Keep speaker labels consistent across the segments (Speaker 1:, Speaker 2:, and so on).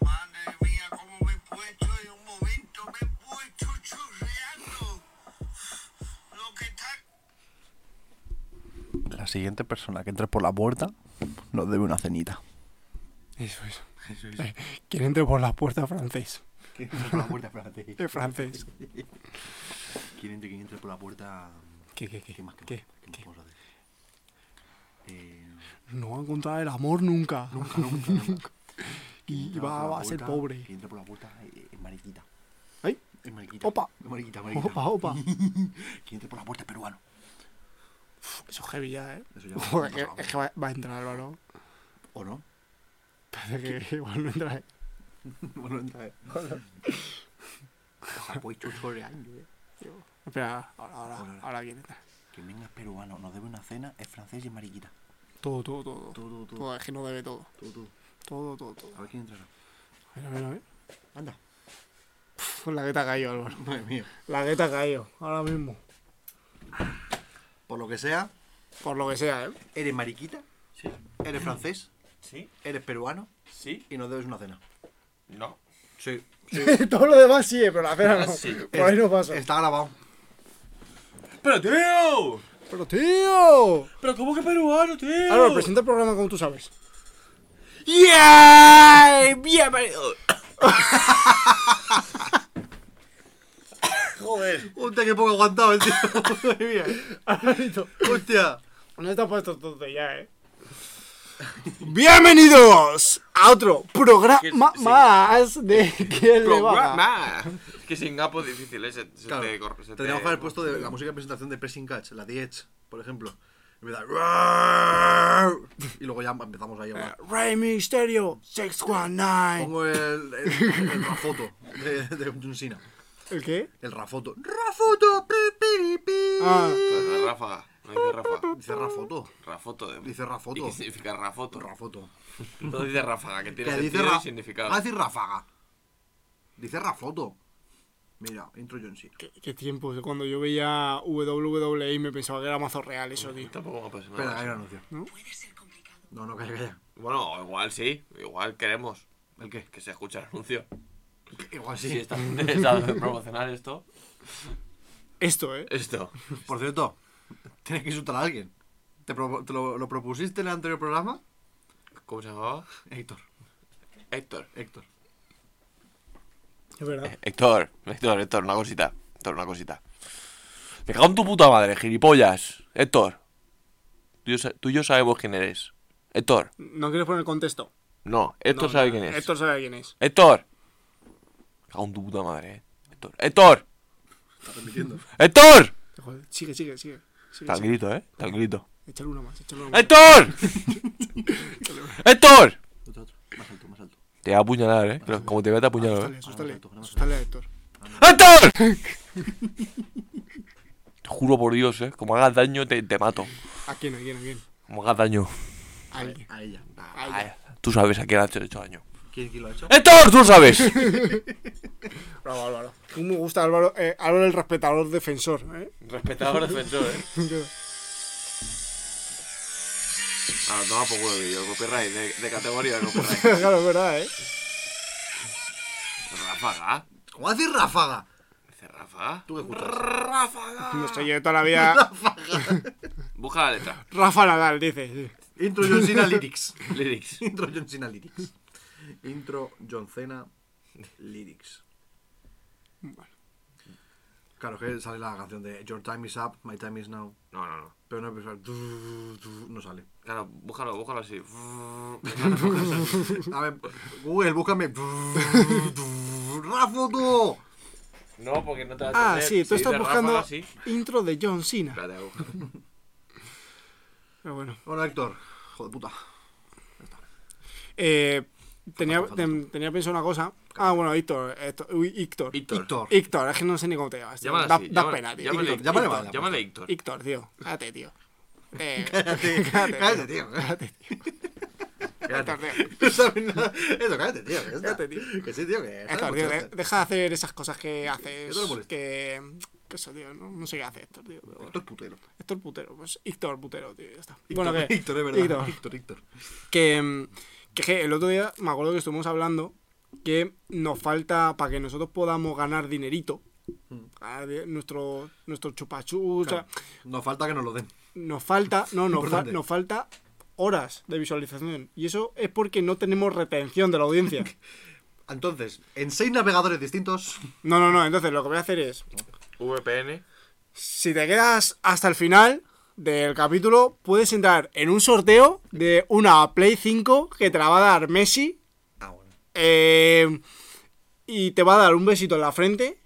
Speaker 1: Madre mía, cómo me he puesto en un momento, me he puesto chorreando. Lo que está
Speaker 2: La siguiente persona que entre por la puerta nos debe una cenita.
Speaker 3: Eso es. Eh, quien entre por la puerta francés.
Speaker 1: ¿Quién entra por la puerta? Espérate.
Speaker 3: Es francés.
Speaker 1: ¿Quién entra, quién entra por la puerta?
Speaker 3: ¿Qué, qué, qué?
Speaker 1: ¿Qué más, qué,
Speaker 3: ¿Qué?
Speaker 1: más? ¿Qué más
Speaker 3: ¿Qué?
Speaker 1: podemos hacer? Eh,
Speaker 3: No va a encontrar el amor nunca.
Speaker 1: nunca, nunca, nunca.
Speaker 3: Y
Speaker 1: Entra
Speaker 3: va,
Speaker 1: por la
Speaker 3: va a ser
Speaker 1: puerta,
Speaker 3: pobre.
Speaker 1: Quien entra por la puerta eh, es mariquita.
Speaker 3: ¿Ay?
Speaker 1: Es mariquita.
Speaker 3: Opa.
Speaker 1: Es mariquita, mariquita.
Speaker 3: Opa, opa.
Speaker 1: quien entra por la puerta es peruano.
Speaker 3: Eso es heavy ya, ¿eh?
Speaker 1: Eso ya
Speaker 3: Joder,
Speaker 1: no pasa
Speaker 3: es que va, va a entrar Álvaro.
Speaker 1: ¿O no?
Speaker 3: Parece que igual no entra. ¿eh?
Speaker 1: Bueno, entra. eh. pues, Se ha puesto chorreando, eh.
Speaker 3: Espera, ahora, ahora,
Speaker 1: Ahora, ahora.
Speaker 3: ahora quién entra.
Speaker 1: Que venga es peruano, nos debe una cena, es francés y es mariquita.
Speaker 3: Todo, todo, todo. todo.
Speaker 1: Todo, todo, todo,
Speaker 3: Todo, es que no debe todo.
Speaker 1: todo, todo.
Speaker 3: Todo, todo, todo.
Speaker 1: A ver quién entrará.
Speaker 3: A ver, a ver, a ver.
Speaker 1: Anda.
Speaker 3: Pff, la que te ha caído, Álvaro.
Speaker 1: Madre mía.
Speaker 3: La que te ha caído, ahora mismo.
Speaker 1: Por lo que sea,
Speaker 3: Por lo que sea, ¿eh?
Speaker 1: eres mariquita,
Speaker 4: Sí.
Speaker 1: eres francés,
Speaker 4: ¿Sí?
Speaker 1: eres peruano
Speaker 4: ¿Sí?
Speaker 1: y nos debes una cena.
Speaker 4: No.
Speaker 1: Sí.
Speaker 3: todo lo demás sí, eh, pero la cena
Speaker 4: Ah, sí.
Speaker 3: Por Pues ahí no pasa.
Speaker 1: Está grabado.
Speaker 4: ¡Pero tío!
Speaker 3: Pero tío.
Speaker 4: ¿Pero cómo que peruano,
Speaker 1: Ah,
Speaker 4: tío?
Speaker 3: Álvaro, presenta el programa como tú sabes.
Speaker 4: ¡Yeah! ¡Bienvenido! Joder.
Speaker 1: Hostia, qué poco aguantado el tío. Madre mía.
Speaker 3: Alvarito,
Speaker 1: Hostia.
Speaker 3: no está puesto todo ya, eh. Bienvenidos a otro programa
Speaker 4: Que- sí.
Speaker 3: más de ¿Quién le va?
Speaker 4: Programa. Es que sin gapo es difícil, ¿eh? Se, se
Speaker 1: Claro.
Speaker 4: te cor- se te-
Speaker 1: Tendríamos que haber puesto de la música de presentación de Pressing Catch, la 10, por ejemplo. En vez de- Y luego ya empezamos ahí a hablar.
Speaker 3: Rey Misterio 619.
Speaker 1: Pongo el, el, el rafoto de, de John Cena.
Speaker 3: ¿El qué?
Speaker 1: El rafoto. ¡Rafoto! pi, pi, pi.
Speaker 3: Ah,
Speaker 4: Pero no es Pues, Rafa. No dice Rafa.
Speaker 1: Dice rafoto.
Speaker 4: Rafoto. De...
Speaker 1: Dice Rafoto.
Speaker 4: ¿Y qué significa Rafoto?
Speaker 1: Rafoto.
Speaker 4: No dice Ráfaga, que tiene
Speaker 1: Que
Speaker 4: sentido
Speaker 1: dice
Speaker 4: y
Speaker 1: ra- Ah,
Speaker 4: significado.
Speaker 1: Va a decir ráfaga. Dice rafoto. Mira, intro John Cena.
Speaker 3: qué, qué tiempos. de Cuando yo veía WWE me pensaba que era mazo real eso, tío.
Speaker 4: Tampoco va a pasar
Speaker 1: Espera, eh.
Speaker 4: nada.
Speaker 1: hay un anuncio. No, no, calla, calla.
Speaker 4: Bueno, igual sí. Igual queremos
Speaker 1: ¿El qué?
Speaker 4: que se escuche el anuncio.
Speaker 1: Igual sí.
Speaker 4: Sí, este está, está de promocionar esto.
Speaker 3: Esto, eh.
Speaker 4: Esto.
Speaker 1: Por cierto, tienes que insultar a alguien. ¿Te, propo- te lo, lo propusiste en el anterior programa?
Speaker 4: ¿Cómo se llamaba?
Speaker 1: Héctor,
Speaker 4: Héctor.
Speaker 1: Héctor.
Speaker 3: Es verdad.
Speaker 4: Héctor, Héctor, Héctor, una cosita. Héctor, una cosita. Me cago en tu puta madre, gilipollas. Héctor. Tú y yo, sa- tú y yo sabemos quién eres. Héctor.
Speaker 3: No quieres poner contexto.
Speaker 4: No, Héctor
Speaker 3: No,
Speaker 4: sabe
Speaker 3: no,
Speaker 4: quién es.
Speaker 3: Héctor sabe quién es.
Speaker 4: Héctor. Me cago en tu puta madre, eh. Héctor. Héctor.
Speaker 1: Está remitiendo.
Speaker 4: Héctor.
Speaker 3: Joder, sigue, sigue, sigue. sigue, sigue.
Speaker 4: Tranquilito, eh. Tranquilito.
Speaker 3: Échale una más, échale una más.
Speaker 4: ¡Héctor! ¡Héctor!
Speaker 1: Otro, otro. Más alto, más alto. Ah,
Speaker 4: Te voy a apuñalar, eh. Pero Como te vea, te apuñalo,
Speaker 3: Asústale, asústale,
Speaker 4: eh.
Speaker 1: Vamos a Héctor, vamos a
Speaker 3: asústale a Héctor.
Speaker 4: ¡Héctor! Te juro por Dios, eh. Como hagas daño, te, te mato.
Speaker 3: ¿A quién, a quién, a quién?
Speaker 4: Como hagas daño.
Speaker 3: A alguien.
Speaker 1: A ella.
Speaker 4: Ay, Tú sabes a quién has hecho daño.
Speaker 1: ¿Quién, quién lo ha hecho?
Speaker 4: ¡Héctor! ¡Tú sabes!
Speaker 3: Bravo, Álvaro. Cómo me gusta Álvaro, eh, Álvaro el respetador defensor, ¿eh?
Speaker 4: Respetador defensor, eh. Claro, toma por culo de vídeo. Copyright de, de categoría de copyright.
Speaker 3: claro, es verdad, ¿eh?
Speaker 4: Ráfaga.
Speaker 1: ¿Cómo va a decir ráfaga?
Speaker 4: Dice Ráfaga.
Speaker 1: ¿Tú qué escuchas?
Speaker 3: No sé, yo toda la vida...
Speaker 4: Busca la letra.
Speaker 3: Rafa Nadal, dice. sí.
Speaker 1: Intro John Cena Lyrics.
Speaker 4: Lyrics.
Speaker 1: Intro John Cena Lyrics. Intro John Cena Lyrics.
Speaker 3: Bueno.
Speaker 1: Claro que sale la canción de Your time is up, my time is now.
Speaker 4: No, no, no.
Speaker 1: Pero no empieza. du- du- No sale.
Speaker 4: Claro, búscalo, búscalo así.
Speaker 1: A ver, Google, búscame. du- du- ¡Rafoto!
Speaker 4: No, porque no te va a
Speaker 3: Ah,
Speaker 4: entender.
Speaker 3: sí, tú
Speaker 4: Si
Speaker 3: estás
Speaker 4: dices
Speaker 3: buscando
Speaker 4: Ráfaga, sí.
Speaker 3: intro de John Cena.
Speaker 4: Espérate, busca.
Speaker 3: Pero bueno.
Speaker 1: Hola, Héctor. Joder, puta.
Speaker 3: Eh, tenía,
Speaker 1: Falta, falta.
Speaker 3: ten- tenía pensado una cosa. Ah, bueno, Héctor. Héctor. Uy, Héctor.
Speaker 4: Víctor.
Speaker 1: Héctor.
Speaker 3: Héctor, es que no sé ni cómo te llamas. tío.
Speaker 4: Llámale
Speaker 3: Da,
Speaker 4: así,
Speaker 3: da
Speaker 4: llámale-
Speaker 3: pena, tío.
Speaker 4: Llámale
Speaker 3: Héctor.
Speaker 4: Héctor.
Speaker 1: llámale, vale,
Speaker 4: Llámale Héctor.
Speaker 3: Héctor, tío. Cállate, tío. Eh,
Speaker 1: Cállate, cállate, tío. Cállate, tío.
Speaker 3: Tardeo.
Speaker 1: No sabes nada. Eso, cállate, tío. que ya está.
Speaker 3: Cállate, tío. eh.
Speaker 1: Que sí, tío, que.
Speaker 3: Héctor,
Speaker 1: sabes
Speaker 3: tío,
Speaker 1: mucho,
Speaker 3: de-
Speaker 1: Héctor.
Speaker 3: deja de hacer esas cosas que haces.
Speaker 1: Héctor es molesto.
Speaker 3: Que. Que eso, tío. No, no sé qué hace Héctor, tío. pero bueno.
Speaker 1: Esto es putero.
Speaker 3: Héctor putero. Pues Héctor putero, tío. Ya está.
Speaker 1: Bueno,
Speaker 3: que.
Speaker 1: Víctor, es verdad.
Speaker 3: Héctor.
Speaker 1: Víctor, Víctor.
Speaker 3: Que, mm, que, je, el otro día me acuerdo que estuvimos hablando que nos falta para que nosotros podamos ganar dinerito.
Speaker 1: Mm.
Speaker 3: ganar di- nuestro nuestro chupachus. o sea,
Speaker 1: Nos falta que nos lo den.
Speaker 3: nos falta. No, nos, fa-
Speaker 1: Importante.
Speaker 3: nos falta horas de visualización. Y eso es porque no tenemos retención de la audiencia.
Speaker 1: Entonces, en seis navegadores distintos.
Speaker 3: No, no, no. Entonces lo que voy a hacer es.
Speaker 4: VPN.
Speaker 3: Si te quedas hasta el final del capítulo, puedes entrar en un sorteo de una Play 5 que te la va a dar Messi.
Speaker 1: Ah, bueno.
Speaker 3: eh, y te va a dar un besito en la frente.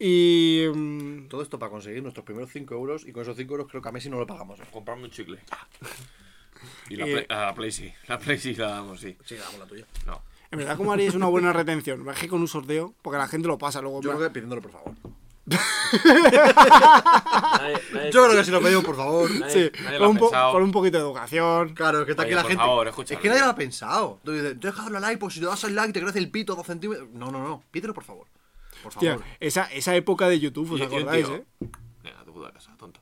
Speaker 3: Y. mm,
Speaker 1: Todo esto para conseguir nuestros primeros 5 euros y con esos 5 euros creo que a Messi no lo pagamos. ¿eh?
Speaker 4: Comprarme un chicle. Y la,
Speaker 3: Eh,
Speaker 4: play, a la Play sí. La Play sí la damos, sí.
Speaker 1: Sí, damos la tuya.
Speaker 4: No.
Speaker 3: En verdad, como harías una buena retención. Bajé con un sorteo, porque la gente lo pasa luego. en
Speaker 1: Yo
Speaker 3: plan,
Speaker 1: creo que pidiéndolo, por favor.
Speaker 4: Nadie- nadie-
Speaker 1: Yo creo que si lo pedimos, por favor.
Speaker 4: nadie-
Speaker 3: sí,
Speaker 4: nadie lo
Speaker 3: con,
Speaker 4: ha
Speaker 3: un po-
Speaker 4: pensado.
Speaker 3: con un poquito de educación.
Speaker 1: Claro, es que está aquí
Speaker 4: Oye,
Speaker 1: la
Speaker 4: por
Speaker 1: gente.
Speaker 4: favor, escúchalo.
Speaker 1: es que nadie lo ha pensado. Tú dices, deja darle a like, pues si le das al like te crece el pito dos centímetros. No, no, no. Pídelo, por favor. Por
Speaker 3: Hostia,
Speaker 1: favor.
Speaker 3: esa, esa época de YouTube, ¿os
Speaker 4: Y- y un
Speaker 3: acordáis,
Speaker 4: tío.
Speaker 3: eh?
Speaker 4: Venga, tu puta casa, tonto.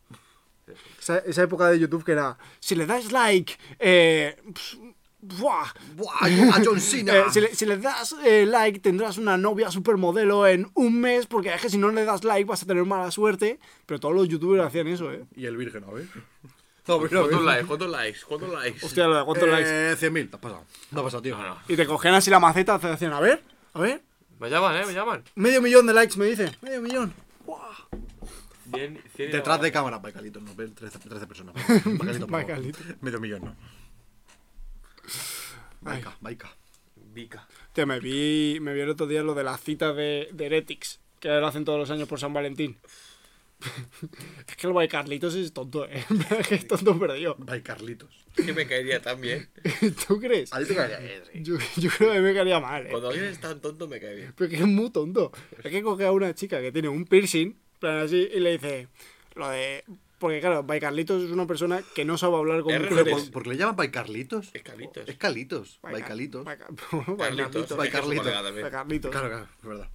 Speaker 3: Esa, esa época de YouTube que era, si le das like, eh, pf, buah,
Speaker 1: ¡Buah! ¡A John Cena!
Speaker 3: eh, si, le, si le das eh, like tendrás una novia supermodelo en un mes, porque es que si no le das like vas a tener mala suerte. Pero todos los youtubers hacían eso, ¿eh?
Speaker 1: Y el virgen, a ver. No, mira,
Speaker 4: ¿Cuántos likes? ¿Cuántos likes? ¿Cuántos likes?
Speaker 3: Hostia, lo de cuántos likes.
Speaker 1: Eh, 100.000. Te has pasado. Te has pasado, tío.
Speaker 4: No, no.
Speaker 3: Y te cogían así la maceta, te hacían, a ver, a ver,
Speaker 4: Me llaman, eh, me llaman.
Speaker 3: medio millón de likes me dice, medio millón.
Speaker 4: Cien- cien y
Speaker 1: Detrás
Speaker 4: algo.
Speaker 1: de cámara, Baicalito, no ven 13, 13 personas. Baicalito, por favor.
Speaker 3: Baicalito.
Speaker 1: Medio millón, no. Baica, Baica.
Speaker 4: Vica.
Speaker 3: Hostia, me vi, me vi el otro día lo de la cita de, de Heretics, que lo hacen todos los años por San Valentín. es que el de Carlitos es tonto, ¿eh? es que es tonto perdido.
Speaker 1: Baicarlitos. Ah,
Speaker 4: Es que me caería tan bien.
Speaker 3: ¿Tú crees?
Speaker 1: A ti te caería bien, sí.
Speaker 3: Yo, yo creo que me caería mal, ¿eh?
Speaker 4: Cuando alguien es tan tonto, me cae bien.
Speaker 3: Pero que es muy tonto. Es que coge a una chica que tiene un piercing, plan así, y le dice lo de... Porque claro, Bai Carlitos es una persona que no sabe hablar con
Speaker 4: Es
Speaker 1: Pero,
Speaker 3: mujeres.
Speaker 1: ¿por, por qué le llaman Baicarlitos?
Speaker 4: Es Carlitos.
Speaker 1: Es Calitos.
Speaker 3: Bai Car-
Speaker 1: Baicalitos.
Speaker 3: Bai Car-
Speaker 4: Carlitos.
Speaker 1: By
Speaker 4: es que es su
Speaker 1: Carlitos.
Speaker 4: colega también.
Speaker 3: Bai Carlitos.
Speaker 1: Claro, claro, es verdad.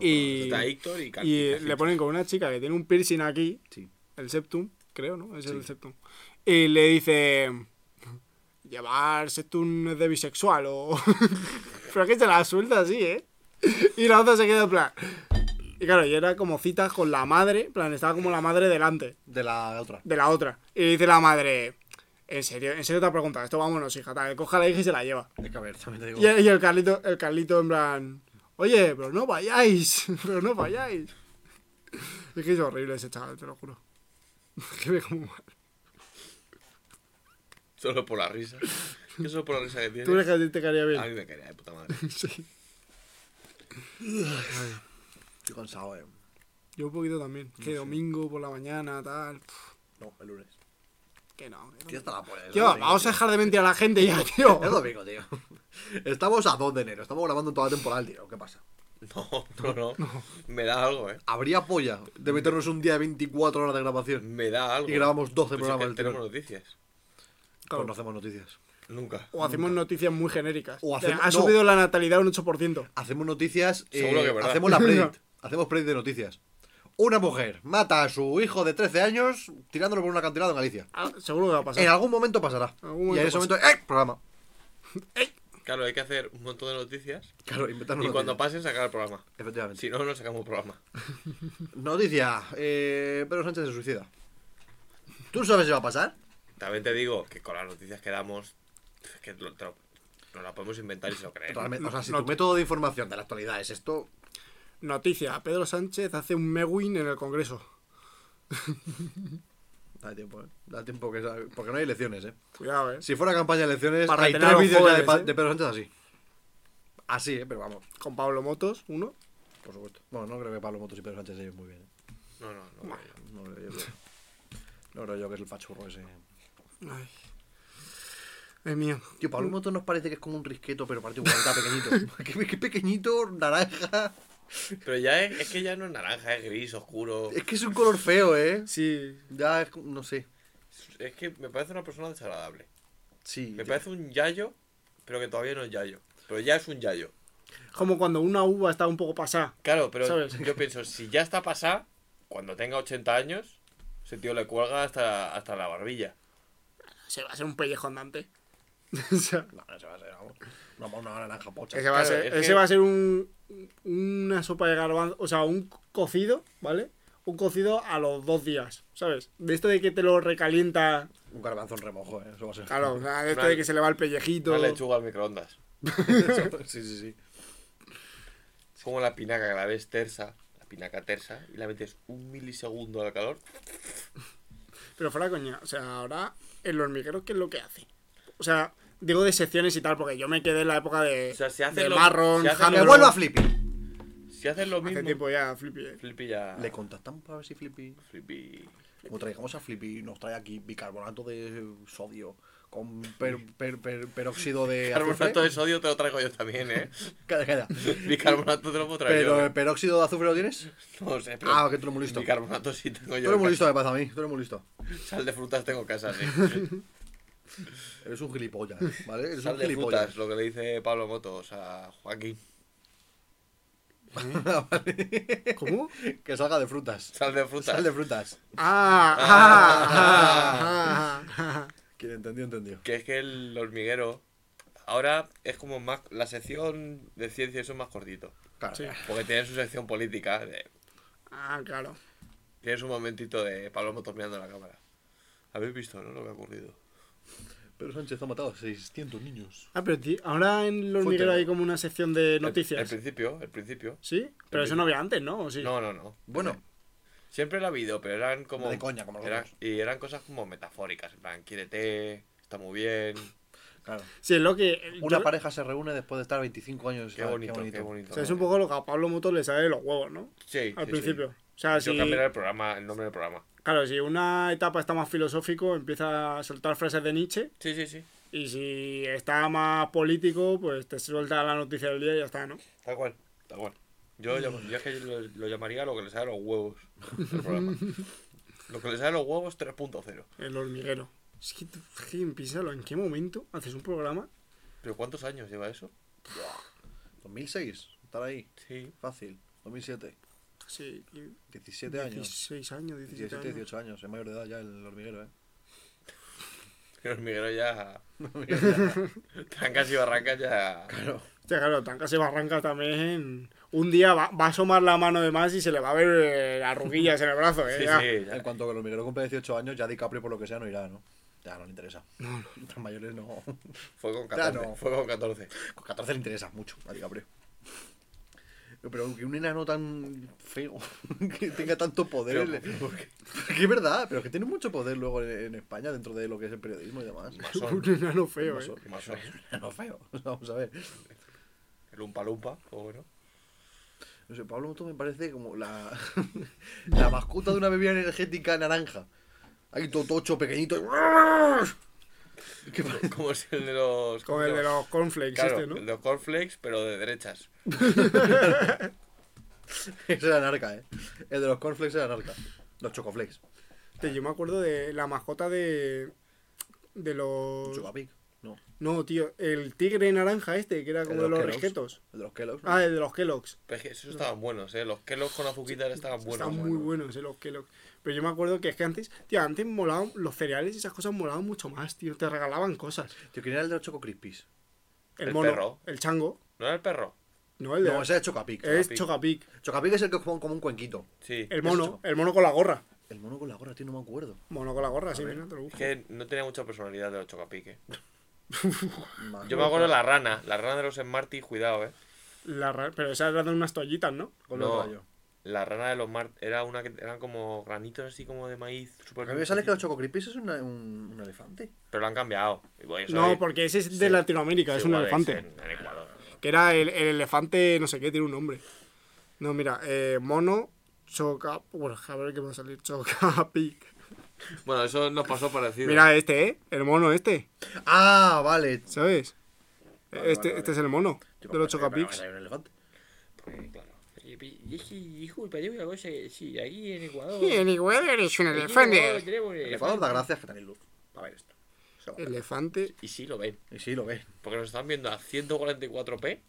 Speaker 3: Y,
Speaker 4: Está Héctor y Carlitos.
Speaker 3: y eh, le ponen con una chica que tiene un piercing aquí,
Speaker 1: Sí.
Speaker 3: el septum, creo, ¿no? Es el septum. Y le dice... Llevar septum es de bisexual o... Pero es que se la suelta así, ¿eh? Y la otra se queda en plan... Y claro, y era como citas con la madre, en plan, estaba como la madre delante
Speaker 1: De la otra.
Speaker 3: de la otra. Y dice la madre, en serio, en serio te ha preguntado esto, vámonos, hija, tal, coja a la hija y se la lleva.
Speaker 1: Es que a ver, también te digo.
Speaker 3: Y, y el Carlito, el Carlito en plan, oye, pero no vayáis, pero no vayáis. Es que es horrible ese chaval, te lo juro. Que me como mal.
Speaker 4: Solo por la risa. Que solo por la risa que tiene.
Speaker 3: ¿Tú crees que a ti te caería
Speaker 4: A mí
Speaker 3: bien?
Speaker 4: me caería de puta madre.
Speaker 3: Sí.
Speaker 1: Estoy cansado, eh.
Speaker 3: Yo un poquito también. Que domingo por la mañana, tal. pf,
Speaker 1: No, el lunes.
Speaker 3: Que no. que
Speaker 1: Tío,
Speaker 3: no.
Speaker 1: hasta la polla. es
Speaker 3: Tío,
Speaker 1: domingo,
Speaker 3: vamos a
Speaker 1: tío.
Speaker 3: dejar de mentir a la gente ya, tío.
Speaker 1: Es domingo, tío. Estamos a 2 de enero. Estamos grabando toda la temporada, tío. ¿Qué pasa?
Speaker 4: No, no, no, Me da algo, eh.
Speaker 1: ¿Habría polla de meternos un día de 24 horas de grabación?
Speaker 4: Me da algo.
Speaker 1: Y grabamos este 12
Speaker 4: Pero si pues es
Speaker 1: programas
Speaker 4: que
Speaker 1: del
Speaker 4: Tenemos
Speaker 1: tirón.
Speaker 4: noticias.
Speaker 1: Pues no
Speaker 3: Claro.
Speaker 1: hacemos noticias.
Speaker 4: Nunca.
Speaker 3: O hacemos noticias muy genéricas.
Speaker 1: O hacemos-
Speaker 3: Ha
Speaker 1: no.
Speaker 3: subido la natalidad un 8%.
Speaker 1: Hacemos noticias. eh,
Speaker 4: Seguro que es verdad.
Speaker 1: hacemos la predit. hacemos predit de noticias. Una mujer mata a su hijo de 13 años tirándolo por un acantilado en Galicia.
Speaker 3: Ah, Seguro que va a pasar.
Speaker 1: En algún momento pasará.
Speaker 3: En algún momento
Speaker 1: y en ese
Speaker 3: pasa.
Speaker 1: momento. ¡Eh! Programa.
Speaker 4: Claro, hay que hacer un montón de noticias.
Speaker 1: Claro, inventarnos
Speaker 4: Y cuando
Speaker 1: noticias.
Speaker 4: pasen, sacar el programa.
Speaker 1: Efectivamente.
Speaker 4: Si no, no sacamos programa.
Speaker 1: Noticia. Eh, Pedro Sánchez se suicida. ¿Tú sabes si va a pasar?
Speaker 4: También te digo que con las noticias que damos, es que lo- te lo- nos la podemos inventar y se lo creen.
Speaker 1: Realmente, o sea, si
Speaker 3: no
Speaker 1: tu
Speaker 3: te-
Speaker 1: método de información de la actualidad es esto,
Speaker 3: Noticia, Pedro Sánchez hace un Mewin en el Congreso.
Speaker 1: da tiempo, ¿eh? Da tiempo que... sa- Porque no hay elecciones, ¿eh?
Speaker 3: Cuidado, eh.
Speaker 1: Si fuera campaña de elecciones,
Speaker 3: Para
Speaker 1: hay tres
Speaker 3: retener a los
Speaker 1: vídeos ya de,
Speaker 3: jóvenes,
Speaker 1: pa-
Speaker 3: ¿eh?
Speaker 1: de Pedro Sánchez así. Así, ¿eh? Pero vamos,
Speaker 3: Con Pablo Motos, uno.
Speaker 1: por supuesto. Bueno, no creo que Pablo Motos y Pedro Sánchez se lleven muy bien, ¿eh?
Speaker 4: No, no, no.
Speaker 1: No creo yo, que- no creo yo que es el fachurro ese.
Speaker 3: Ay. Es mío.
Speaker 1: Tío, Pablo Motos nos parece que es como un risqueto, pero parece un guarda pequeñito. qué, qué pequeñito, naranja.
Speaker 4: Pero ya es, es que ya no es naranja, es gris, oscuro.
Speaker 1: Es que es un color feo, ¿eh?
Speaker 3: Sí.
Speaker 1: Ya es... como- no sé.
Speaker 4: Es que me parece una persona desagradable.
Speaker 1: Sí.
Speaker 4: Me parece un yayo, pero que todavía no es yayo. Pero ya es un yayo.
Speaker 3: Como cuando una uva está un poco pasada.
Speaker 4: Claro, pero
Speaker 3: ¿Sabes?
Speaker 4: yo pienso, si ya está pasada, cuando tenga 80 años, ese tío le cuelga hasta, hasta la barbilla.
Speaker 3: Se va a ser un pellejo andante. o sea,
Speaker 1: No, no se va a hacer vamos. Una, una naranja pocha.
Speaker 3: ese va a
Speaker 4: Claro,
Speaker 3: ser,
Speaker 4: es
Speaker 3: ese
Speaker 4: que-
Speaker 3: va a ser un, una sopa de garbanzo. O sea, un cocido, ¿vale? Un cocido a los dos días, ¿sabes? De esto de que te lo recalienta.
Speaker 1: Un garbanzo en remojo, ¿eh? Eso va a ser.
Speaker 3: Claro, o sea, de esto
Speaker 4: Una-
Speaker 3: de que se le va el pellejito.
Speaker 4: Una lechuga al microondas.
Speaker 1: sí, sí, sí.
Speaker 4: Es como la pinaca, que la ves tersa, la pinaca tersa, y la metes un milisegundo al calor.
Speaker 3: Pero fuera coña, o sea, ahora el hormiguero, ¿qué es lo que hace? O sea, digo de secciones y tal, porque yo me quedé en la época de,
Speaker 4: O sea, se hace
Speaker 3: de
Speaker 4: lo-
Speaker 3: Marron,
Speaker 4: se hace lo-
Speaker 1: Que
Speaker 3: Hamilton.
Speaker 1: vuelva Flippy.
Speaker 4: Si haces lo
Speaker 3: Hace
Speaker 4: mismo...
Speaker 3: tiempo ya, flippy. eh.
Speaker 4: Flippy ya...
Speaker 1: Le contactamos para ver si Flippy.
Speaker 4: Flippy...
Speaker 1: Como traigamos a Flippy, nos trae aquí bicarbonato de sodio con per- per- per- peróxido de. azufre.
Speaker 4: Bicarbonato de sodio te lo traigo yo también, ¿eh?
Speaker 1: Calla, calla.
Speaker 4: Bicarbonato te lo puedo traer
Speaker 1: Pero
Speaker 4: yo. ¿eh?
Speaker 1: el peróxido de azufre lo tienes.
Speaker 4: No sé, pero...
Speaker 1: Ah, que tú eres muy listo.
Speaker 4: Bicarbonato sí tengo
Speaker 1: Tú
Speaker 4: yo.
Speaker 1: eres muy
Speaker 4: en
Speaker 1: listo, me pasa a mí. Tú eres muy listo.
Speaker 4: casa. Sal de frutas tengo en casa, sí.
Speaker 1: Eres un gilipollas, ¿vale? Eres
Speaker 4: Sal
Speaker 1: un
Speaker 4: de
Speaker 1: gilipollas.
Speaker 4: frutas, lo que le dice Pablo Motos a Joaquín.
Speaker 3: ¿Cómo?
Speaker 1: Que salga de frutas.
Speaker 4: Sal de frutas.
Speaker 1: Sal de frutas.
Speaker 3: Ah, ah, ah, ah, ah.
Speaker 1: Quien entendió, entendió.
Speaker 4: Que es que el hormiguero ahora es como más... La sección de ciencia y eso es más cortito.
Speaker 1: Claro.
Speaker 3: Sí.
Speaker 4: Porque tiene su sección política. de-
Speaker 3: Ah, claro.
Speaker 4: Tienes un momentito de Pablo Motos mirando la cámara. Habéis visto, ¿no? Lo que ha ocurrido.
Speaker 1: Pero Sánchez ha matado a 600 niños.
Speaker 3: Ah, pero tío, ahora en el hormiguero
Speaker 1: Fuente.
Speaker 3: hay como una sección de
Speaker 4: El- El,
Speaker 3: noticias.
Speaker 4: principio, el principio.
Speaker 3: ¿Sí? Pero eso no había antes, ¿no? ¿O sí?
Speaker 4: No, no, no.
Speaker 1: Bueno,
Speaker 4: Siempre lo ha habido, pero eran como.
Speaker 1: De coña, como los
Speaker 4: eran-
Speaker 1: otros.
Speaker 4: Y eran cosas como metafóricas. En plan, quiérete, está muy bien.
Speaker 1: claro.
Speaker 3: Sí, es lo que...
Speaker 1: Una
Speaker 3: yo-
Speaker 1: pareja se reúne después de estar 25 años.
Speaker 4: Qué
Speaker 1: Ah,
Speaker 4: bonito, qué bonito.
Speaker 3: o sea, es un poco lo que a Pablo Motos le sale de los huevos, ¿no?
Speaker 4: Sí,
Speaker 3: Al
Speaker 4: sí,
Speaker 3: principio.
Speaker 4: sí.
Speaker 3: O sea,
Speaker 4: Yo
Speaker 3: si...
Speaker 4: cambiaré el programa, el nombre del programa.
Speaker 3: Claro, si una etapa está más filosófico, empieza a soltar frases de Nietzsche.
Speaker 4: Sí, sí, sí.
Speaker 3: Y si está más político, pues te suelta la noticia del día y ya está, ¿no?
Speaker 4: Tal cual, tal cual.
Speaker 3: Mm.
Speaker 4: Yo, llamo- yo es que lo, lo llamaría lo que le sale a los huevos. el programa. Lo que le sale a los huevos 3.0.
Speaker 3: El hormiguero. Es que, tú- es que piénsalo, ¿en qué momento haces un programa?
Speaker 4: ¿Pero cuántos años lleva eso?
Speaker 1: 2006, estar ahí.
Speaker 4: Sí.
Speaker 1: Fácil. 2007.
Speaker 3: Sí,
Speaker 1: 17 años.
Speaker 3: 16 años, 17
Speaker 1: 17,
Speaker 3: años.
Speaker 1: 18 años. Es mayor de edad ya el hormiguero, ¿eh?
Speaker 4: El hormiguero ya. Trancas y barrancas ya.
Speaker 3: Hostia, claro, Tancas y Barrancas también. Un día va, va a asomar la mano de más y se le va a ver eh, las ruguillas en el brazo, ¿eh?
Speaker 4: Sí,
Speaker 3: Ya.
Speaker 4: sí, ya.
Speaker 1: En cuanto que el hormiguero cumple 18 años, ya DiCaprio por lo que sea no irá, ¿no? Ya no le interesa. Los mayores no.
Speaker 4: Fue con
Speaker 1: Ya
Speaker 4: 14.
Speaker 1: no.
Speaker 4: Fue con 14.
Speaker 1: Con 14 le interesa mucho a DiCaprio. Pero que un enano tan feo, que tenga tanto poder.
Speaker 4: Pero,
Speaker 1: le- que es verdad, pero que tiene mucho poder luego en, en España dentro de lo que es el periodismo y demás.
Speaker 4: Masón.
Speaker 3: Un enano feo, ¿eh?
Speaker 1: Masón.
Speaker 4: Masón.
Speaker 1: enano feo. Vamos a ver.
Speaker 4: El Umpa Lumpa, o bueno.
Speaker 1: No sé, Pablo Moto me parece como la, la mascota de una bebida energética naranja. Ahí todo tocho, pequeñito. ¿Qué pasa?
Speaker 4: Como es el de los.
Speaker 3: Como eh. el de los cornflakes
Speaker 4: Claro,
Speaker 3: este,
Speaker 4: el
Speaker 3: ¿no?
Speaker 4: de los cornflakes, pero de derechas.
Speaker 1: Ese era narca, ¿eh? El de los cornflakes era narca. Los chocoflakes.
Speaker 3: Hostia, Yo me acuerdo de la mascota de... De los...
Speaker 1: Chupapic. No.
Speaker 3: No, tío, el tigre naranja este, que era como de los
Speaker 1: Kellogg's.
Speaker 3: resquetos.
Speaker 1: El de los Kellogg's.
Speaker 3: Ah, el de los Kellogg's.
Speaker 4: Pero es que esos estaban buenos, ¿eh? Los Kellogg's con azuquitas estaban buenos.
Speaker 3: Están muy buenos, eh, los Kellogg's. Pero yo me acuerdo que es que antes, tío, antes molaban los cereales y esas cosas molaban mucho más, tío. Te regalaban cosas.
Speaker 1: Tío, ¿quién era el de los Choco Crispies?
Speaker 3: El,
Speaker 4: El
Speaker 3: mono,
Speaker 4: perro.
Speaker 3: el chango,
Speaker 4: ¿No era el perro?
Speaker 3: no el de.
Speaker 1: No, ese era Chocapic.
Speaker 3: es
Speaker 4: Chocapic.
Speaker 3: Chocapic.
Speaker 1: Chocapic es el que es como como un cuenquito.
Speaker 4: Sí.
Speaker 3: El
Speaker 1: es
Speaker 3: mono,
Speaker 1: Chocapic.
Speaker 3: el mono con la gorra.
Speaker 1: El mono con la gorra, tío, no me acuerdo.
Speaker 3: Mono con la gorra, sí, mira, te lo
Speaker 4: Es
Speaker 3: busco.
Speaker 4: que no tenía mucha personalidad de los chocapiques.
Speaker 1: Ma-
Speaker 4: Yo me acuerdo de la rana. La rana de los Smarties, cuidado, ¿eh?
Speaker 3: La ra- Pero esa era de unas toallitas, ¿no?
Speaker 1: Con los
Speaker 4: no.
Speaker 1: rayos.
Speaker 4: La rana de los Mart era una que eran como granitos así como de maíz. Super
Speaker 1: A mí me sale que los Choco Crispies es una- un, un elefante.
Speaker 4: Pero lo han cambiado. Y voy, eso ahí-
Speaker 3: No, porque ese es de
Speaker 4: Sí.
Speaker 3: Latinoamérica, es un
Speaker 4: igual
Speaker 3: elefante.
Speaker 4: en- en Ecuador.
Speaker 3: Que era el, el elefante, no sé qué, tiene un nombre. No, mira, eh, mono, choca. Bueno, a ver qué va a salir. Chocapic.
Speaker 4: Bueno, eso nos pasó parecido.
Speaker 3: Mira este, ¿eh? El mono este,
Speaker 1: Ah, vale.
Speaker 3: ¿sabes?
Speaker 1: Vale,
Speaker 3: este,
Speaker 1: vale,
Speaker 3: este es el mono
Speaker 1: Yo me
Speaker 3: de los
Speaker 1: acuerdo que me
Speaker 3: Chocapics.
Speaker 1: sale un elefante.
Speaker 4: Porque, Pues, claro. Y y es que, hijo, para una cosa que sí, aquí en Ecuador.
Speaker 3: Y en Igual eres un
Speaker 4: aquí en Ecuador
Speaker 3: elefante.
Speaker 4: tenemos un
Speaker 1: El Ecuador da
Speaker 4: elefante.
Speaker 1: gracias que tenéis luz. Para ver esto. Se va.
Speaker 3: Elefante.
Speaker 4: Y sí lo ven,
Speaker 1: Y sí, lo ves.
Speaker 4: porque nos están viendo a 144p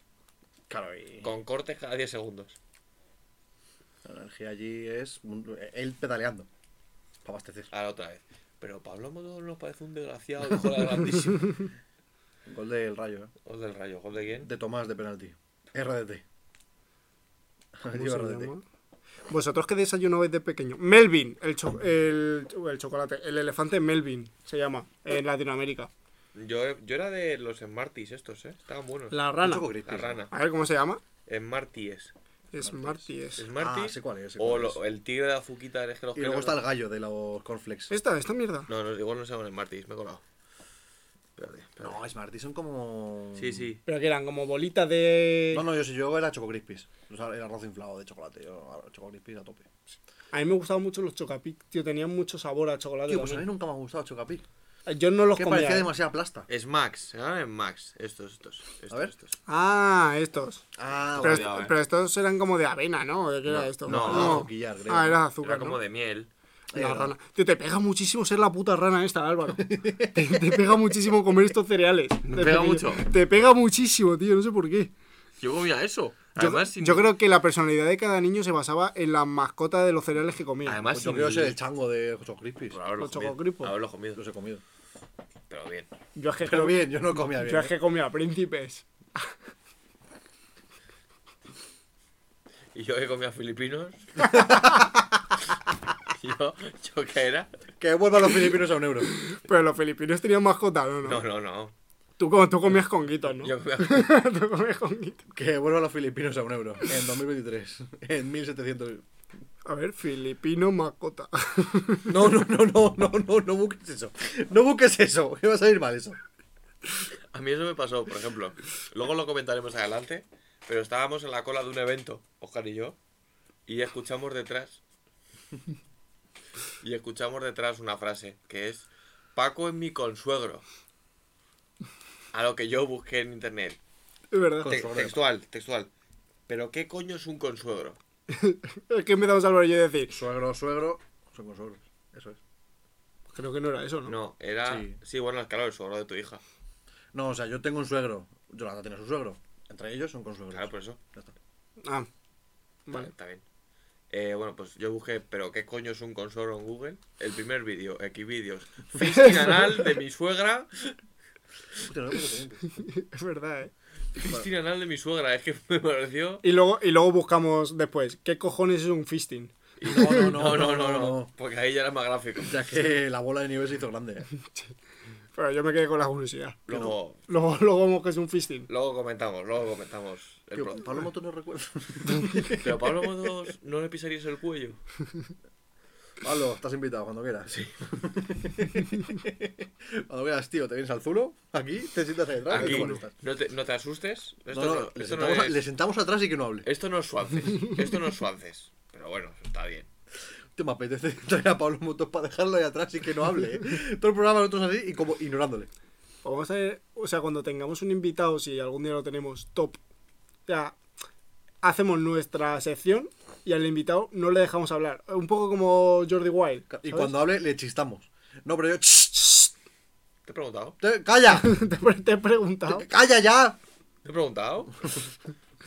Speaker 1: Claro, y
Speaker 4: con cortes cada 10 segundos.
Speaker 1: la energía allí es un- él pedaleando. Para abastecer.
Speaker 4: Ahora otra vez. Pero Pablo Motor nos parece un desgraciado, hijo de la grandísima.
Speaker 1: Gol del rayo, ¿eh?
Speaker 4: Gol del rayo, gol de quién?
Speaker 1: De Tomás de penalti. RDT. Ha
Speaker 3: ¿Cómo
Speaker 1: metido
Speaker 3: se
Speaker 1: RDT.
Speaker 3: llama? Vosotros que desayunabais de pequeño. Melvin, el, cho- el, el chocolate. El elefante Melvin se llama en Latinoamérica.
Speaker 4: Yo, yo era de los Smarties estos, ¿eh? Estaban buenos.
Speaker 3: La
Speaker 1: Un
Speaker 3: rana.
Speaker 1: choco crispy.
Speaker 4: La rana.
Speaker 3: A ver cómo se llama.
Speaker 4: Smarties.
Speaker 3: Smarties.
Speaker 4: Smarties.
Speaker 1: Ah, sé cuál es, sé
Speaker 4: o
Speaker 1: cuál
Speaker 4: lo-
Speaker 1: es.
Speaker 4: el tigre de azuquita es que los
Speaker 1: Y luego
Speaker 4: creo-
Speaker 1: está el gallo de los cornflakes.
Speaker 3: Esta, esta mierda.
Speaker 4: No, no, igual no se llaman Smarties, me he colado. Espérate, espérate.
Speaker 1: No, Smarties son como.
Speaker 4: Sí, sí.
Speaker 3: Pero que eran como bolitas de.
Speaker 1: No, no, yo sí, yo era Choco Crispies. O sea, el arroz inflado de chocolate. Yo, Choco Crispies a tope.
Speaker 3: A mí me gustaban mucho los chocapic, tío. Tenían mucho sabor a chocolate.
Speaker 1: Tío, pues a mí
Speaker 3: también.
Speaker 1: nunca me ha gustado Chocapic.
Speaker 3: Yo no los
Speaker 1: Que
Speaker 3: comía.
Speaker 1: parecía
Speaker 3: eh.
Speaker 1: demasiada plasta.
Speaker 4: Smacks, se llaman Smacks. Estos, estos. estos
Speaker 1: ver.
Speaker 4: Estos.
Speaker 3: Ah, estos.
Speaker 1: Ah,
Speaker 3: Pero,
Speaker 1: vale.
Speaker 3: est-
Speaker 4: ya, eh.
Speaker 3: pero estos eran como de avena, ¿no? ¿De qué era esto?
Speaker 4: no,
Speaker 1: era azuquillar, creo.
Speaker 3: Ah, era azúcar.
Speaker 4: Era como
Speaker 3: ¿no?
Speaker 4: de miel.
Speaker 3: La rana. Tío, te pega muchísimo ser la puta rana esta, Álvaro. te, te pega muchísimo comer estos cereales.
Speaker 4: Me
Speaker 3: Te
Speaker 4: pega
Speaker 3: pe-
Speaker 4: mucho.
Speaker 3: Te pega muchísimo, tío, no sé por qué.
Speaker 4: Yo comía eso.
Speaker 3: Yo,
Speaker 4: Además, sin-
Speaker 3: yo creo que la personalidad de cada niño se basaba en la mascota de los cereales que comía.
Speaker 4: Además,
Speaker 1: Pues yo
Speaker 4: sin-
Speaker 1: quiero ser el chango de Choco Crispies.
Speaker 4: por haberlo
Speaker 3: los
Speaker 4: comido.
Speaker 3: chococripos.
Speaker 4: por haberlo comido.
Speaker 1: Los he comido.
Speaker 4: Pero bien.
Speaker 3: Pues, yo es que,
Speaker 1: Pero
Speaker 3: com-
Speaker 1: bien, yo no comía bien. ¿eh?
Speaker 3: yo es que comía príncipes.
Speaker 4: Y yo que comía filipinos. yo, yo que era.
Speaker 1: Que vuelvan los filipinos a un euro.
Speaker 3: Pero los filipinos tenían mascota, ¿no? no?
Speaker 4: No, no, no.
Speaker 3: Tú, co- tú comías conguitos, ¿no?
Speaker 4: Yo comía.
Speaker 3: tú comías conguitos.
Speaker 1: Que vuelvan los filipinos a un euro. En 2023. En 1700.
Speaker 3: A ver, filipino mascota.
Speaker 1: No, no, no, no, no, no, no busques eso. No busques eso. Que va a salir mal eso.
Speaker 4: A mí eso me pasó, por ejemplo. Luego lo comentaremos adelante. Pero estábamos en la cola de un evento, Oscar y yo. Y escuchamos detrás. Y escuchamos detrás una frase que es: Paco es mi consuegro. A lo que yo busqué en internet.
Speaker 3: es verdad.
Speaker 4: Te-
Speaker 1: Consuegro.
Speaker 4: textual, textual. Pero ¿qué coño es un consuegro?
Speaker 3: Es que empezamos Álvaro y yo a decir,
Speaker 1: Suegro, suegro. Son con suegros. Eso es.
Speaker 3: creo que no era eso, ¿no?
Speaker 4: No, era.
Speaker 1: Sí.
Speaker 4: Sí, bueno, claro, el suegro de tu hija.
Speaker 1: No, o sea, yo tengo un suegro. Yolanda tiene su suegro. Entre ellos son con suegros.
Speaker 4: Claro, por eso.
Speaker 1: Ya está.
Speaker 3: Ah,
Speaker 4: Vale.
Speaker 3: Vale.
Speaker 4: Está bien. Eh, bueno, pues yo busqué, pero ¿qué coño es un consuegro en Google? El primer vídeo, Xvideos. Fisting anal de mi suegra.
Speaker 1: Hostia, no lo he puesto bien.
Speaker 3: es verdad, ¿eh?
Speaker 4: Fisting anal de mi suegra. Es que me pareció.
Speaker 3: Y luego, y luego buscamos después, ¿qué cojones es un fisting?
Speaker 4: y-
Speaker 1: No, no, no,
Speaker 4: no,
Speaker 1: no, no.
Speaker 4: Porque ahí ya era más gráfico.
Speaker 1: Ya que la bola de nieve se hizo grande. ¿eh?
Speaker 3: Pero yo me quedé con la curiosidad.
Speaker 4: Luego,
Speaker 3: Luego, luego vemos que es un fisting.
Speaker 4: luego comentamos, luego comentamos. el
Speaker 1: Tío,
Speaker 4: pro-
Speaker 1: Pablo Moto no recuerdo.
Speaker 4: Pero Pablo Motos, ¿no le pisarías el cuello?
Speaker 1: Pablo, estás invitado cuando quieras. Sí. cuando quieras, tío, te vienes al zulo, aquí, te sientas ahí detrás. y
Speaker 4: Aquí,
Speaker 1: te molestas.
Speaker 4: no te, no te asustes.
Speaker 1: No,
Speaker 4: Esto
Speaker 1: no,
Speaker 4: no,
Speaker 1: le,
Speaker 4: esto no
Speaker 1: sentamos,
Speaker 4: es- Eh.
Speaker 1: le sentamos atrás y que no hable.
Speaker 4: Esto no es Suances. Esto no es Suances. Pero bueno, está bien.
Speaker 1: Te me apetece traer a Pablo Motos para dejarlo ahí atrás y que no hable. ¿eh? Todo el programa nosotros así y como ignorándole.
Speaker 3: O Vamos a ver, o sea, cuando tengamos un invitado, si algún día lo tenemos top, ya hacemos nuestra sección y al invitado no le dejamos hablar. Un poco como Jordi Wild.
Speaker 1: Y
Speaker 3: ¿sabes?
Speaker 1: cuando hable, le chistamos. No, pero yo. "Shh, shh,
Speaker 4: ¿Te he preguntado?
Speaker 1: te- ¡Calla!
Speaker 3: te, pre- te he preguntado.
Speaker 1: ¡Calla ya!
Speaker 4: ¿Te he preguntado?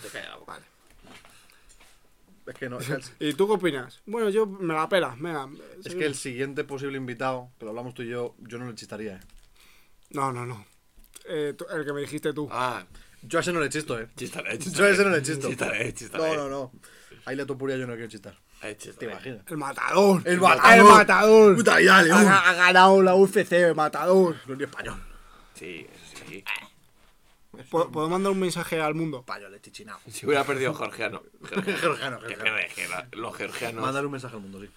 Speaker 4: Te calla la boca.
Speaker 1: Es que no, es que el-
Speaker 3: ¿Y tú qué opinas? Bueno, yo me la pela, venga.
Speaker 1: es que el siguiente posible invitado, que lo hablamos tú y yo, yo no le chistaría. ¿eh?
Speaker 3: No, no, no. Eh, tú- el que me dijiste tú.
Speaker 4: Ah,
Speaker 1: Yo a ese no le chisto, eh.
Speaker 4: chistaré,
Speaker 1: Yo a ese no le chisto.
Speaker 4: Chistaré, chistaré.
Speaker 1: No, no, no. Ahí la topuría yo no quiero chistar.
Speaker 4: Ay, chistaré.
Speaker 1: ¿Te imaginas?
Speaker 3: El matador.
Speaker 1: El matador.
Speaker 3: El matador.
Speaker 1: Puta, y dale,
Speaker 3: ha,
Speaker 1: uy.
Speaker 3: ha ganado la UFC, el matador.
Speaker 1: este Gloria español.
Speaker 4: Sí, eso sí.
Speaker 3: ¿Puedo, puedo mandar un mensaje al mundo?
Speaker 1: Español, este de chichinao.
Speaker 4: Si hubiera perdido Georgiano.
Speaker 1: Georgiano,
Speaker 4: Que
Speaker 1: georgiano.
Speaker 4: georgiano. Los georgianos.
Speaker 1: Mándale un mensaje al mundo, sí.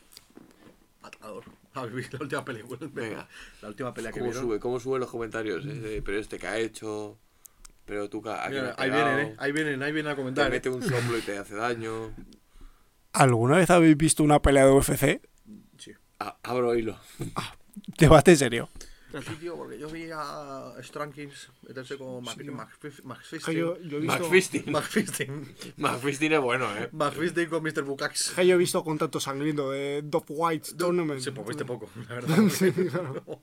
Speaker 1: Matador. A vivir la última pelea.
Speaker 4: Venga.
Speaker 1: La última pelea que
Speaker 4: ¿Cómo
Speaker 1: vieron.
Speaker 4: sube? ¿Cómo suben los comentarios? eh? De, pero este que ha hecho. Pero tú que a quién
Speaker 1: Mira,
Speaker 4: has
Speaker 1: ahí
Speaker 4: pegado,
Speaker 1: vienen, eh. Ahí vienen, ahí vienen a
Speaker 4: Te
Speaker 1: comentar. eh.
Speaker 4: mete un soplo y te hace daño.
Speaker 5: ¿Alguna vez habéis visto una pelea de UFC?
Speaker 1: Sí.
Speaker 4: Ah, abro hilo.
Speaker 5: Debate serio.
Speaker 3: Ya está.
Speaker 1: Sí, tío, porque yo vi a Strankins meterse con Mac- Mac- Max,
Speaker 3: Que
Speaker 1: Fisting.
Speaker 3: yo, yo he visto,
Speaker 4: McFisting.
Speaker 1: Max Fisting.
Speaker 4: McFisting es bueno, eh.
Speaker 1: Max Fisting con Mr. Bucax.
Speaker 3: que yo he visto contacto sangriento de Dove White Tournament.
Speaker 1: Sí, pues viste poco, la verdad.
Speaker 3: Sí, claro.
Speaker 1: No,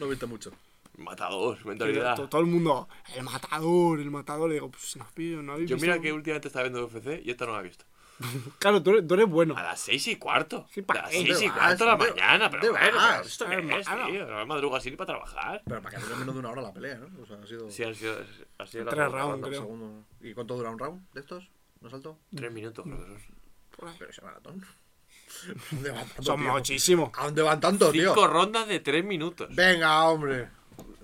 Speaker 1: no viste mucho.
Speaker 4: Matador,
Speaker 3: To-
Speaker 4: mentalidad.
Speaker 3: Todo el mundo, el matador, el matador. Y digo, pues no, pillo, no habéis
Speaker 4: Yo
Speaker 3: visto-
Speaker 4: mira que últimamente está viendo UFC y esta no la he visto.
Speaker 3: Claro, tú eres, tú eres bueno.
Speaker 4: A las seis y cuarto.
Speaker 3: Sí,
Speaker 4: a
Speaker 3: ¿para
Speaker 4: las
Speaker 3: qué?
Speaker 4: seis y
Speaker 1: ¿Dónde
Speaker 4: cuarto de la
Speaker 1: vas? ¿Dónde-
Speaker 4: mañana, pero
Speaker 1: dónde
Speaker 4: bueno,
Speaker 1: vas?
Speaker 4: pero esto qué
Speaker 3: Hermano.
Speaker 4: es, tío. No me madrugo así ni para trabajar.
Speaker 1: Pero para que dure menos de una hora la pelea, ¿no? O sea, ha sido
Speaker 4: Sí, han sido. Han sido
Speaker 3: Tres
Speaker 4: las-
Speaker 3: rounds,
Speaker 1: un
Speaker 3: creo.
Speaker 1: segundo. ¿Y cuánto dura un round de estos? ¿No salto?
Speaker 4: Tres minutos, creo que son.
Speaker 1: Pero es maratón. ¿A dónde van tanto,
Speaker 3: Son
Speaker 1: tío?
Speaker 3: muchísimos.
Speaker 1: ¿A dónde van tanto, tío?
Speaker 4: Cinco rondas de tres minutos.
Speaker 1: Venga, hombre.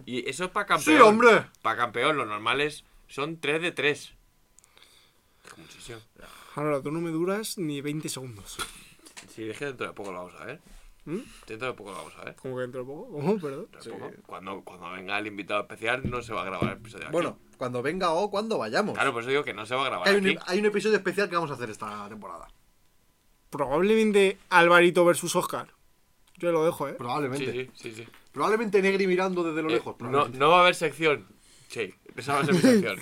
Speaker 4: Y eso es para campeón.
Speaker 1: Sí, hombre.
Speaker 4: Para campeón, los normales son tres de tres. Es Muchísimo.
Speaker 3: Ahora, tú no me duras ni 20 segundos.
Speaker 4: Si es que dentro de poco lo vamos a ver.
Speaker 3: ¿Mm?
Speaker 4: Dentro de poco lo vamos a ver.
Speaker 3: Como que dentro de poco. ¿Cómo? Perdón.
Speaker 4: Dentro de poco. Cuando, cuando venga el invitado especial no se va a grabar el episodio aquí.
Speaker 1: Bueno, cuando venga o cuando vayamos.
Speaker 4: Claro, por eso digo que no se va a grabar
Speaker 1: hay, un,
Speaker 4: aquí.
Speaker 1: hay un episodio especial que vamos a hacer esta temporada.
Speaker 3: Probablemente Alvarito versus Oscar. Yo lo dejo, ¿eh?
Speaker 1: Probablemente.
Speaker 4: Sí, sí, sí. sí.
Speaker 1: Probablemente Negri mirando desde lo
Speaker 4: Eh,
Speaker 1: lejos.
Speaker 4: no,
Speaker 1: probablemente.
Speaker 4: no va a haber sección. Sí, esa va a ser mi sección.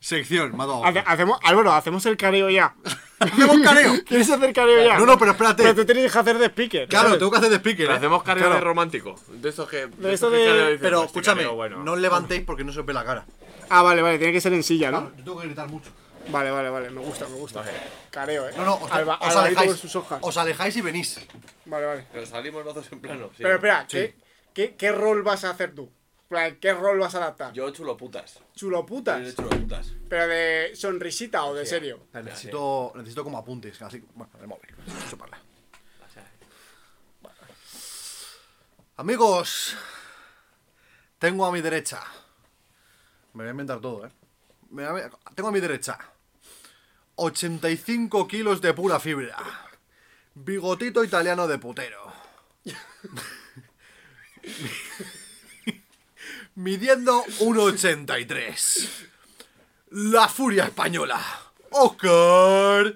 Speaker 1: Sección, me ha dado.
Speaker 3: Hace- hacemos, Álvaro, hacemos el careo ya.
Speaker 1: ¡Hacemos careo!
Speaker 3: ¿Quieres hacer careo ya?
Speaker 1: No, no, pero espérate.
Speaker 3: Pero tú tienes que hacer de speaker.
Speaker 1: Claro,
Speaker 3: ¿sabes?
Speaker 1: tengo que hacer de speaker.
Speaker 4: Pero
Speaker 1: ¿eh?
Speaker 4: hacemos careo
Speaker 1: Claro.
Speaker 4: de romántico. De esos que.
Speaker 3: De eso
Speaker 4: esos que
Speaker 3: de-
Speaker 4: Careo dice,
Speaker 1: Pero
Speaker 4: "Este
Speaker 1: escúchame,
Speaker 4: careo, bueno".
Speaker 1: no os levantéis porque no se os ve la cara.
Speaker 3: Ah, vale, vale, tiene que ser en silla, ¿no?
Speaker 1: Yo tengo que gritar mucho.
Speaker 3: Vale, vale, vale, me gusta, me gusta. Careo, ¿eh?
Speaker 1: No, no, os,
Speaker 3: Alba-
Speaker 1: os
Speaker 3: Alvarito
Speaker 1: alejáis.
Speaker 3: versus Oscar.
Speaker 1: Os alejáis y venís.
Speaker 3: Vale, vale.
Speaker 6: Pero salimos los dos en plano. sí.
Speaker 3: Pero espera, ¿qué, qué, qué rol vas a hacer tú? En plan, ¿Qué rol vas a adaptar?
Speaker 6: Yo chulo putas. Yo
Speaker 4: Eh,
Speaker 3: Chuloputas.
Speaker 6: chulo putas.
Speaker 3: Pero de sonrisita o de serio.
Speaker 1: Necesito, necesito como apuntes, así, bueno, el móvil, chuparla. Amigos, tengo a mi derecha. Me voy a inventar todo, ¿eh? Me voy a- Tengo a mi derecha 85 kilos de pura fibra. Bigotito italiano de putero. Midiendo 1,83. La furia española. Oscar.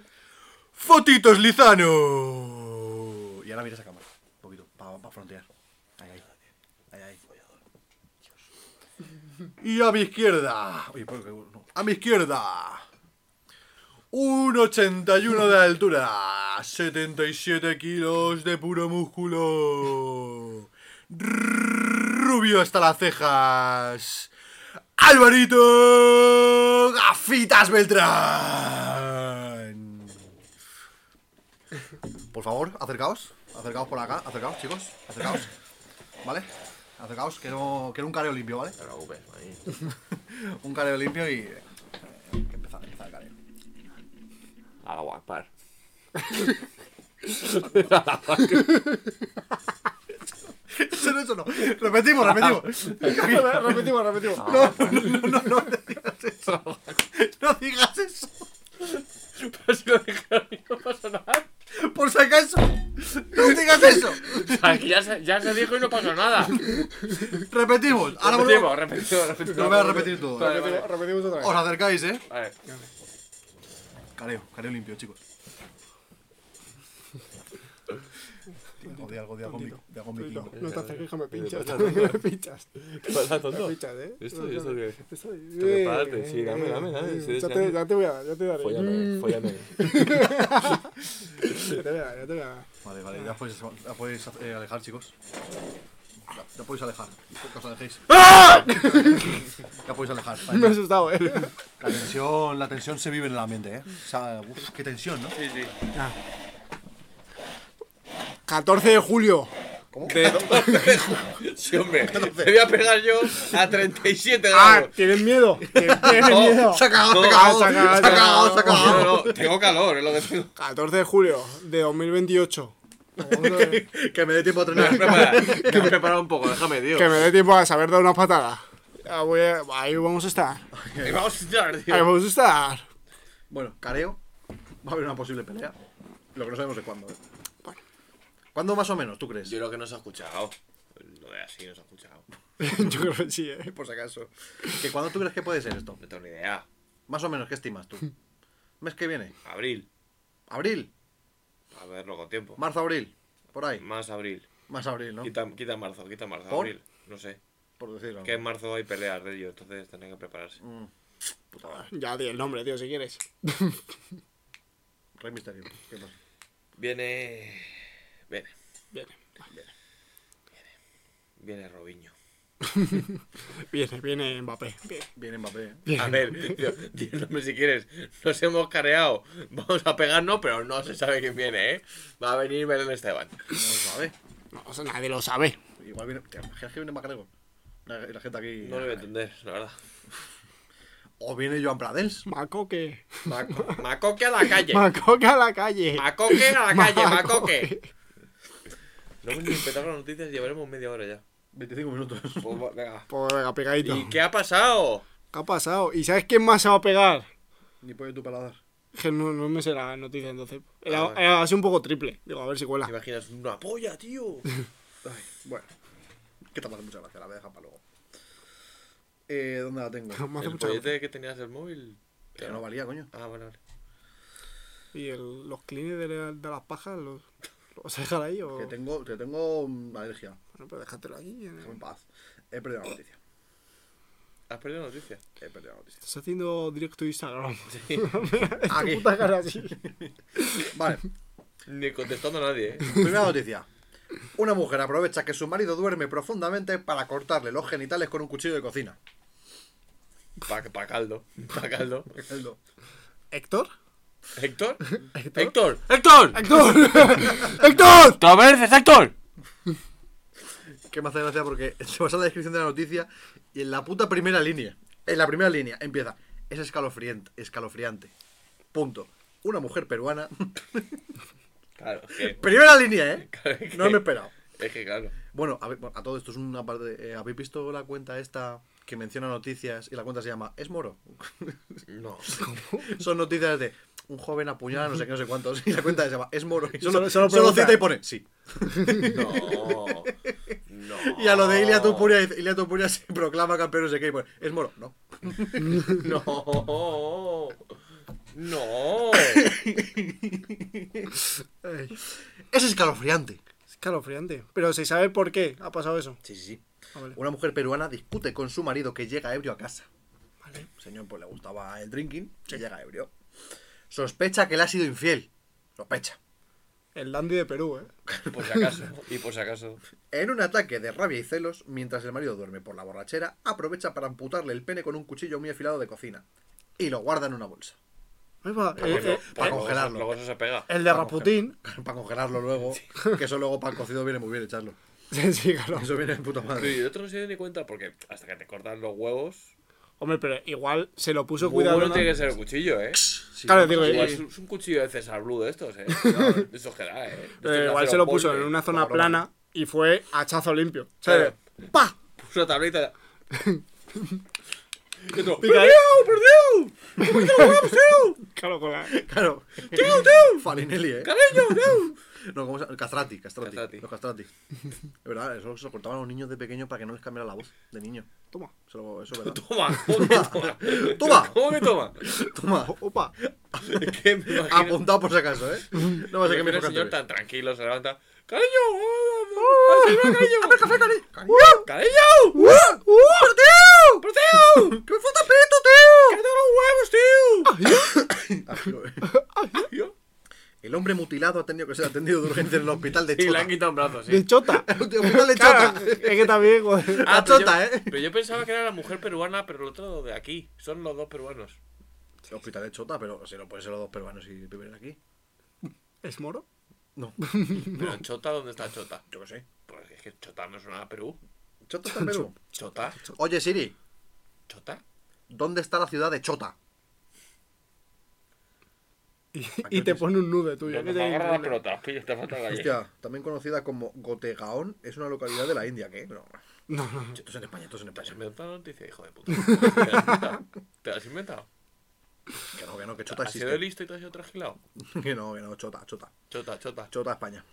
Speaker 1: Fotitos Lizano. Y ahora mira esa cámara. Un poquito. Para frontear. Ahí, ahí. Ahí, ahí. Y a mi izquierda. Oye, pero que- no. A mi izquierda. Un 81 de altura. 77 kilos de puro músculo. Rubio hasta las cejas. Alvarito Gafitas Beltrán. Por favor, acercaos. Acercaos por acá. Acercaos, chicos. Acercaos. ¿Vale? Acercaos. Quiero, quiero un careo limpio, ¿vale?
Speaker 6: No te preocupes, ahí.
Speaker 1: Un careo limpio y... eh, hay que empezar, empezar el careo.
Speaker 4: Allahu Akbar.
Speaker 1: Eso no, eso no. Repetimos, repetimos.
Speaker 3: repetimos, repetimos.
Speaker 1: Ah. No, no, no digas eso. No digas eso.
Speaker 4: Pero si lo dijeron y no pasa nada.
Speaker 1: Por si acaso. No digas eso.
Speaker 4: O sea, que ya se, ya se dijo y no pasó nada.
Speaker 1: Repetimos. Ahora volvemos.
Speaker 4: repetimos, repetimos, repetimos.
Speaker 1: Lo voy a repetir todo.
Speaker 4: Vale, vale.
Speaker 3: Repetimos, repetimos otra vez.
Speaker 1: Os acercáis, ¿eh?
Speaker 4: Vale.
Speaker 1: Careo, careo limpio, chicos. Algo de algo de algo mi- de algo mi
Speaker 3: No,
Speaker 1: vikingo.
Speaker 3: no te acerques que me pinchas. Me pinchas. eh.
Speaker 4: Hola,
Speaker 3: Me
Speaker 4: tonto.
Speaker 3: pinchas, ¿eh?
Speaker 4: ¿Esto? ¿Y esto qué?
Speaker 3: Esto-
Speaker 4: que pararte. Sí, dame, dame, dame. Sí,
Speaker 3: eh, Ya
Speaker 4: dame.
Speaker 3: te, ya te voy a dar, ya te daré.
Speaker 4: Fóllame, fóllame.
Speaker 3: Ya te voy a dar, ya te voy a dar.
Speaker 1: Vale, vale, ya podéis, ya podéis eh, alejar, chicos. Ya, ya podéis alejar. Que os alejéis. ¡Ah! ya podéis alejar. vale.
Speaker 3: Me he asustado, ¿eh?
Speaker 1: La tensión, la tensión se vive en el ambiente, ¿eh? O sea, uf, qué tensión, ¿no?
Speaker 6: Sí, sí.
Speaker 3: 14 de julio.
Speaker 6: Sí, hombre. Te voy a pegar yo a 37
Speaker 3: Ah,
Speaker 6: grados.
Speaker 3: ¿tienes miedo? ¿Tienes miedo?
Speaker 1: Se ha cagado, se ha
Speaker 3: Ah,
Speaker 1: cagado,
Speaker 3: se ha cagado,
Speaker 1: se ha cagado, se
Speaker 6: No,
Speaker 1: ha cagado.
Speaker 6: no, no, tengo calor, es lo que tengo.
Speaker 3: 14 de julio de 2028. Vamos a ver.
Speaker 1: Que me dé tiempo a
Speaker 4: Me has
Speaker 1: entrenar.
Speaker 4: preparado, me has preparado un poco, déjame, tío.
Speaker 3: Que me dé tiempo a saber dar una patada. Ya voy a- Ahí vamos a estar.
Speaker 6: Y vamos a entrar,
Speaker 3: Ahí
Speaker 6: tío.
Speaker 3: vamos a estar.
Speaker 1: Bueno, careo. Va a haber una posible pelea. Lo que no sabemos es cuándo, ¿eh? ¿Cuándo más o menos, tú crees?
Speaker 6: Yo creo que no se ha escuchado. Lo de así no se ha escuchado.
Speaker 3: Yo creo que sí, ¿eh?
Speaker 1: Por si acaso. ¿Que ¿Cuándo tú crees que puede ser esto?
Speaker 6: No tengo ni idea.
Speaker 1: Más o menos, ¿qué estimas tú? ¿Mes que viene?
Speaker 6: Abril.
Speaker 1: ¿Abril?
Speaker 6: A verlo con tiempo.
Speaker 1: ¿Marzo, abril? Por ahí.
Speaker 6: Más abril.
Speaker 1: Más abril, ¿no?
Speaker 4: Quita, quita marzo, quita marzo,
Speaker 1: ¿Por?
Speaker 4: abril. No sé.
Speaker 1: Por decirlo.
Speaker 4: Que en marzo hay peleas de ellos, entonces tendrán que prepararse.
Speaker 1: Mm. Puta madre.
Speaker 3: Ya di el nombre, tío, si quieres.
Speaker 1: Rey Misterio. ¿Qué pasa?
Speaker 4: Viene. Viene.
Speaker 3: Viene.
Speaker 4: Viene Robinho.
Speaker 3: Viene, viene Mbappé. Viene.
Speaker 1: Viene Mbappé. ¿eh?
Speaker 4: A ver, tío, di el nombre si quieres. Nos hemos careado. Vamos a pegarnos, pero no se sabe quién viene, ¿eh? Va a venir Belén Esteban.
Speaker 1: No lo sabe.
Speaker 3: No, o sea, nadie lo sabe.
Speaker 1: Igual viene. ¿Te imaginas que viene Macarego? La, la gente aquí.
Speaker 4: No lo voy a entender, la verdad.
Speaker 1: O viene Joan Pradels.
Speaker 3: Macoque.
Speaker 4: Maco- Macoque a la calle.
Speaker 3: Macoque a la calle.
Speaker 4: Macoque a la calle,
Speaker 3: Macoque.
Speaker 4: Macoque. No hemos ni empezado las noticias, llevaremos media hora ya.
Speaker 1: 25 minutos.
Speaker 4: Pues va- venga.
Speaker 3: Pues venga, pegadito.
Speaker 4: ¿Y qué ha pasado?
Speaker 3: ¿Qué ha pasado? ¿Y sabes quién más se va a pegar?
Speaker 1: Ni puede tu paladar.
Speaker 3: Que no, no me será la noticia entonces.
Speaker 4: Ah,
Speaker 3: Era,
Speaker 4: vale.
Speaker 3: era así un poco triple. Digo, a ver si
Speaker 4: ¿Te
Speaker 3: cuela.
Speaker 4: imaginas una polla, tío?
Speaker 1: Ay, bueno. ¿Qué te pasa? Muchas gracias. La voy a dejar para luego. Eh, ¿Dónde la tengo?
Speaker 3: Me hace
Speaker 4: El
Speaker 3: mucha gracia.
Speaker 4: pollete que tenías el móvil.
Speaker 1: Que no valía, coño.
Speaker 4: Ah, vale, vale.
Speaker 3: ¿Y el- los clines de, la- de las pajas los, los vas a dejar ahí
Speaker 4: Oh.
Speaker 3: o...?
Speaker 1: Que tengo, que tengo mm, alergia.
Speaker 3: Bueno, pues déjatelo aquí. en el-
Speaker 1: Déjame en paz. He perdido la noticia.
Speaker 4: ¿Has perdido noticias?
Speaker 1: He perdido la noticia.
Speaker 3: Estás haciendo directo Instagram.
Speaker 1: Aquí.
Speaker 3: Puta cara así.
Speaker 1: Vale.
Speaker 4: Ni contestando a nadie, ¿eh?
Speaker 1: Primera noticia. Una mujer aprovecha que su marido duerme profundamente para cortarle los genitales con un cuchillo de cocina.
Speaker 4: Pa, pa caldo. Pa caldo.
Speaker 3: ¿Héctor?
Speaker 4: ¿Héctor? ¿Héctor? ¡Héctor!
Speaker 3: ¡Héctor! ¡Héctor!
Speaker 7: ¡Te lo mereces, Héctor!
Speaker 1: Que me hace gracia porque se basa en la descripción de la noticia y en la puta primera línea. En la primera línea empieza. Es escalofriante. escalofriante. Punto. Una mujer peruana.
Speaker 4: Claro, es que,
Speaker 1: primera línea, ¿eh?
Speaker 4: Claro, es
Speaker 1: No
Speaker 4: que-
Speaker 1: me he esperado.
Speaker 4: es que claro.
Speaker 1: Bueno, a, ver, bueno, a todo esto es una parte. eh, ¿Habéis visto la cuenta esta que menciona noticias y la cuenta se llama Es Moro?
Speaker 4: No.
Speaker 1: Son noticias de un joven apuñala, no sé qué, no sé cuántos. Y la cuenta se llama Es Moro. Y solo,
Speaker 3: Solo- solo
Speaker 1: solo
Speaker 3: pregunta.
Speaker 1: cita y pone sí.
Speaker 4: No. No.
Speaker 1: Y a lo de Ilia Tupuria, dice, Ilia Tupuria se proclama campeón, no sé qué. Y pone Es Moro. No.
Speaker 4: No. No.
Speaker 3: Ay,
Speaker 1: Es escalofriante.
Speaker 3: escalofriante. Pero se sabe por qué ha pasado eso.
Speaker 1: Sí, sí, sí.
Speaker 3: Ah, vale.
Speaker 1: Una mujer peruana discute con su marido que llega ebrio a casa.
Speaker 3: Vale.
Speaker 1: señor pues le gustaba el drinking, se llega ebrio. Sospecha que le ha sido infiel. Sospecha.
Speaker 3: El dandy de Perú, ¿eh?
Speaker 4: Por si acaso. Y por si acaso.
Speaker 1: En un ataque de rabia y celos, mientras el marido duerme por la borrachera, aprovecha para amputarle el pene con un cuchillo muy afilado de cocina. Y lo guarda en una bolsa.
Speaker 3: Ahí va,
Speaker 4: Porque
Speaker 3: eh,
Speaker 4: no-
Speaker 3: eh,
Speaker 4: porque luego
Speaker 1: congelarlo.
Speaker 4: eso- Luego eso se pega.
Speaker 3: el de Rasputín.
Speaker 1: para congelarlo luego, que eso luego pan cocido viene muy bien echarlo.
Speaker 3: sí, claro.
Speaker 1: Eso viene de puta
Speaker 4: Y
Speaker 1: madre.
Speaker 4: el otro no se dio ni cuenta porque hasta que te cortan los huevos.
Speaker 3: Hombre, pero igual se lo puso
Speaker 4: Muy
Speaker 3: cuidado.
Speaker 4: bueno tiene que ser el cuchillo, ¿eh?
Speaker 3: Claro, digo,
Speaker 4: Igual
Speaker 3: eh,
Speaker 4: es un- es un cuchillo de César Blue de estos, ¿eh? Cuidado, Eso que da, ¿eh?
Speaker 3: eh, igual se lo puso en una zona
Speaker 1: cabrón.
Speaker 3: plana y fue hachazo limpio. ¿Sabes?
Speaker 1: ¡Pa!
Speaker 4: Puso una tablita. Y otro,
Speaker 3: Pica, eh.
Speaker 4: ¡Perdió!
Speaker 3: Claro, con la.
Speaker 1: Claro. ¡Tío, tío! Falinelli, ¿eh?
Speaker 4: ¡Cariño! ¡No!
Speaker 1: No, ¿cómo se llama? Castrati, castrati.
Speaker 4: Castrati.
Speaker 1: Los castrati. Es verdad, eso se lo cortaban a los niños de pequeño para que no les cambiara la voz de niño.
Speaker 3: Toma.
Speaker 1: Eso, lo- eso es verdad.
Speaker 4: Toma, ¿cómo
Speaker 1: Toma.
Speaker 4: que toma? ¿Cómo que toma?
Speaker 1: Toma.
Speaker 3: Opa.
Speaker 4: Es que me imagino.
Speaker 1: Apuntado por si acaso, ¿eh? No va a
Speaker 4: me
Speaker 1: ser que me
Speaker 4: imagino el señor
Speaker 1: toque
Speaker 4: tan tranquilo se levanta. ¡Cariño! ¡Ah, sí, va, cariño!
Speaker 3: Uh,
Speaker 4: ¡Cariño!
Speaker 1: ¡Ah! ¡Uh, tío!
Speaker 4: ¡Por tío!
Speaker 1: ¡Que me falta pito,
Speaker 4: ¡Que tengo los huevos,
Speaker 1: tío!
Speaker 4: tío!
Speaker 1: eh. El hombre mutilado ha tenido que ser atendido de urgencia en el hospital de
Speaker 4: Y le
Speaker 1: Chota. pues
Speaker 4: han quitado un brazo,
Speaker 3: De
Speaker 4: sí.
Speaker 3: chota.
Speaker 1: El hospital de
Speaker 3: Claro,
Speaker 1: Chota.
Speaker 3: es que también, joder.
Speaker 1: Ah,
Speaker 4: pero
Speaker 1: chota,
Speaker 4: yo-
Speaker 1: ¿eh?
Speaker 4: Pero yo pensaba que era la mujer peruana, pero el otro de aquí. Son los dos peruanos.
Speaker 1: El hospital de Chota, pero si no pueden ser los dos peruanos y viven aquí.
Speaker 3: ¿Es moro?
Speaker 1: No,
Speaker 4: Pero Chota, ¿dónde está Chota?
Speaker 1: yo qué sé.
Speaker 4: Pues es que Chota no suena a Perú.
Speaker 1: Chota está en Perú.
Speaker 4: Chota,
Speaker 1: Oye, Siri,
Speaker 4: Chota.
Speaker 1: ¿dónde está la ciudad de Chota? Ah,
Speaker 3: Y, y te pone un nude tuyo. que te-
Speaker 4: pelota, pillo, te falta
Speaker 1: Hostia, también conocida como Gotegaón, es una localidad de la India, ¿qué? No,
Speaker 3: No, no, no.
Speaker 1: esto es en España, esto es en
Speaker 4: ¿Te has
Speaker 1: España.
Speaker 4: inventado la noticia, hijo de puta? ¿Te la has inventado? ¿Te la has inventado?
Speaker 1: Que no, que no, que Chota
Speaker 4: ¿Has sido
Speaker 1: existe.
Speaker 4: listo y te has ido trasquilado?
Speaker 1: Que no, que no, Chota, Chota.
Speaker 4: Chota, Chota.
Speaker 1: Chota, España.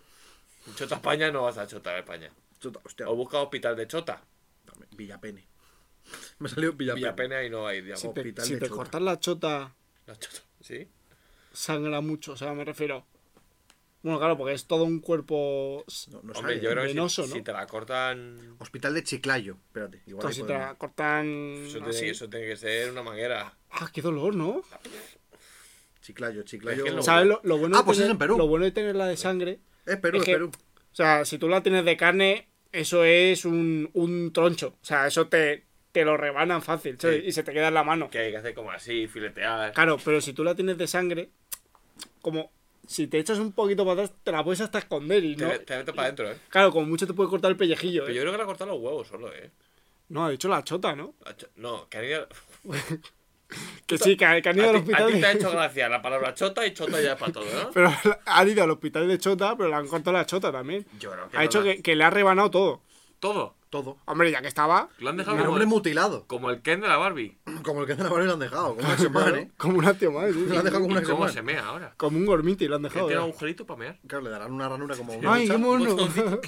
Speaker 4: Chota España no vas a Chota España.
Speaker 1: Chota, hostia.
Speaker 4: O busca hospital de Chota.
Speaker 1: Dame, Villapene. Me salió Villapene.
Speaker 4: Villapena y no hay diablo.
Speaker 3: Si te,
Speaker 1: hospital
Speaker 3: si
Speaker 1: de
Speaker 3: te
Speaker 1: chota.
Speaker 3: cortas la chota,
Speaker 4: La Chota, ¿sí?
Speaker 3: sangra mucho. O sea, me refiero. Bueno, claro, porque es todo un cuerpo s-
Speaker 1: No, no
Speaker 4: Hombre,
Speaker 1: sale,
Speaker 4: yo
Speaker 1: ¿eh?
Speaker 4: creo que si-
Speaker 3: Venoso,
Speaker 4: si,
Speaker 3: ¿no?
Speaker 4: te la
Speaker 3: Mm,
Speaker 4: cortan.
Speaker 1: Hospital de Chiclayo. Espérate. Igual
Speaker 3: Claro,
Speaker 1: ahí
Speaker 3: si te
Speaker 1: podemos-
Speaker 3: la cortan.
Speaker 4: Eso tiene,
Speaker 3: así.
Speaker 4: eso tiene que ser una manguera.
Speaker 3: Ah, qué dolor, ¿no?
Speaker 1: Chiclayo, Chiclayo.
Speaker 4: Es que lo-
Speaker 3: ¿Sabes lo, lo bueno
Speaker 1: Ah,
Speaker 3: de
Speaker 1: pues es
Speaker 3: tener,
Speaker 1: en Perú.
Speaker 3: Lo bueno de tener la de sangre.
Speaker 1: Es Perú,
Speaker 3: es
Speaker 1: es,
Speaker 3: que-
Speaker 1: Perú.
Speaker 3: O sea, si tú la tienes de carne, eso es un, un troncho. O sea, eso te, te lo rebanan fácil, ¿sabes?
Speaker 4: Sí.
Speaker 3: Y se te queda en la mano.
Speaker 4: Que hay que hacer como así, filetear.
Speaker 3: Claro, pero si tú la tienes de sangre, como si te echas un poquito para atrás, te la puedes hasta esconder y
Speaker 4: Te,
Speaker 3: no.
Speaker 4: te metes para adentro, ¿eh?
Speaker 3: Claro, como mucho te puede cortar el pellejillo.
Speaker 4: Pero
Speaker 3: ¿eh?
Speaker 4: yo creo que la cortan los huevos solo, ¿eh?
Speaker 3: No, ha dicho la chota, ¿no?
Speaker 4: La cho- No, que han ido. A
Speaker 3: Que sí, que, que han ido al
Speaker 4: ti, a
Speaker 3: hospital.
Speaker 4: ti te
Speaker 3: de-
Speaker 4: ha hecho gracia la palabra chota y chota ya es para todo, ¿no?
Speaker 3: Pero la- han ido al hospital de chota, pero le han cortado la chota también.
Speaker 4: Yo creo que
Speaker 3: ha
Speaker 4: no
Speaker 3: hecho
Speaker 4: la-
Speaker 3: que, que le ha rebanado todo.
Speaker 4: Todo.
Speaker 1: Todo.
Speaker 3: Hombre, ya que estaba
Speaker 4: Lo han dejado
Speaker 1: El
Speaker 4: como,
Speaker 1: hombre mutilado.
Speaker 4: como el Ken de la Barbie.
Speaker 1: Como el que de la barba lo han dejado. Como ese man, ¿eh?
Speaker 3: como un tío más,
Speaker 1: Lo han dejado como
Speaker 4: ¿Y
Speaker 1: una
Speaker 4: cómo
Speaker 1: semana.
Speaker 4: se mea ahora?
Speaker 3: como un gormiti, lo han
Speaker 4: Que
Speaker 3: dejado.
Speaker 4: tiene un
Speaker 3: ya.
Speaker 4: agujerito para mear.
Speaker 1: Claro, le darán una ranura como una
Speaker 3: Ay,
Speaker 1: hucha.
Speaker 3: qué mono.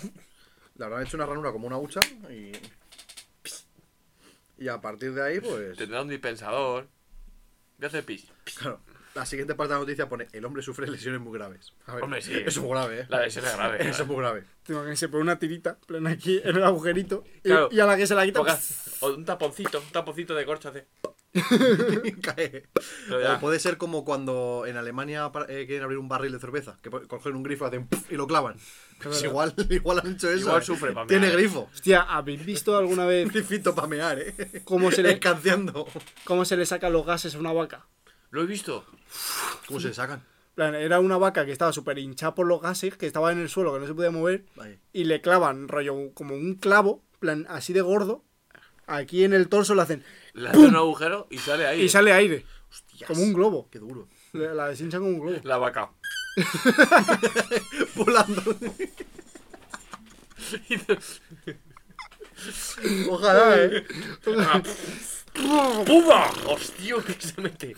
Speaker 1: Le habrán hecho una ranura como una hucha y. Y a partir de ahí, pues.
Speaker 4: Tendrá un dispensador. Voy a hacer pis.
Speaker 1: Claro. La siguiente parte de la noticia pone: el hombre sufre lesiones muy graves. A ver,
Speaker 4: Hombre, sí.
Speaker 1: Eso es muy grave, ¿eh?
Speaker 4: La lesión es grave.
Speaker 1: Eso es muy grave.
Speaker 3: Tengo que se pone una tirita, plena aquí, en el agujerito. y-
Speaker 4: Claro.
Speaker 3: Y, a la que se la quita.
Speaker 4: Porque hace- o un taponcito, un taponcito de corcho hace.
Speaker 1: Cae.
Speaker 4: Pero ya.
Speaker 1: O puede ser como cuando en Alemania para- eh, quieren abrir un barril de cerveza, que po- cogen un grifo hacen ¡puf! y lo clavan. Pues igual, igual han hecho eso.
Speaker 4: Igual
Speaker 1: ¿eh?
Speaker 4: sufre pa'
Speaker 1: Tiene
Speaker 4: mear, ¿eh?
Speaker 1: grifo.
Speaker 3: Hostia, ¿habéis visto alguna vez
Speaker 1: Grifito para mear, ¿eh?
Speaker 3: ¿Cómo se le-
Speaker 1: Escanciando.
Speaker 3: cómo se le sacan los gases a una vaca?
Speaker 4: Lo he visto.
Speaker 1: ¿Cómo se sacan?
Speaker 3: En plan, Era una vaca que estaba súper hinchada por los gases, que estaba en el suelo, que no se podía mover,
Speaker 1: Ahí.
Speaker 3: y le clavan rollo como un clavo, en plan así de gordo, aquí en el torso le hacen
Speaker 4: Le hace un agujero y sale ahí.
Speaker 3: y sale aire,
Speaker 1: Hostias,
Speaker 3: como un globo.
Speaker 1: Qué duro.
Speaker 3: Le- La deshinchan como un globo.
Speaker 4: La vaca.
Speaker 1: Volando.
Speaker 4: Y dice,
Speaker 1: Ojalá, ¿eh?
Speaker 4: ¡Pumba! ¡Hostia, que se mete!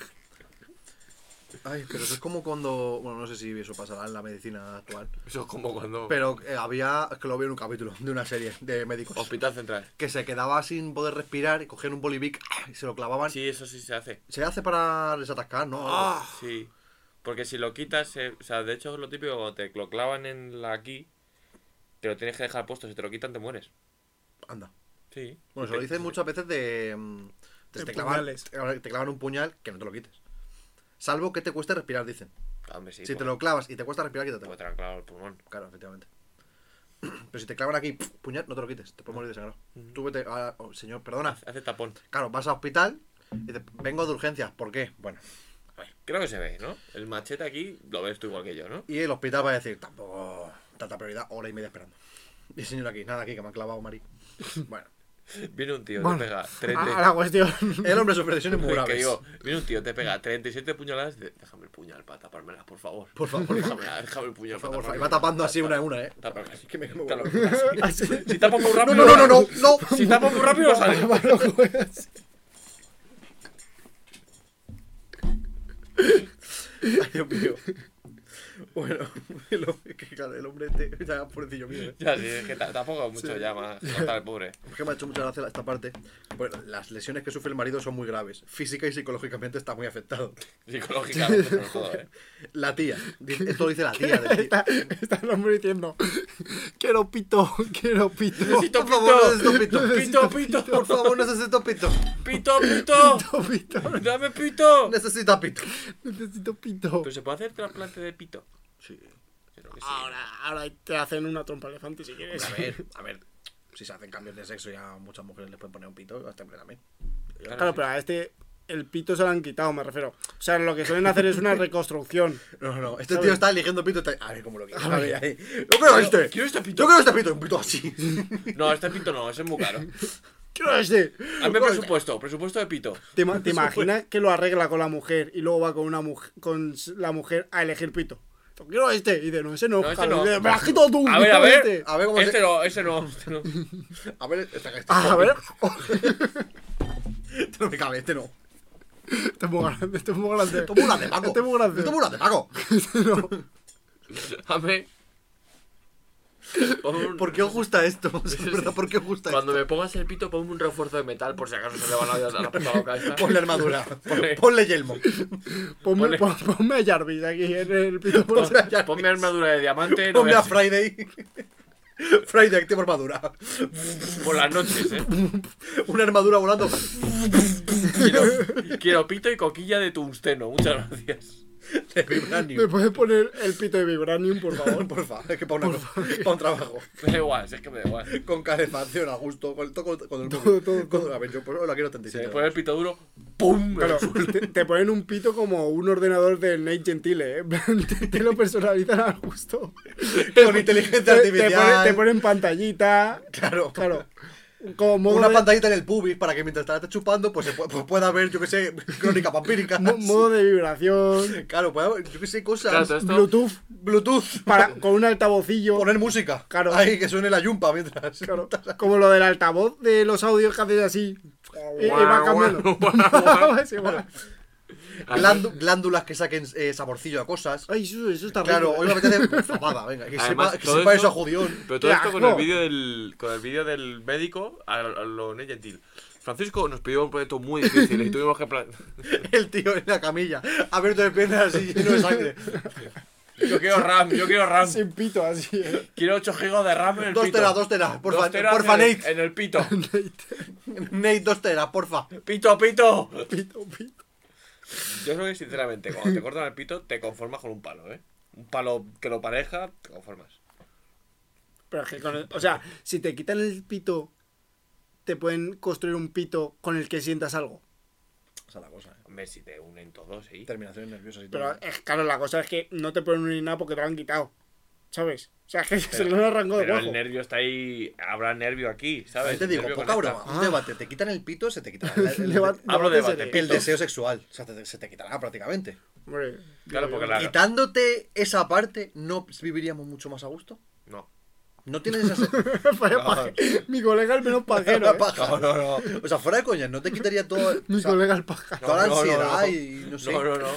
Speaker 1: Ay, pero eso es como cuando. Bueno, no sé si eso pasará en la medicina actual.
Speaker 4: Eso es como cuando.
Speaker 1: Pero eh, había. Es que lo vi en un capítulo de una serie de médicos.
Speaker 4: Hospital Central.
Speaker 1: Que se quedaba sin poder respirar y cogían un bolivic ah, y se lo clavaban.
Speaker 4: Sí, Ah. eso sí se hace.
Speaker 1: Se hace para desatascar, ¿no?
Speaker 4: Sí. Porque si lo quitas, se- o sea, de hecho es lo típico cuando te lo clavan en la aquí, te lo tienes que dejar puesto. Si te lo quitan, te mueres.
Speaker 1: Anda.
Speaker 4: Eh, Sí.
Speaker 1: Bueno, se lo dicen muchas veces de. mm, Te,
Speaker 3: De
Speaker 1: te clavan,
Speaker 3: puñales.
Speaker 1: te- te clavan un puñal que no te lo quites. Salvo que te cueste respirar, dicen.
Speaker 4: Hombre, sí.
Speaker 1: si te
Speaker 4: pues,
Speaker 1: lo clavas y te cuesta respirar,
Speaker 4: te
Speaker 1: quítatelo.
Speaker 4: puede traer clavado el pulmón.
Speaker 1: Claro, efectivamente. Pero si te clavan aquí, pf, puñal, no te lo quites. Te puedes morir desangrado. Tú vete. a- oh, señor, perdona.
Speaker 4: Hace tapón.
Speaker 1: Claro, vas al hospital y dices, vengo de urgencias. ¿Por qué? Bueno.
Speaker 4: A ver, creo que se ve, ¿no? El machete aquí lo ves tú igual que yo, ¿no?
Speaker 1: Y el hospital va a decir, tampoco tanta prioridad, hora y media esperando. Y el señor aquí, nada aquí, que me han clavado, Mari. Bueno.
Speaker 4: Viene un tío,
Speaker 3: Bueno, Ah,
Speaker 4: te pega
Speaker 3: A, a
Speaker 4: 30.
Speaker 3: la cuestión.
Speaker 1: El hombre sufre lesiones muy
Speaker 4: Que
Speaker 1: graves.
Speaker 4: digo, viene un tío, te pega 37 puñaladas y dice, déjame el puñal para tapármelas, por favor.
Speaker 1: Por favor.
Speaker 4: déjame, déjame el puñal
Speaker 1: Por favor,
Speaker 4: para
Speaker 1: y va tapando así una a una, ¿eh?
Speaker 4: Tápame.
Speaker 1: Que me- que me
Speaker 4: Te lo
Speaker 1: vuelvo.
Speaker 4: quitas. Si tapas muy rápido.
Speaker 1: No, no, no, no, no.
Speaker 4: Si tapas muy rápido, sale.
Speaker 1: Ay, Dios mío. Bueno, el hombre, que, claro, el hombre este, ya, pobrecillo mío. ¿eh?
Speaker 4: Ya, sí, es que ta- tampoco mucho ya más. Corta el pobre.
Speaker 1: Es que me ha hecho mucha gracia esta parte. Bueno, las lesiones que sufre el marido son muy graves. Física y psicológicamente está muy afectado.
Speaker 4: Psicológicamente, sobre todo, ¿eh?
Speaker 1: La tía. Dice- Esto lo dice la tía. del tío.
Speaker 3: Está, está el hombre diciendo, quiero pito, quiero pito.
Speaker 4: Necesito
Speaker 1: Por favor, no
Speaker 4: pito.
Speaker 1: necesito pito.
Speaker 4: Pito, pito.
Speaker 1: Por favor, necesito pito.
Speaker 4: Pito, pito.
Speaker 3: pito,
Speaker 4: Dame pito.
Speaker 1: Necesita pito.
Speaker 3: necesito pito.
Speaker 4: Pero se puede hacer trasplante de pito.
Speaker 1: Sí.
Speaker 4: Creo que sí.
Speaker 3: Ahora, ahora te hacen una trompa elefante si quieres.
Speaker 1: A ver, a ver. Si se hacen cambios de sexo, ya muchas mujeres les pueden poner un pito. Hasta hombre también.
Speaker 3: Claro, pero a este el pito se lo han quitado, me refiero. O sea, lo que suelen hacer es una reconstrucción.
Speaker 1: No, no, no. Este tío está eligiendo pito. está- A ver cómo lo quiero. A ver, ahí. Yo quiero este.
Speaker 4: quiero este pito.
Speaker 1: Yo quiero este pito. Un pito así.
Speaker 4: No, este pito no, ese es muy caro.
Speaker 3: Quiero este.
Speaker 4: Hazme presupuesto, presupuesto de pito.
Speaker 3: ¿Te, ima- te imaginas que lo arregla con la mujer y luego va con una muj- con s- la mujer a elegir pito? Quiero este. Y dice, no, ese no.
Speaker 4: No, ese
Speaker 3: Javi.
Speaker 4: no.
Speaker 3: Dice, Me lo has quitado tú.
Speaker 4: A ver, a
Speaker 3: quiero
Speaker 4: ver.
Speaker 3: este.
Speaker 1: A ver cómo se-
Speaker 4: Este no, ese no. este no.
Speaker 1: A ver, este, este,
Speaker 3: Ah, a ver.
Speaker 1: este no me cabe, este no.
Speaker 3: Este es muy grande. Este es muy grande.
Speaker 1: Esto es muy grande, Paco.
Speaker 3: Este es muy grande.
Speaker 1: Esto es muy grande, Paco.
Speaker 3: Este no.
Speaker 4: Hazme. Ponme un-
Speaker 1: ¿Por qué os gusta esto? O sea, ¿verdad? ¿Por qué os gusta
Speaker 4: Cuando
Speaker 1: esto?
Speaker 4: me pongas el pito, ponme un refuerzo de metal por si acaso se le van a dar a la puta boca esta.
Speaker 1: Ponle armadura.
Speaker 4: Ponle-
Speaker 1: Ponle yelmo.
Speaker 3: Ponme, pon- ponme a Jarvis aquí en el pito.
Speaker 4: Ponme armadura de diamante no
Speaker 1: Ponle a
Speaker 4: veas,
Speaker 1: Friday. Friday, activa armadura.
Speaker 4: por las noches, ¿eh?
Speaker 1: Una armadura volando.
Speaker 4: Quiero, quiero pito y coquilla de tungsteno. Muchas gracias.
Speaker 1: De
Speaker 3: ¿Me
Speaker 1: vibranium.
Speaker 3: puedes poner el pito de Vibranium, por favor?
Speaker 1: Porfa, es que para, una cosa- para un trabajo.
Speaker 4: Me da igual, si es que me da igual.
Speaker 1: Con calefacción, a gusto. Con, todo, con, con el móvil. Con- a ver, yo por- la quiero
Speaker 4: Si me
Speaker 1: 37.
Speaker 4: pones el pito duro, ¡pum!
Speaker 3: Claro, te, te ponen un pito como un ordenador del Nate Gentile, ¿eh? En plan, Te, te lo personalizan al gusto.
Speaker 1: Con inteligencia
Speaker 3: Te, te ponen,
Speaker 1: artificial.
Speaker 3: te ponen pantallita.
Speaker 1: Claro.
Speaker 3: Claro. Como modo
Speaker 1: Una
Speaker 3: de-
Speaker 1: pantallita en el pubis para que mientras te la estés chupando, pues, se pu- pues pueda ver, yo que sé, crónica vampírica.
Speaker 3: mo- modo de vibración.
Speaker 1: Claro, pueda ver, yo que sé, cosas.
Speaker 4: Claro, todo esto-
Speaker 3: Bluetooth
Speaker 1: Bluetooth.
Speaker 3: para, con un altavocillo.
Speaker 1: Poner música.
Speaker 3: Claro.
Speaker 1: Ahí, que suene la yumpa mientras.
Speaker 3: Claro, como lo del altavoz de los audios que haces así. Y, y va cambiando. Sí, mola.
Speaker 1: Glándu- glándulas que saquen eh, saborcillo a cosas.
Speaker 3: Ay, eso, eso está
Speaker 1: Claro,
Speaker 3: rico.
Speaker 1: hoy me apetece pues, papada, venga, que
Speaker 4: Además,
Speaker 1: sepa, que
Speaker 4: todo
Speaker 1: sepa
Speaker 4: esto-
Speaker 1: eso a jodión.
Speaker 4: Pero todo
Speaker 3: ¡Qué
Speaker 4: esto con el
Speaker 3: asco!
Speaker 4: vídeo del, con el vídeo del médico a, a lo Ney Gentil. Francisco nos pidió un proyecto muy difícil y tuvimos que plan...
Speaker 1: El tío en la camilla, abierto de piernas así lleno de sangre.
Speaker 4: Yo quiero RAM, yo quiero RAM.
Speaker 3: Sin pito así. ¿eh?
Speaker 4: Quiero 8 GB de RAM en el
Speaker 1: Dos
Speaker 4: pito.
Speaker 1: teras, dos teras, porfa,
Speaker 4: Dos teras
Speaker 1: porfa,
Speaker 4: en el-
Speaker 1: Nate.
Speaker 4: En el pito.
Speaker 1: Nate, dos teras, porfa.
Speaker 4: Pito, pito.
Speaker 3: Pito, pito.
Speaker 4: Yo creo que sinceramente, cuando te cortan el pito, te conformas con un palo, ¿eh? Un palo que lo pareja, te conformas.
Speaker 3: Pero es que con el- o sea, si te quitan el pito, te pueden construir un pito con el que sientas algo.
Speaker 1: Esa es la cosa, eh.
Speaker 4: Hombre, si te unen todos, ¿eh?
Speaker 1: Terminaciones nerviosas y
Speaker 3: Pero
Speaker 1: todo.
Speaker 3: es claro, la cosa es que no te ponen un inapo que te lo han quitado. ¿Sabes? O sea, que se lo han arrancado de
Speaker 4: Pero
Speaker 3: guajo.
Speaker 4: el nervio está ahí, habrá nervio aquí, ¿sabes?
Speaker 1: Ahí te
Speaker 4: El
Speaker 1: digo,
Speaker 4: nervio
Speaker 1: poca
Speaker 4: conecta.
Speaker 1: broma. Un debate, te quitan el pito, se te quitará el, el-
Speaker 3: Deba-
Speaker 4: Hablo de
Speaker 3: debate
Speaker 4: debate,
Speaker 1: el
Speaker 3: serio.
Speaker 1: deseo sexual. O sea, te- se te quitará prácticamente.
Speaker 3: Hombre,
Speaker 4: Claro, porque la-
Speaker 1: Quitándote esa parte, ¿no viviríamos mucho más a gusto?
Speaker 4: No.
Speaker 1: ¿No tienes esa
Speaker 3: Vaya paje- Mi colega el menos pajero. ¿eh?
Speaker 1: paja? No, no, no. O sea, fuera de coña, ¿no te quitaría todo,
Speaker 3: Mi
Speaker 1: o sea,
Speaker 3: colega el paja.
Speaker 1: toda la
Speaker 4: No, no, no,
Speaker 1: ansiedad
Speaker 4: no.
Speaker 1: y no sé?
Speaker 4: No, no, no.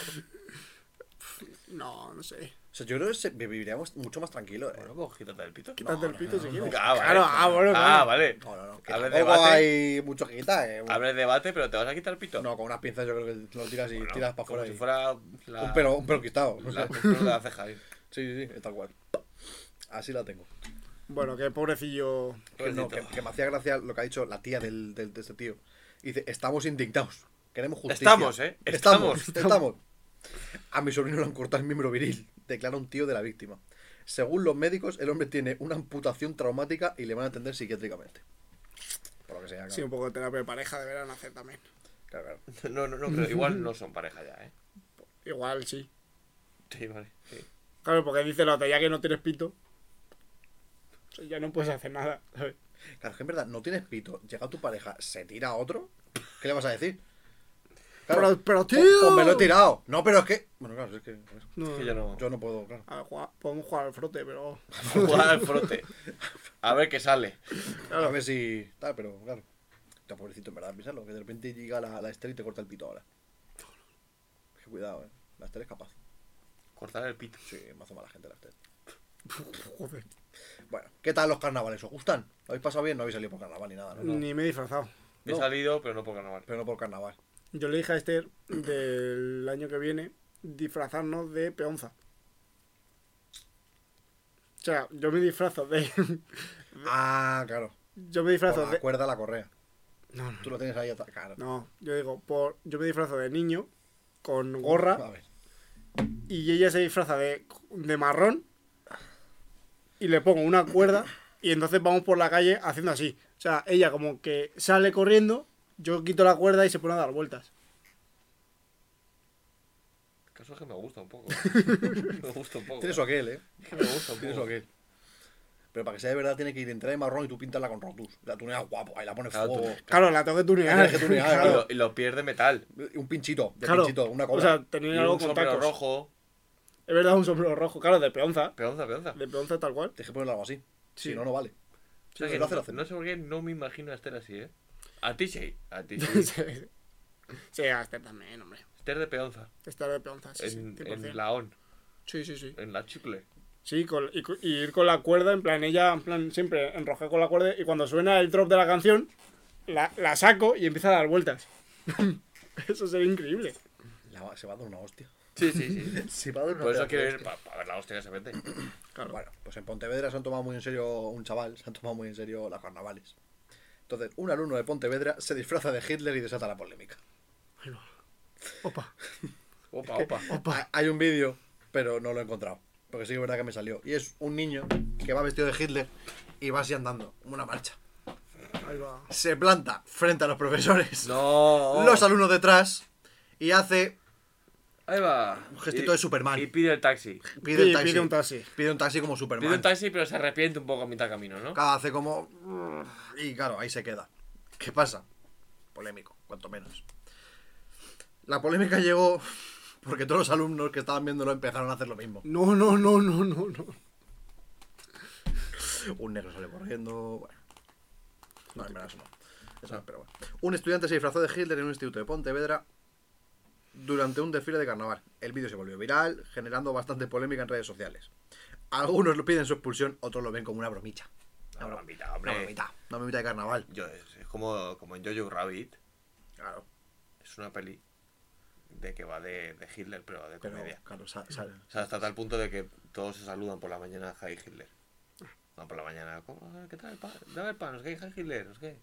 Speaker 3: No, no sé.
Speaker 1: O sea, yo creo que se- viviríamos mucho más tranquilos. eh.
Speaker 4: Bueno, pues quítate el pito.
Speaker 3: Quítate el pito si quieres.
Speaker 4: Ah, vale.
Speaker 3: Claro, ah, bueno,
Speaker 4: Ah,
Speaker 3: claro.
Speaker 4: vale.
Speaker 1: No, no, no. Que
Speaker 4: Hables
Speaker 1: tampoco
Speaker 4: debate.
Speaker 1: hay mucho que quitar, eh.
Speaker 4: Hables debate, pero te vas a quitar el pito.
Speaker 1: No, con unas pinzas yo creo que lo tiras y
Speaker 4: Bueno,
Speaker 1: tiras para
Speaker 4: como
Speaker 1: afuera.
Speaker 4: si
Speaker 1: y-
Speaker 4: fuera la,
Speaker 1: Un pelo, un pelo quitado. no
Speaker 4: la,
Speaker 1: sé.
Speaker 4: un pelo de la ceja. ahí.
Speaker 1: Sí, sí, sí, tal cual. Así la tengo.
Speaker 3: Bueno, que pobrecillo.
Speaker 1: Que, no, que,
Speaker 4: Pobrecito.
Speaker 1: que me hacía gracia lo que ha dicho la tía del, del- de este tío. Y dice, estamos indignados. Queremos justicia.
Speaker 4: Estamos, ¿eh?
Speaker 1: Estamos,
Speaker 4: Estamos.
Speaker 1: estamos. A mi sobrino le han cortado el miembro viril, declara un tío de la víctima. Según los médicos, el hombre tiene una amputación traumática y le van a atender psiquiátricamente. Por lo que sea, claro.
Speaker 3: Sí, un poco de terapia de pareja deberán hacer también.
Speaker 1: Claro, claro.
Speaker 4: No, no, no, pero igual no son pareja ya, ¿eh?
Speaker 3: Igual, sí.
Speaker 4: Sí, vale. sí.
Speaker 3: Claro, porque dice la otra, ya que no tienes pito, pues ya no puedes hacer nada. ¿sabes?
Speaker 1: Claro, es que en verdad no tienes pito. Llega tu pareja, se tira a otro. ¿Qué le vas a decir? Claro,
Speaker 3: Pero- pero,
Speaker 1: "Po-
Speaker 3: tío".
Speaker 1: Pues me lo he tirado. No, pero es que. Bueno, claro, es que. a ver,
Speaker 3: No.
Speaker 4: Es que yo no.
Speaker 1: Yo no puedo, claro.
Speaker 3: A ver, juega- podemos jugar al frote, pero.
Speaker 4: Jugar al frote. A ver qué sale.
Speaker 1: A ver si. Tal, pero claro. Está pobrecito, en verdad, piénsalo. Que de repente llega la, la Esther y te corta el pito ahora. Es que cuidado, eh. La Esther es capaz.
Speaker 4: Cortar el pito.
Speaker 1: Sí, es mazo mala gente la Esther.
Speaker 3: Joder.
Speaker 1: Bueno, ¿qué tal los carnavales? ¿Os gustan? ¿Lo habéis pasado bien? No habéis salido por carnaval ni nada, ¿no?
Speaker 3: Ni me he disfrazado.
Speaker 4: He
Speaker 1: No.
Speaker 4: salido, pero no por carnaval.
Speaker 1: Pero no por carnaval.
Speaker 3: Yo le dije a Esther del año que viene disfrazarnos de peonza. O sea, yo me disfrazo de. Mm.
Speaker 1: Ah, claro.
Speaker 3: Yo me disfrazo
Speaker 1: Con la
Speaker 3: de.
Speaker 1: cuerda a la correa.
Speaker 3: No, no.
Speaker 1: Tú lo tienes ahí atrás. Claro.
Speaker 3: No, yo digo, por, yo me disfrazo de niño con gorra.
Speaker 1: A ver.
Speaker 3: y ella se disfraza de, de marrón y le pongo una cuerda y entonces vamos por la calle haciendo así. O sea, ella como que sale corriendo, yo quito la cuerda y se pone a dar vueltas.
Speaker 4: El caso es que me gusta un poco. Me gusta un poco.
Speaker 1: Tienes o aquel, eh.
Speaker 4: Es que me gusta un
Speaker 1: Tienes o
Speaker 4: poco.
Speaker 1: aquel. Pero para que sea de verdad tiene que ir entrar en marrón y tú pintarla con rotus. La tuneas guapo, ahí la pones
Speaker 4: Claro,
Speaker 1: fuego.
Speaker 3: Claro, la tengo que
Speaker 1: La
Speaker 3: tunear.
Speaker 1: tienes que tunear,
Speaker 4: Y
Speaker 3: claro,
Speaker 4: lo- Y los pies de metal.
Speaker 1: Un pinchito, de
Speaker 3: claro.
Speaker 1: pinchito, una
Speaker 3: O
Speaker 1: cosa.
Speaker 3: sea,
Speaker 4: Y
Speaker 3: tener algo
Speaker 4: un
Speaker 3: con
Speaker 4: sombrero
Speaker 3: tacos.
Speaker 4: rojo.
Speaker 3: Es verdad, un sombrero rojo, claro, de peonza.
Speaker 4: Peonza, peonza.
Speaker 3: De peonza tal cual.
Speaker 1: tienes que ponerlo algo así.
Speaker 3: Sí.
Speaker 1: Si no, no vale.
Speaker 4: O sea
Speaker 1: Sí,
Speaker 4: que
Speaker 1: lo hace, lo
Speaker 4: no,
Speaker 1: hace.
Speaker 4: no sé por qué no me imagino a Esther así, ¿eh? A ti sí. A ti sí.
Speaker 3: sí, a Esther también, hombre.
Speaker 4: Esther de peonza.
Speaker 3: Estar de peonza, sí, sí,
Speaker 4: en, en
Speaker 3: 100%.
Speaker 4: la ON.
Speaker 3: Sí, sí, sí.
Speaker 4: En la chicle.
Speaker 3: Sí, con- y, cu- y ir con la cuerda, en plan, ella, en plan, siempre enroja con la cuerda. Y cuando suena el drop de la canción, la, la saco y empieza a dar vueltas. Eso sería increíble.
Speaker 1: La va- se va a dar una hostia.
Speaker 4: Sí, sí, sí.
Speaker 1: Se va a dar una
Speaker 4: Por eso
Speaker 1: pedazo de
Speaker 4: quiero ir
Speaker 1: hostia.
Speaker 4: para ver la hostia que se mete.
Speaker 1: Bueno, pues en Pontevedra se han tomado muy en serio un chaval, se han tomado muy en serio las carnavales. Entonces, un alumno de Pontevedra se disfraza de Hitler y desata la polémica.
Speaker 3: Opa.
Speaker 4: Opa, opa.
Speaker 1: Ha- Hay un vídeo, pero no lo he encontrado. Porque sí que es verdad que me salió. Y es un niño que va vestido de Hitler y va así andando, como una marcha.
Speaker 3: Ahí va.
Speaker 1: Se planta frente a los profesores,
Speaker 4: No.
Speaker 1: los alumnos detrás, y hace,
Speaker 4: Ahí va.
Speaker 1: Un gestito de Superman.
Speaker 4: Y pide el taxi.
Speaker 1: pide, el
Speaker 3: Pide-
Speaker 1: taxi,
Speaker 3: pide un taxi.
Speaker 1: Pide un taxi como
Speaker 4: Pide
Speaker 1: Superman.
Speaker 4: un taxi, pero se arrepiente un poco a mitad camino, ¿no?
Speaker 1: Claro, hace como... mm, Y claro, ahí se queda. ¿Qué pasa? Polémico, cuanto menos. La polémica llegó porque todos los alumnos que estaban viéndolo empezaron a hacer lo mismo.
Speaker 3: No, no, no, no, no, no.
Speaker 1: Un negro sale corriendo. Bueno. No, en verdad eso no. Eso no, pero bueno. Un estudiante se disfrazó de Hitler en un instituto de Pontevedra durante un desfile de carnaval. El vídeo se volvió viral, generando bastante polémica en redes sociales. Algunos lo piden su expulsión, otros lo ven como una bromita.
Speaker 4: Una bromita,
Speaker 1: Una
Speaker 4: hombre.
Speaker 1: bromita. Una bromita de carnaval.
Speaker 4: eh, Yo, es, es como, como en Jojo Rabbit.
Speaker 1: Claro.
Speaker 4: Es una peli de que va de, de Hitler, pero de
Speaker 1: Pero,
Speaker 4: comedia.
Speaker 1: claro, sa- sa-
Speaker 4: O sea, hasta tal punto de que todos se saludan por la mañana a Heil Hitler. No, por la mañana, ¿cómo? Ah, ¿qué tal? Pa? Dame el pan, ¿os qué? Heil Hitler, ¿os qué?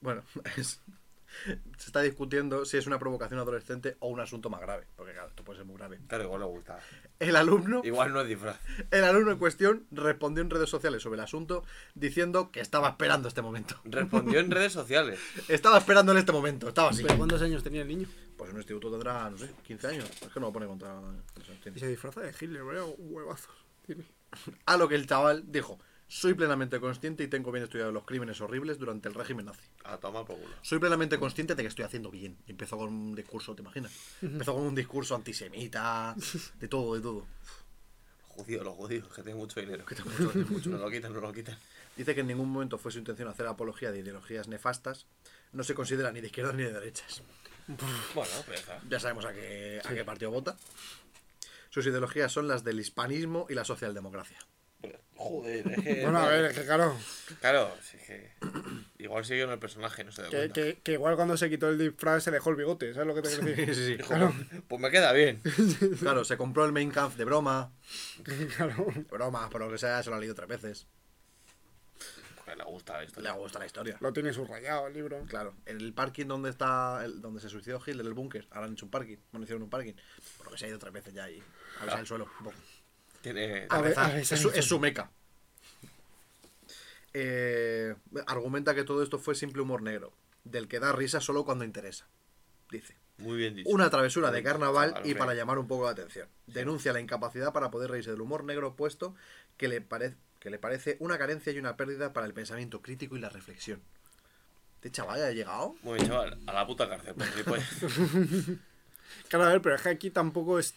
Speaker 1: Bueno, es- se está discutiendo si es una provocación adolescente o un asunto más grave. Porque, claro, esto puede ser muy grave.
Speaker 4: Claro, igual le gusta.
Speaker 1: El alumno.
Speaker 4: Igual no es disfraz.
Speaker 1: El alumno en cuestión respondió en redes sociales sobre el asunto diciendo que estaba esperando este momento.
Speaker 4: Respondió en redes sociales.
Speaker 1: Estaba esperando en este momento, estaba así.
Speaker 3: ¿Pero cuántos años tenía el niño?
Speaker 1: Pues en un instituto tendrá, no sé, 15 años. Es que no lo pone contra. no sé,
Speaker 3: Y
Speaker 1: tiene.
Speaker 3: se disfraza de Hitler, vaya huevazos. Tiene.
Speaker 1: A lo que el chaval dijo: Soy plenamente consciente y tengo bien estudiados los crímenes horribles durante el régimen nazi.
Speaker 4: A tomar por culo.
Speaker 1: Soy plenamente consciente de que estoy haciendo bien. Y empezó con un discurso, ¿te imaginas? Empezó con un discurso antisemita, de todo, de todo.
Speaker 4: Judío, los judíos, que tienen mucho dinero. Que
Speaker 1: tienen mucho, tienen
Speaker 4: No lo quitan, no lo quitan.
Speaker 1: Dice que en ningún momento fue su intención hacer apología de ideologías nefastas. No se considera ni de izquierdas ni de derechas.
Speaker 4: Bueno, pues ya está.
Speaker 1: Ya sabemos a qué, a qué partido vota. Sus ideologías son las del hispanismo y la socialdemocracia.
Speaker 4: Joder, es que.
Speaker 3: Bueno, a ver, es que claro.
Speaker 4: Claro, sí que. Igual sigue en el personaje, no se da
Speaker 3: Que,
Speaker 4: cuenta.
Speaker 3: que, que igual cuando se quitó el disfraz se dejó el bigote, ¿sabes lo que te quiero decir?
Speaker 1: sí, sí.
Speaker 4: Hijo, Pues me queda bien.
Speaker 1: Claro, se compró el Main Kampf de broma.
Speaker 3: Claro.
Speaker 1: de broma, por lo que sea, se lo ha leído tres veces.
Speaker 4: Porque Pues le gusta esto.
Speaker 1: Le gusta la historia.
Speaker 3: Lo tiene subrayado el libro.
Speaker 1: Claro, en el parking donde está el- donde se suicidó Hitler, el búnker, ahora han hecho un parking. Bueno, hicieron un parking. Por lo que se ha ido tres veces ya y a besar el suelo. un poco.
Speaker 4: Tiene.
Speaker 3: Ah. A ver,
Speaker 1: Ah,
Speaker 3: a ver,
Speaker 1: es, su, es su meca. Eh, argumenta que todo esto fue simple humor negro, del que da risa solo cuando interesa. Dice.
Speaker 4: Muy bien dicho.
Speaker 1: Una travesura de carnaval
Speaker 4: Chaval,
Speaker 1: y para
Speaker 4: hombre.
Speaker 1: llamar un poco la atención. Denuncia la incapacidad para poder reírse del humor negro opuesto que le, pare- que le parece una carencia y una pérdida para el pensamiento crítico y la reflexión. Este chaval ya ha llegado.
Speaker 4: Muy bien, chaval. A la puta cárcel, por gilipollas.
Speaker 3: Claro, a ver, pero es que aquí tampoco es.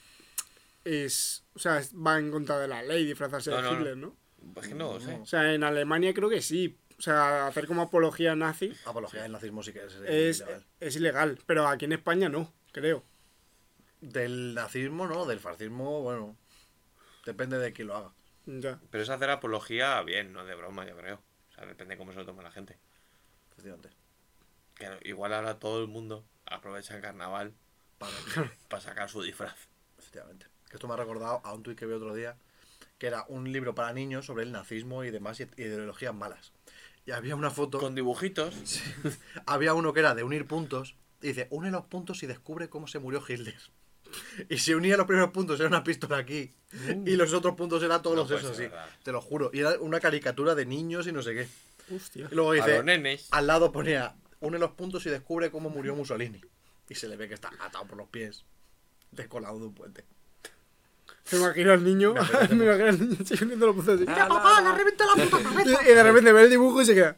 Speaker 3: es o sea, es- va en contra de la ley disfrazarse
Speaker 4: No,
Speaker 3: de
Speaker 4: no, no.
Speaker 3: Hitler, ¿no?
Speaker 4: Es que no, lo sé.
Speaker 3: O sea, en Alemania creo que sí. O sea, hacer como apología nazi
Speaker 1: Apología del nazismo sí que es,
Speaker 3: es,
Speaker 1: ilegal.
Speaker 3: es ilegal. Pero aquí en España no, creo.
Speaker 1: Del nazismo no, del fascismo, bueno. Depende de quién lo haga.
Speaker 3: Ya.
Speaker 4: Pero es hacer apología bien, no de broma, yo creo. O sea, depende cómo se lo toma la gente.
Speaker 1: efectivamente.
Speaker 4: Claro, igual ahora todo el mundo aprovecha el carnaval
Speaker 1: Para-
Speaker 4: para sacar su disfraz.
Speaker 1: Efectivamente. Que esto me ha recordado a un tuit que vi otro día, que era un libro para niños sobre el nazismo y demás ide- ideologías malas. Y había una foto,
Speaker 4: Con dibujitos.
Speaker 1: había uno que era de unir puntos, y dice, une los puntos y descubre cómo se murió Hitler. Y si unía los primeros puntos era una pistola aquí, y los otros puntos eran todos
Speaker 4: No
Speaker 1: los
Speaker 4: puede
Speaker 1: esos,
Speaker 4: ser
Speaker 1: sí.
Speaker 4: verdad.
Speaker 1: Te lo juro. Y era una caricatura de niños y no sé qué.
Speaker 3: Hostia.
Speaker 1: Y luego
Speaker 4: A
Speaker 1: dice,
Speaker 4: los nenes.
Speaker 1: al lado ponía, une los puntos y descubre cómo murió Mussolini. Y se le ve que está atado por los pies, descolado de un puente.
Speaker 3: Me imagino al niño. Me imagino al niño siguiendo los puntos así.
Speaker 1: ¡Papá, Ah, le reventado la puta cabeza!
Speaker 3: Y de repente ve el dibujo y se queda.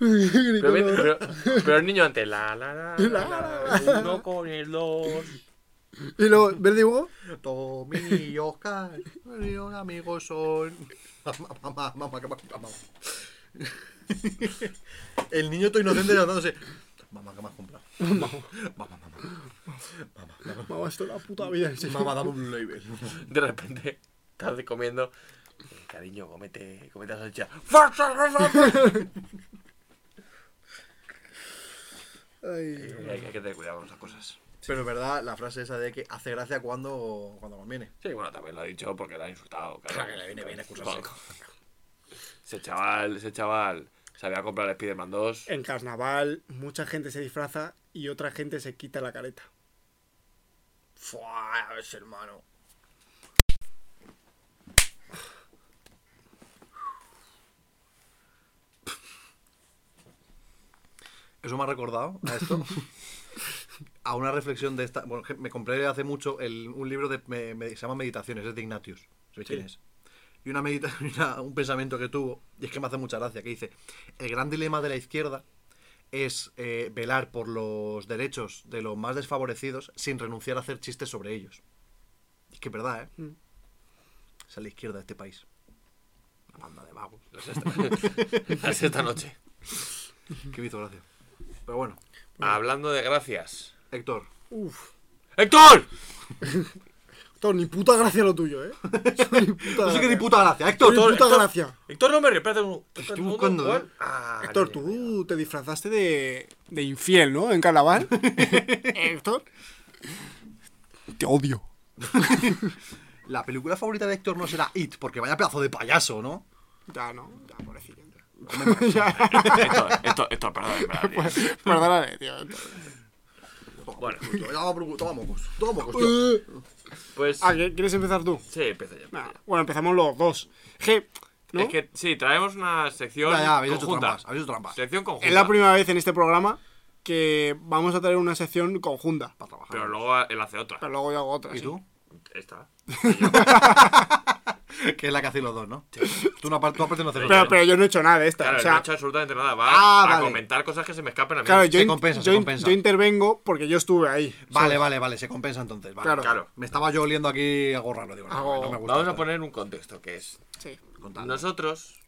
Speaker 4: Pero, ven- pero- pero el niño antes. La, la, la, la,
Speaker 3: Ah.
Speaker 4: la, la, uno con el dos.
Speaker 3: Y luego ve el dibujo.
Speaker 1: Tommy y Oscar, son amigos son. Mamá, mamá, mamá, mamá, mamá. El niño todo inocente levantándose. Mamá, que me has comprado.
Speaker 3: Mamá, esto es la puta vida.
Speaker 1: Mamá, dame un label.
Speaker 4: De repente estás comiendo. eh, Cariño, comete, comete la salchicha.
Speaker 3: Ay.
Speaker 4: Eh, Hay, hay que tener cuidado con esas cosas.
Speaker 1: Pero es verdad, la frase esa de que hace gracia cuando, cuando conviene.
Speaker 4: Sí, bueno, también lo ha dicho porque la ha insultado. Claro,
Speaker 1: Claro que le viene bien excusarse.
Speaker 4: Ese chaval, ese chaval se había comprado el Spider-Man 2.
Speaker 3: En carnaval, mucha gente se disfraza y otra gente se quita la careta.
Speaker 1: Fua, a ver, hermano. Eso me ha recordado a esto. a una reflexión de esta. Bueno, que me compré hace mucho el- un libro de, me- me- se llama Meditaciones, es de Ignatius. ¿Sabéis quién es? Y una medita, una- un pensamiento que tuvo, y es que me hace mucha gracia, que dice, el gran dilema de la izquierda es eh, velar por los derechos de los más desfavorecidos sin renunciar a hacer chistes sobre ellos. Y es que es verdad, ¿eh?
Speaker 3: Mm.
Speaker 1: Esa es la izquierda de este país. Una banda de vagos.
Speaker 4: La sexta- la sexta noche.
Speaker 1: Que me hizo gracia. Pero bueno,
Speaker 4: Hablando de gracias.
Speaker 1: Héctor,
Speaker 3: Uf.
Speaker 4: ¡Héctor!
Speaker 3: Todo, ni puta gracia lo tuyo, ¿eh? Eso ni puta
Speaker 1: No sé qué ni
Speaker 3: gracia.
Speaker 1: puta gracia, Héctor.
Speaker 3: Ni
Speaker 4: Héctor,
Speaker 3: puta
Speaker 4: Héctor.
Speaker 3: gracia.
Speaker 4: Héctor, no me río, espérate un espérate
Speaker 1: Estoy
Speaker 4: un
Speaker 1: buscando,
Speaker 4: segundo,
Speaker 1: ¿eh?
Speaker 4: Ah,
Speaker 3: Héctor,
Speaker 4: niña, niña.
Speaker 3: tú te disfrazaste de, de infiel, ¿no? En carnaval. Héctor. Te odio.
Speaker 1: La película favorita de Héctor no será It, porque vaya pedazo de payaso, ¿no?
Speaker 3: Ya, no. Ya, pobrecillo.
Speaker 1: ¿eh?
Speaker 4: Héctor, Héctor, Héctor, perdón, perdón,
Speaker 1: Pues,
Speaker 4: tío.
Speaker 3: Perdóname, tío. Héctor.
Speaker 4: Bueno,
Speaker 1: Toma por culo, toma mocos, toma mocos, tío.
Speaker 3: Eh,
Speaker 4: pues.
Speaker 3: Ah, ¿qué- ¿quieres empezar tú?
Speaker 4: Sí, empieza ya.
Speaker 1: Ah.
Speaker 4: empieza
Speaker 3: Nah,
Speaker 4: ya.
Speaker 3: Bueno, empezamos los dos. Je, ¿no?
Speaker 4: Es que sí, traemos una sección.
Speaker 1: Ya, ya, habéis hecho
Speaker 4: conjunta.
Speaker 1: trampas, habéis hecho trampas.
Speaker 4: Sección conjunta.
Speaker 3: Es la primera vez en este programa que vamos a tener una sección conjunta.
Speaker 1: Para trabajar.
Speaker 4: Pero luego él hace otra.
Speaker 3: Pero luego yo hago otra.
Speaker 1: ¿Y
Speaker 3: sí.
Speaker 1: tú?
Speaker 4: Esta.
Speaker 1: Que es la que hacéis los dos, ¿no? Tú, una parte, tú aparte no haces
Speaker 3: Pero,
Speaker 1: otra.
Speaker 3: pero yo no he hecho nada de esta.
Speaker 4: Claro,
Speaker 3: o
Speaker 4: no
Speaker 3: sea,
Speaker 4: he hecho absolutamente nada. Va
Speaker 1: Ah,
Speaker 4: a
Speaker 1: vale.
Speaker 4: comentar cosas que se me escapan a mí.
Speaker 3: claro, yo,
Speaker 1: Se
Speaker 3: in-
Speaker 1: compensa, se
Speaker 3: yo in-
Speaker 1: compensa.
Speaker 3: yo intervengo porque yo estuve ahí.
Speaker 1: Vale, vale, vale, se compensa entonces. Vale.
Speaker 3: Claro.
Speaker 4: Claro.
Speaker 1: Me estaba yo oliendo aquí algo raro, digo. no,
Speaker 3: Hago-
Speaker 1: no me gusta
Speaker 4: Vamos a
Speaker 1: esto.
Speaker 4: poner un contexto que es.
Speaker 3: Sí.
Speaker 1: Contadlo.
Speaker 4: Nosotros,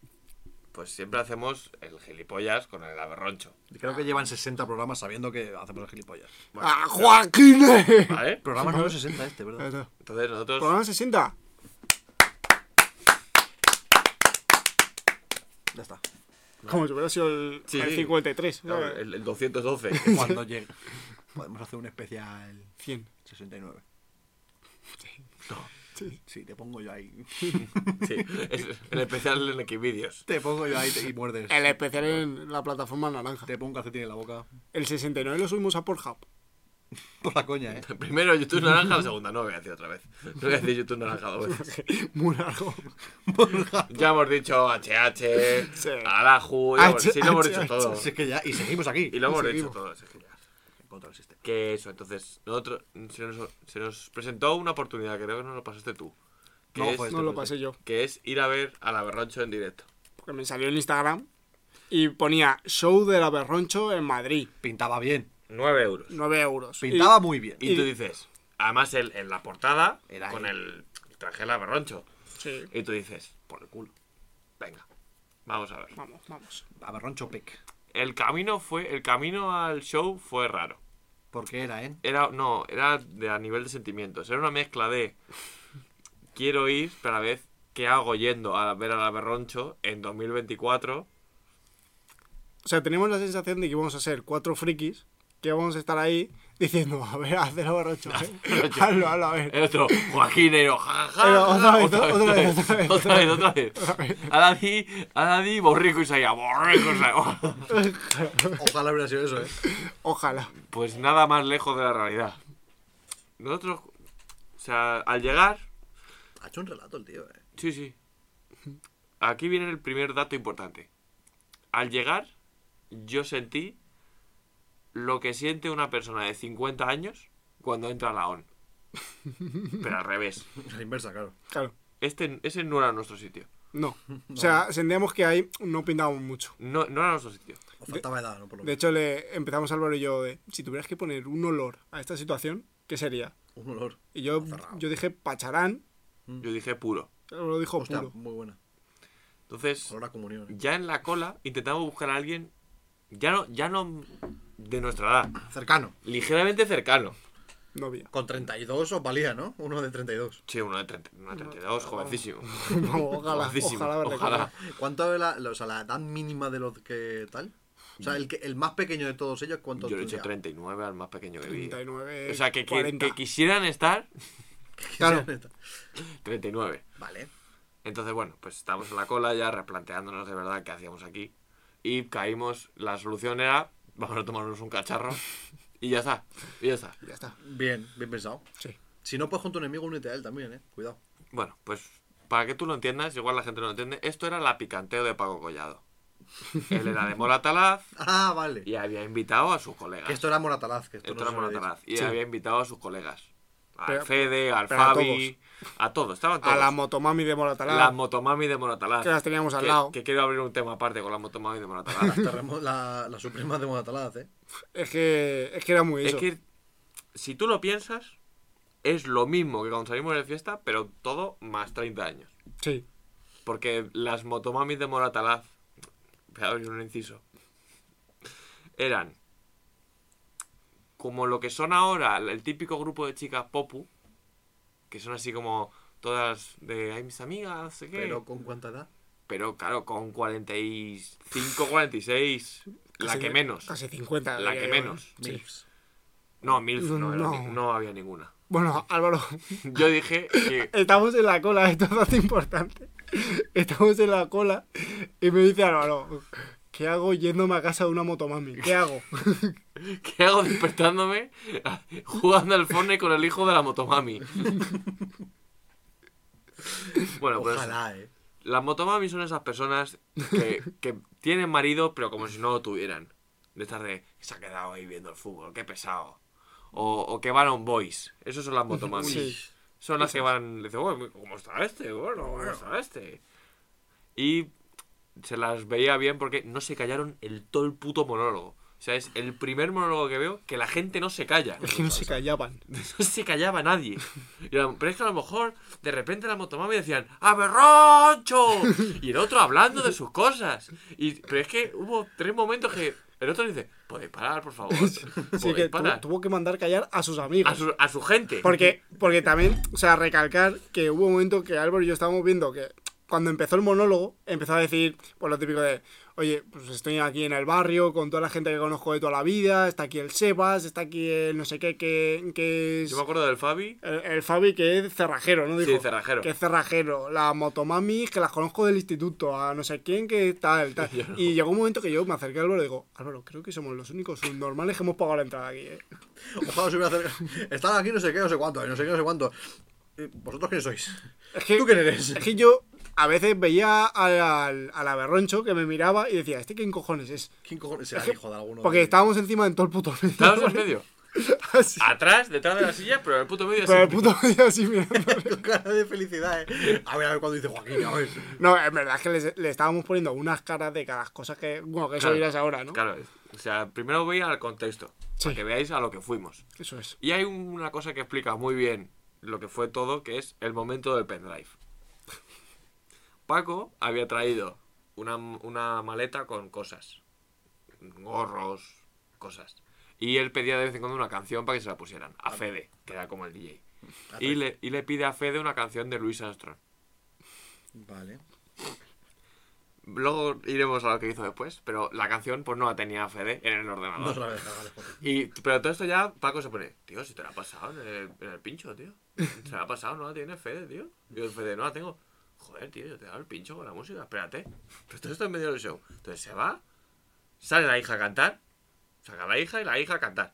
Speaker 4: pues siempre hacemos el gilipollas con el aberroncho.
Speaker 1: Creo que llevan 60 programas sabiendo que hacemos el gilipollas.
Speaker 3: ¡Ah, Joaquín!
Speaker 4: ¿Vale?
Speaker 1: Programa número 60 este, ¿verdad?
Speaker 4: Entonces nosotros.
Speaker 3: Programa 60.
Speaker 1: Ya está.
Speaker 3: Como si hubiera sido el,
Speaker 4: Sí,
Speaker 3: el
Speaker 4: sí.
Speaker 3: 53.
Speaker 4: claro,
Speaker 3: ¿sabes?
Speaker 4: el, el 212.
Speaker 1: Cuando llegue. Podemos hacer un especial
Speaker 3: 100.
Speaker 1: 69. Sí. Sí, te pongo yo ahí.
Speaker 4: sí, es el especial en Xvideos.
Speaker 1: Te pongo yo ahí te- y muerdes.
Speaker 3: El especial en la plataforma naranja.
Speaker 1: Te pongo un calcetín en la boca.
Speaker 3: El 69 lo subimos a Pornhub.
Speaker 1: Por la coña, ¿eh?
Speaker 4: Primero YouTube naranja, la segunda. No voy a decir otra vez. No voy a decir YouTube naranja dos veces.
Speaker 3: Muy largo.
Speaker 4: Ya hemos dicho HH,
Speaker 3: Sí.
Speaker 4: Araju, ya hemos-
Speaker 3: H-
Speaker 4: sí, lo hemos dicho
Speaker 3: HH.
Speaker 4: todo.
Speaker 1: Si es que ya, y seguimos aquí.
Speaker 4: Y lo hemos dicho
Speaker 3: seguimos.
Speaker 4: todo. así que ya.
Speaker 1: Contra el sistema.
Speaker 4: Que eso, entonces, nosotros, se, nos, se nos presentó una oportunidad, creo que nos lo pasaste tú. Que
Speaker 1: No,
Speaker 4: es,
Speaker 1: fue-
Speaker 3: No lo pasé yo.
Speaker 4: que es ir a ver a la Berroncho en directo.
Speaker 3: Porque me salió en Instagram y ponía show de la Berroncho en Madrid.
Speaker 1: Pintaba bien.
Speaker 4: 9 euros.
Speaker 3: 9 euros.
Speaker 1: Pintaba muy bien.
Speaker 4: Y, tú dices, además él en la portada,
Speaker 1: Era
Speaker 4: con
Speaker 1: él.
Speaker 4: el traje de la Berroncho.
Speaker 3: Sí.
Speaker 4: Y tú dices, por el culo. Venga, vamos a ver.
Speaker 3: Vamos, vamos.
Speaker 1: Aberroncho Peck.
Speaker 4: El camino fue, el camino al show fue raro.
Speaker 1: Porque era, ¿eh?
Speaker 4: Era, no, era de, a nivel de sentimientos. Era una mezcla de quiero ir, pero a la vez, ¿qué hago yendo a ver al Berroncho en 2024?
Speaker 3: O sea, tenemos la sensación de que vamos a ser cuatro frikis que vamos a estar ahí diciendo, a ver, haz de la Berroncho. ¿eh? hazlo, hazlo, a ver.
Speaker 4: El otro, Joaquín Eiro, jajaja.
Speaker 3: Pero otra vez, otra vez,
Speaker 4: otra vez,
Speaker 3: otra
Speaker 4: otra vez, otra vez. Aladi, Aladi, borrico y Saya, borrico y Saya.
Speaker 1: Ojalá hubiera sido eso, ¿eh?
Speaker 3: Ojalá.
Speaker 4: Pues nada más lejos de la realidad. Nosotros, o sea, al llegar,
Speaker 1: Ha hecho un relato el tío, ¿eh?
Speaker 4: sí, sí. Aquí viene el primer dato importante. Al llegar, yo sentí lo que siente una persona de 50 años cuando entra a la ON. Pero al revés.
Speaker 1: La inversa, claro.
Speaker 3: Claro.
Speaker 4: Este, ese no era nuestro sitio.
Speaker 3: No. O sea, sentíamos que ahí no pintábamos mucho.
Speaker 4: No, no era nuestro sitio.
Speaker 1: O faltaba edad, ¿no? Por lo
Speaker 3: De
Speaker 1: menos.
Speaker 3: hecho, le empezamos Álvaro y yo de, si tuvieras que poner un olor a esta situación, ¿qué sería?
Speaker 1: Un olor.
Speaker 3: Y yo,
Speaker 1: Aferrado.
Speaker 3: yo dije pacharán,
Speaker 4: Yo dije puro.
Speaker 3: lo dijo
Speaker 1: Hostia,
Speaker 3: puro.
Speaker 1: muy buena.
Speaker 4: Entonces,
Speaker 1: Olor a comunión. ¿eh?
Speaker 4: ya en la cola intentamos buscar a alguien. Ya no, ya no, de nuestra edad,
Speaker 1: Mm. Cercano.
Speaker 4: ligeramente cercano.
Speaker 3: Novia.
Speaker 1: Con 32 os valía, ¿no? Uno de 32.
Speaker 4: Sí, uno de 30, uno de 32, jovencísimo.
Speaker 3: ojalá,
Speaker 4: Jovencísimo,
Speaker 3: ojalá verle
Speaker 4: ojalá.
Speaker 1: ¿Cuánto es la, la- o sea, la edad mínima de los que tal? O sea, el, que, el más pequeño de todos ellos, ¿cuánto
Speaker 4: Yo le he hecho
Speaker 1: tendría?
Speaker 4: 39 al más pequeño que vi.
Speaker 3: 39,
Speaker 4: O sea, que, que-
Speaker 3: 40.
Speaker 4: que quisieran estar
Speaker 1: Claro.
Speaker 4: 39.
Speaker 1: Vale.
Speaker 4: Entonces, bueno, pues estamos en la cola ya replanteándonos de verdad qué hacíamos aquí. Y caímos, la solución era, vamos a tomarnos un cacharro y ya está, y ya está.
Speaker 3: Ya está.
Speaker 1: Bien, bien pensado.
Speaker 3: Sí.
Speaker 1: Si no puedes junto a un enemigo, únete a él también, ¿eh? Cuidado.
Speaker 4: Bueno, pues para que tú lo entiendas, igual la gente no lo entiende, esto era la picanteo de Paco Collado. Él era de Moratalaz
Speaker 1: Ah, vale.
Speaker 4: y había invitado a sus colegas.
Speaker 1: Que esto era Moratalaz. Que esto
Speaker 4: Esto
Speaker 1: no
Speaker 4: era
Speaker 1: se lo he dicho.
Speaker 4: Moratalaz y
Speaker 3: Sí.
Speaker 4: había invitado a sus colegas. Al
Speaker 3: Pero-
Speaker 4: Fede, al
Speaker 3: pero a
Speaker 4: Fabi, a todos, estaban todos.
Speaker 3: A la motomami de Moratalá.
Speaker 4: Las motomami de Moratalaz.
Speaker 3: Que las teníamos al
Speaker 4: Que-
Speaker 3: lado.
Speaker 4: Que quiero abrir un tema aparte con las motomami de Moratalaz.
Speaker 1: Las terremo- La, la suprema de Moratalaz, ¿eh?
Speaker 3: Es que, es que era muy
Speaker 4: es
Speaker 3: eso.
Speaker 4: que, si tú lo piensas, es lo mismo que cuando salimos de fiesta, pero todo más 30 años.
Speaker 3: Sí.
Speaker 4: Porque las motomamis de Moratalaz, voy a abrir un inciso, eran como lo que son ahora el típico grupo de chicas popu, que son así como todas de, ay, mis amigas, no sé qué.
Speaker 1: Pero ¿con cuánta edad?
Speaker 4: Pero claro, con 45, 46, la
Speaker 3: Casi-
Speaker 4: que menos.
Speaker 3: Casi 50.
Speaker 4: La
Speaker 3: diría
Speaker 4: que
Speaker 3: yo,
Speaker 4: menos.
Speaker 3: ¿eh? Sí.
Speaker 1: Milfs.
Speaker 4: No, MILF no, era
Speaker 3: No.
Speaker 4: ni- no había ninguna.
Speaker 3: Bueno, Álvaro,
Speaker 4: Yo dije que
Speaker 3: estamos en la cola, esto es bastante importante. Estamos en la cola y me dice Álvaro, ¿qué hago yéndome a casa de una motomami? ¿Qué hago?
Speaker 4: ¿Qué hago despertándome jugando al Fortnite con el hijo de la motomami? bueno, pues
Speaker 1: Ojalá, ¿eh?
Speaker 4: las motomami son esas personas que, que tienen marido pero como si no lo tuvieran. De estas de se ha quedado ahí viendo el fútbol, qué pesado. O, o que van a un boys. Esas son las motomami.
Speaker 3: Sí.
Speaker 4: Son las que van, le dicen, "Uy, ¿cómo está este? Bueno, ¿cómo está este? Y se las veía bien porque no se callaron el todo el puto monólogo. O sea, es el primer monólogo que veo que la gente no se calla.
Speaker 3: Es que no se callaban.
Speaker 4: No se callaba nadie. Y era- pero es que a lo mejor de repente la motomami decían ¡Aberroncho! Y el otro hablando de sus cosas. Y, pero es que hubo tres momentos que el otro dice, podéis parar, por favor.
Speaker 3: Así
Speaker 4: Podéis
Speaker 3: que tuvo,
Speaker 4: parar.
Speaker 3: tuvo que mandar callar a sus amigos.
Speaker 4: A, su, a su gente.
Speaker 3: Porque, porque también, o sea, recalcar que hubo un momento que Álvaro y yo estábamos viendo que cuando empezó el monólogo, empezó a decir, pues lo típico de, oye, pues estoy aquí en el barrio con toda la gente que conozco de toda la vida, está aquí el Sebas, está aquí el no sé qué, que, que es...
Speaker 4: Yo me acuerdo del Fabi.
Speaker 3: El, el Fabi que es cerrajero, ¿no?
Speaker 4: Sí,
Speaker 3: Dijo,
Speaker 4: cerrajero.
Speaker 3: Que es cerrajero. La motomami que las conozco del instituto, a no sé quién que tal, tal. Y llegó un momento que yo me acerqué a Álvaro y digo, Álvaro, creo que somos los únicos subnormales que hemos pagado la entrada aquí, ¿eh?
Speaker 1: Ojalá os hubiera acercado. Están aquí no sé qué, no sé cuánto, no sé qué, no sé cuánto. Eh, ¿Vosotros quiénes sois?
Speaker 3: Es que,
Speaker 1: ¿Tú quién eres?
Speaker 3: Es que yo a veces veía al, al, al aberroncho que me miraba y decía, ¿este quién cojones es?
Speaker 1: ¿Quién cojones será el hijo de alguno?
Speaker 3: Porque
Speaker 1: de-
Speaker 3: estábamos encima en todo el puto medio.
Speaker 4: Estábamos eh. en medio. Ah,
Speaker 3: Así.
Speaker 4: Atrás, detrás de la silla, pero el puto medio
Speaker 3: Pero el
Speaker 4: así.
Speaker 3: puto medio así mirando.
Speaker 1: Con cara de felicidad, ¿eh? A ver, a ver cuando dice Joaquín, a ver.
Speaker 3: No, en verdad es que les- le estábamos poniendo unas caras de cada cosa que, bueno, que eso
Speaker 4: Claro.
Speaker 3: dirás ahora, ¿no?
Speaker 4: Claro, o sea, primero veis al contexto,
Speaker 3: Sí.
Speaker 4: para que veáis a lo que fuimos.
Speaker 3: Eso es.
Speaker 4: Y hay un- una cosa que explica muy bien lo que fue todo, que es el momento del pendrive. Paco había traído una, una maleta con cosas. Gorros, cosas. Y él pedía de vez en cuando una canción para que se la pusieran. A Fede, que era como el DJ. Y le, y le pide a Fede una canción de Luis Armstrong.
Speaker 1: Vale.
Speaker 4: Luego iremos a lo que hizo después, pero la canción pues no la tenía Fede en el ordenador.
Speaker 1: No se la voy a dejar, vale, Joaquín.
Speaker 4: Y, pero todo esto ya, Paco se pone, tío, si te la ha pasado en el, en el pincho, tío. Se la ha pasado, no la tiene Fede, tío. Y yo, Fede, no la tengo. Joder, tío, yo te he dado el pincho con la música, espérate. Pero todo esto en medio del show. Entonces se va, sale la hija a cantar, saca a la hija y la hija a cantar.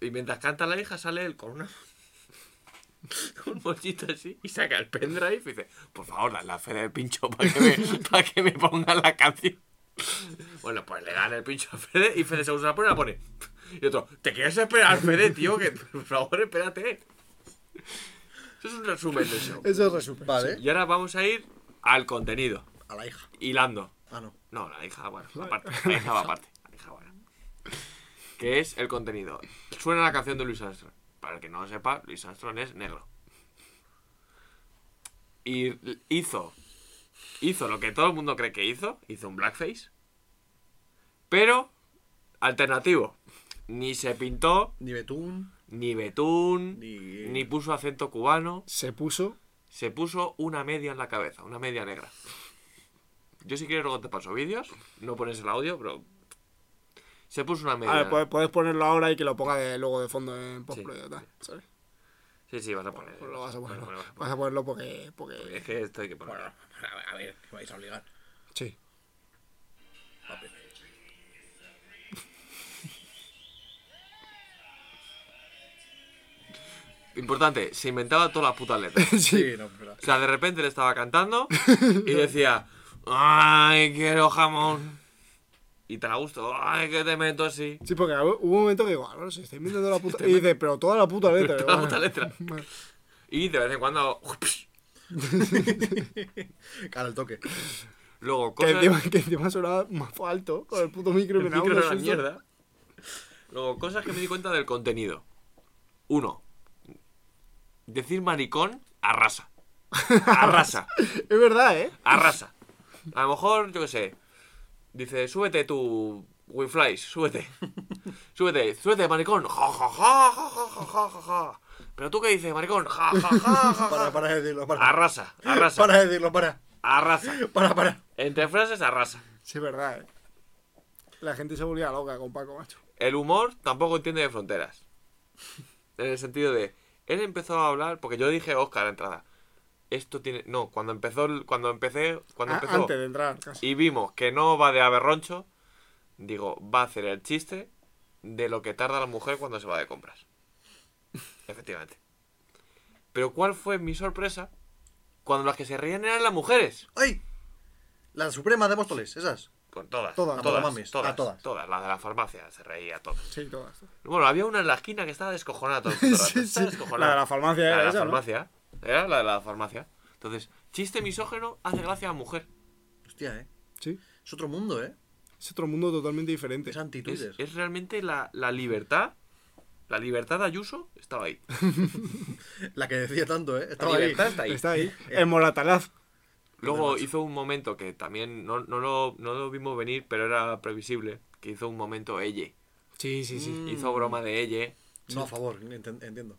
Speaker 4: Y mientras canta la hija, sale él con una. con un bolsito así y saca el pendrive y dice, por favor, dale a Fede el pincho para que me, para que me ponga la canción. Bueno, pues le dan el pincho a Fede y Fede se usa la pone y la pone. Y otro, ¿te quieres esperar, Fede, tío? Que por favor, espérate. Eso es un resumen de eso.
Speaker 3: Eso es resumen.
Speaker 1: Vale.
Speaker 4: Y ahora vamos a ir al contenido,
Speaker 1: A la hija.
Speaker 4: hilando.
Speaker 1: Ah, no.
Speaker 4: No, la hija, bueno, aparte. La hija va aparte. La hija, bueno. Que es el contenido. Suena la canción de Luis Armstrong. Para el que no lo sepa, Luis Armstrong es negro. Y l- hizo. Hizo lo que todo el mundo cree que hizo. Hizo un blackface. Pero. Alternativo. Ni se pintó,
Speaker 1: Ni Betún,
Speaker 4: ni Betún,
Speaker 1: Ni-
Speaker 4: ni puso acento cubano.
Speaker 3: Se puso.
Speaker 4: Se puso una media en la cabeza, una media negra. Yo si quieres luego te paso vídeos, no pones el audio, pero... Se puso una media.
Speaker 3: A ver, Ah, pues, puedes, puedes ponerlo ahora y que lo ponga de- luego de fondo en post
Speaker 4: Sí.
Speaker 3: tal, ¿sabes?
Speaker 4: Sí, sí, vas a poner.
Speaker 3: Pues lo vas a
Speaker 4: Bueno,
Speaker 3: ponerlo.
Speaker 4: bueno, vas a
Speaker 3: Vas a ponerlo porque. porque...
Speaker 4: poner. Es que esto hay que ponerlo.
Speaker 1: A ver, me vais a obligar.
Speaker 3: Sí.
Speaker 4: Importante, se inventaba todas las putas letras.
Speaker 1: Sí, no, pero...
Speaker 4: O sea, de repente le estaba cantando y decía, ¡ay, quiero jamón! Y te la gusto, ¡ay, que te meto así!
Speaker 3: Sí, porque hubo un momento que digo, "Ah, Álvaro, se está inventando la puta. Y dice, pero toda la puta letra.
Speaker 4: Toda la
Speaker 3: digo,
Speaker 4: puta letra. Y de vez en cuando,
Speaker 1: Cara, al toque.
Speaker 4: luego
Speaker 3: Que
Speaker 4: cosas...
Speaker 3: encima, que encima sonaba más alto con el puto micro.
Speaker 4: El
Speaker 3: que me daba
Speaker 4: micro
Speaker 3: un
Speaker 4: era una
Speaker 3: susto.
Speaker 4: mierda. Luego, cosas que me di cuenta del contenido. Uno, decir maricón arrasa. Arrasa.
Speaker 3: Es verdad, ¿eh?
Speaker 4: Arrasa. A lo mejor, yo qué sé, dice, súbete tu Winflies, súbete. Súbete, súbete, maricón. Ja, ja, ja, ja, ja, ja, ja, ja, ja. Pero tú qué dices, maricón. Ja, ja, ja, ja, ja.
Speaker 1: Para, para de decirlo, para.
Speaker 4: Arrasa, arrasa,
Speaker 1: Para de decirlo, para.
Speaker 4: arrasa.
Speaker 1: Para, para.
Speaker 4: Entre frases, arrasa.
Speaker 3: Sí, es verdad, ¿eh? La gente se volvía loca con Paco, macho.
Speaker 4: El humor tampoco entiende de fronteras. En el sentido de, él empezó a hablar, porque yo dije Oscar a la entrada. Esto tiene. No, cuando empezó el- cuando empecé. Cuando
Speaker 3: A-
Speaker 4: empezó
Speaker 3: Ah, antes de entrar, casi.
Speaker 4: y vimos que no va de aberroncho, digo, va a hacer el chiste de lo que tarda la mujer cuando se va de compras. Efectivamente. Pero ¿cuál fue mi sorpresa? Cuando las que se reían eran las mujeres.
Speaker 1: ¡Ay! La Suprema de Móstoles, esas.
Speaker 4: Con todas.
Speaker 3: Todas,
Speaker 4: todas,
Speaker 1: no mames,
Speaker 4: todas,
Speaker 1: a todas.
Speaker 4: todas. La de la farmacia se reía todas.
Speaker 3: Sí, todas.
Speaker 4: Bueno, había una en la esquina que estaba descojonada todo el puto rato.
Speaker 3: Sí,
Speaker 4: Estaba
Speaker 3: sí.
Speaker 4: descojonada.
Speaker 3: La de la farmacia
Speaker 4: La
Speaker 3: era
Speaker 4: de la
Speaker 3: esa, ¿no?
Speaker 4: farmacia. Era la de la farmacia. Entonces, chiste misógeno hace gracia a la mujer.
Speaker 1: Hostia, eh.
Speaker 3: Sí.
Speaker 1: Es otro mundo, eh.
Speaker 3: Es otro mundo totalmente diferente.
Speaker 1: Es
Speaker 4: Es,
Speaker 1: antitudes.
Speaker 4: es realmente la, la libertad. La libertad de Ayuso estaba ahí.
Speaker 1: La que decía tanto, eh.
Speaker 4: La
Speaker 1: Estaba ahí.
Speaker 4: libertad está ahí.
Speaker 3: Está ahí. En Moratalaz.
Speaker 4: Luego hizo un momento que también no, no, lo, no lo vimos venir, pero era previsible. Que hizo un momento Elle.
Speaker 3: Sí, sí, sí.
Speaker 4: Hizo broma de Elle.
Speaker 1: No, a favor, enten- entiendo.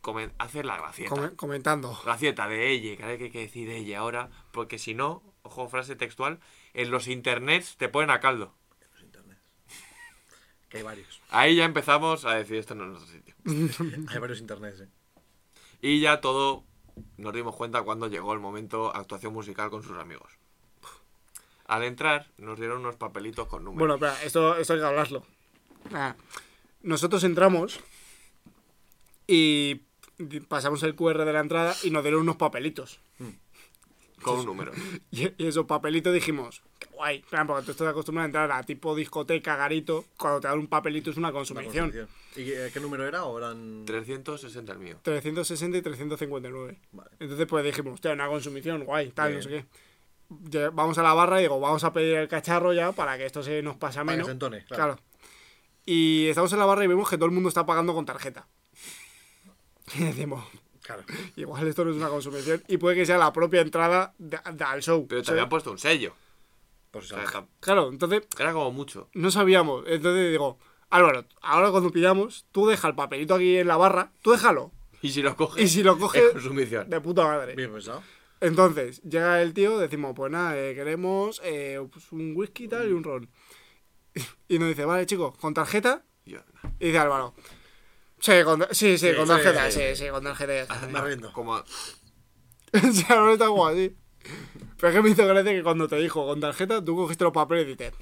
Speaker 4: comen- Hacer la gracieta.
Speaker 3: Come- comentando.
Speaker 4: Gracieta de Elle, que ahora hay que decir ella ahora. Porque si no, ojo, frase textual, en los internets te ponen a caldo.
Speaker 1: Que hay varios.
Speaker 4: Ahí ya empezamos a decir esto no es nuestro sitio.
Speaker 1: Hay varios internets, eh.
Speaker 4: Y ya todo nos dimos cuenta cuando llegó el momento actuación musical con sus amigos. Al entrar nos dieron unos papelitos con números.
Speaker 3: Bueno, espera, esto, esto hay que hablarlo. Ah, Nosotros entramos y pasamos el QR de la entrada y nos dieron unos papelitos.
Speaker 4: con un número.
Speaker 3: Y, y esos papelitos dijimos, qué guay. Claro, porque tú estás acostumbrado a entrar a tipo discoteca, garito. Cuando te dan un papelito es una
Speaker 1: Una
Speaker 3: consumición.
Speaker 1: constitución. ¿Y qué, qué número era o eran...?
Speaker 4: 360 el mío.
Speaker 3: 360 y 359.
Speaker 1: Vale.
Speaker 3: Entonces, pues dijimos, hostia, una consumición, guay, tal, no
Speaker 1: Bien.
Speaker 3: sé qué. Ya Vamos a la barra y digo, vamos a pedir el cacharro ya para que esto se nos pase a
Speaker 1: Para que
Speaker 3: menos.
Speaker 1: se entone, claro.
Speaker 3: Y estamos en la barra y vemos que todo el mundo está pagando con tarjeta. Y decimos,
Speaker 1: Claro.
Speaker 3: igual esto no es una consumición y puede que sea la propia entrada de- de- al show.
Speaker 4: Pero te
Speaker 3: ¿sabes?
Speaker 4: habían puesto un sello.
Speaker 1: Por si
Speaker 4: O sea,
Speaker 1: sabes.
Speaker 4: tam-
Speaker 3: Claro, entonces
Speaker 4: era como mucho.
Speaker 3: no sabíamos. Entonces digo, Álvaro, ahora cuando pillamos, tú deja el papelito aquí en la barra, tú déjalo.
Speaker 4: Y si lo coges.
Speaker 3: Y si lo
Speaker 4: es
Speaker 3: coges,
Speaker 4: consumición.
Speaker 3: de puta madre.
Speaker 1: Bien pensado.
Speaker 3: Entonces, llega el tío, decimos, pues nada, eh, queremos eh, pues un whisky tal y un ron. Y nos dice, vale, chicos, con tarjeta.
Speaker 4: Yo-
Speaker 3: Y dice Álvaro, sí, con, ta- sí, sí,
Speaker 1: Sí,
Speaker 3: con
Speaker 1: sí,
Speaker 3: tarjeta, sí,
Speaker 1: sí,
Speaker 3: sí, con tarjeta. ya está".
Speaker 1: Anda riendo.
Speaker 4: Como,
Speaker 3: O sea, Álvaro está como así. Pero es que me hizo gracia que cuando te dijo con tarjeta, tú cogiste los papeles y dices,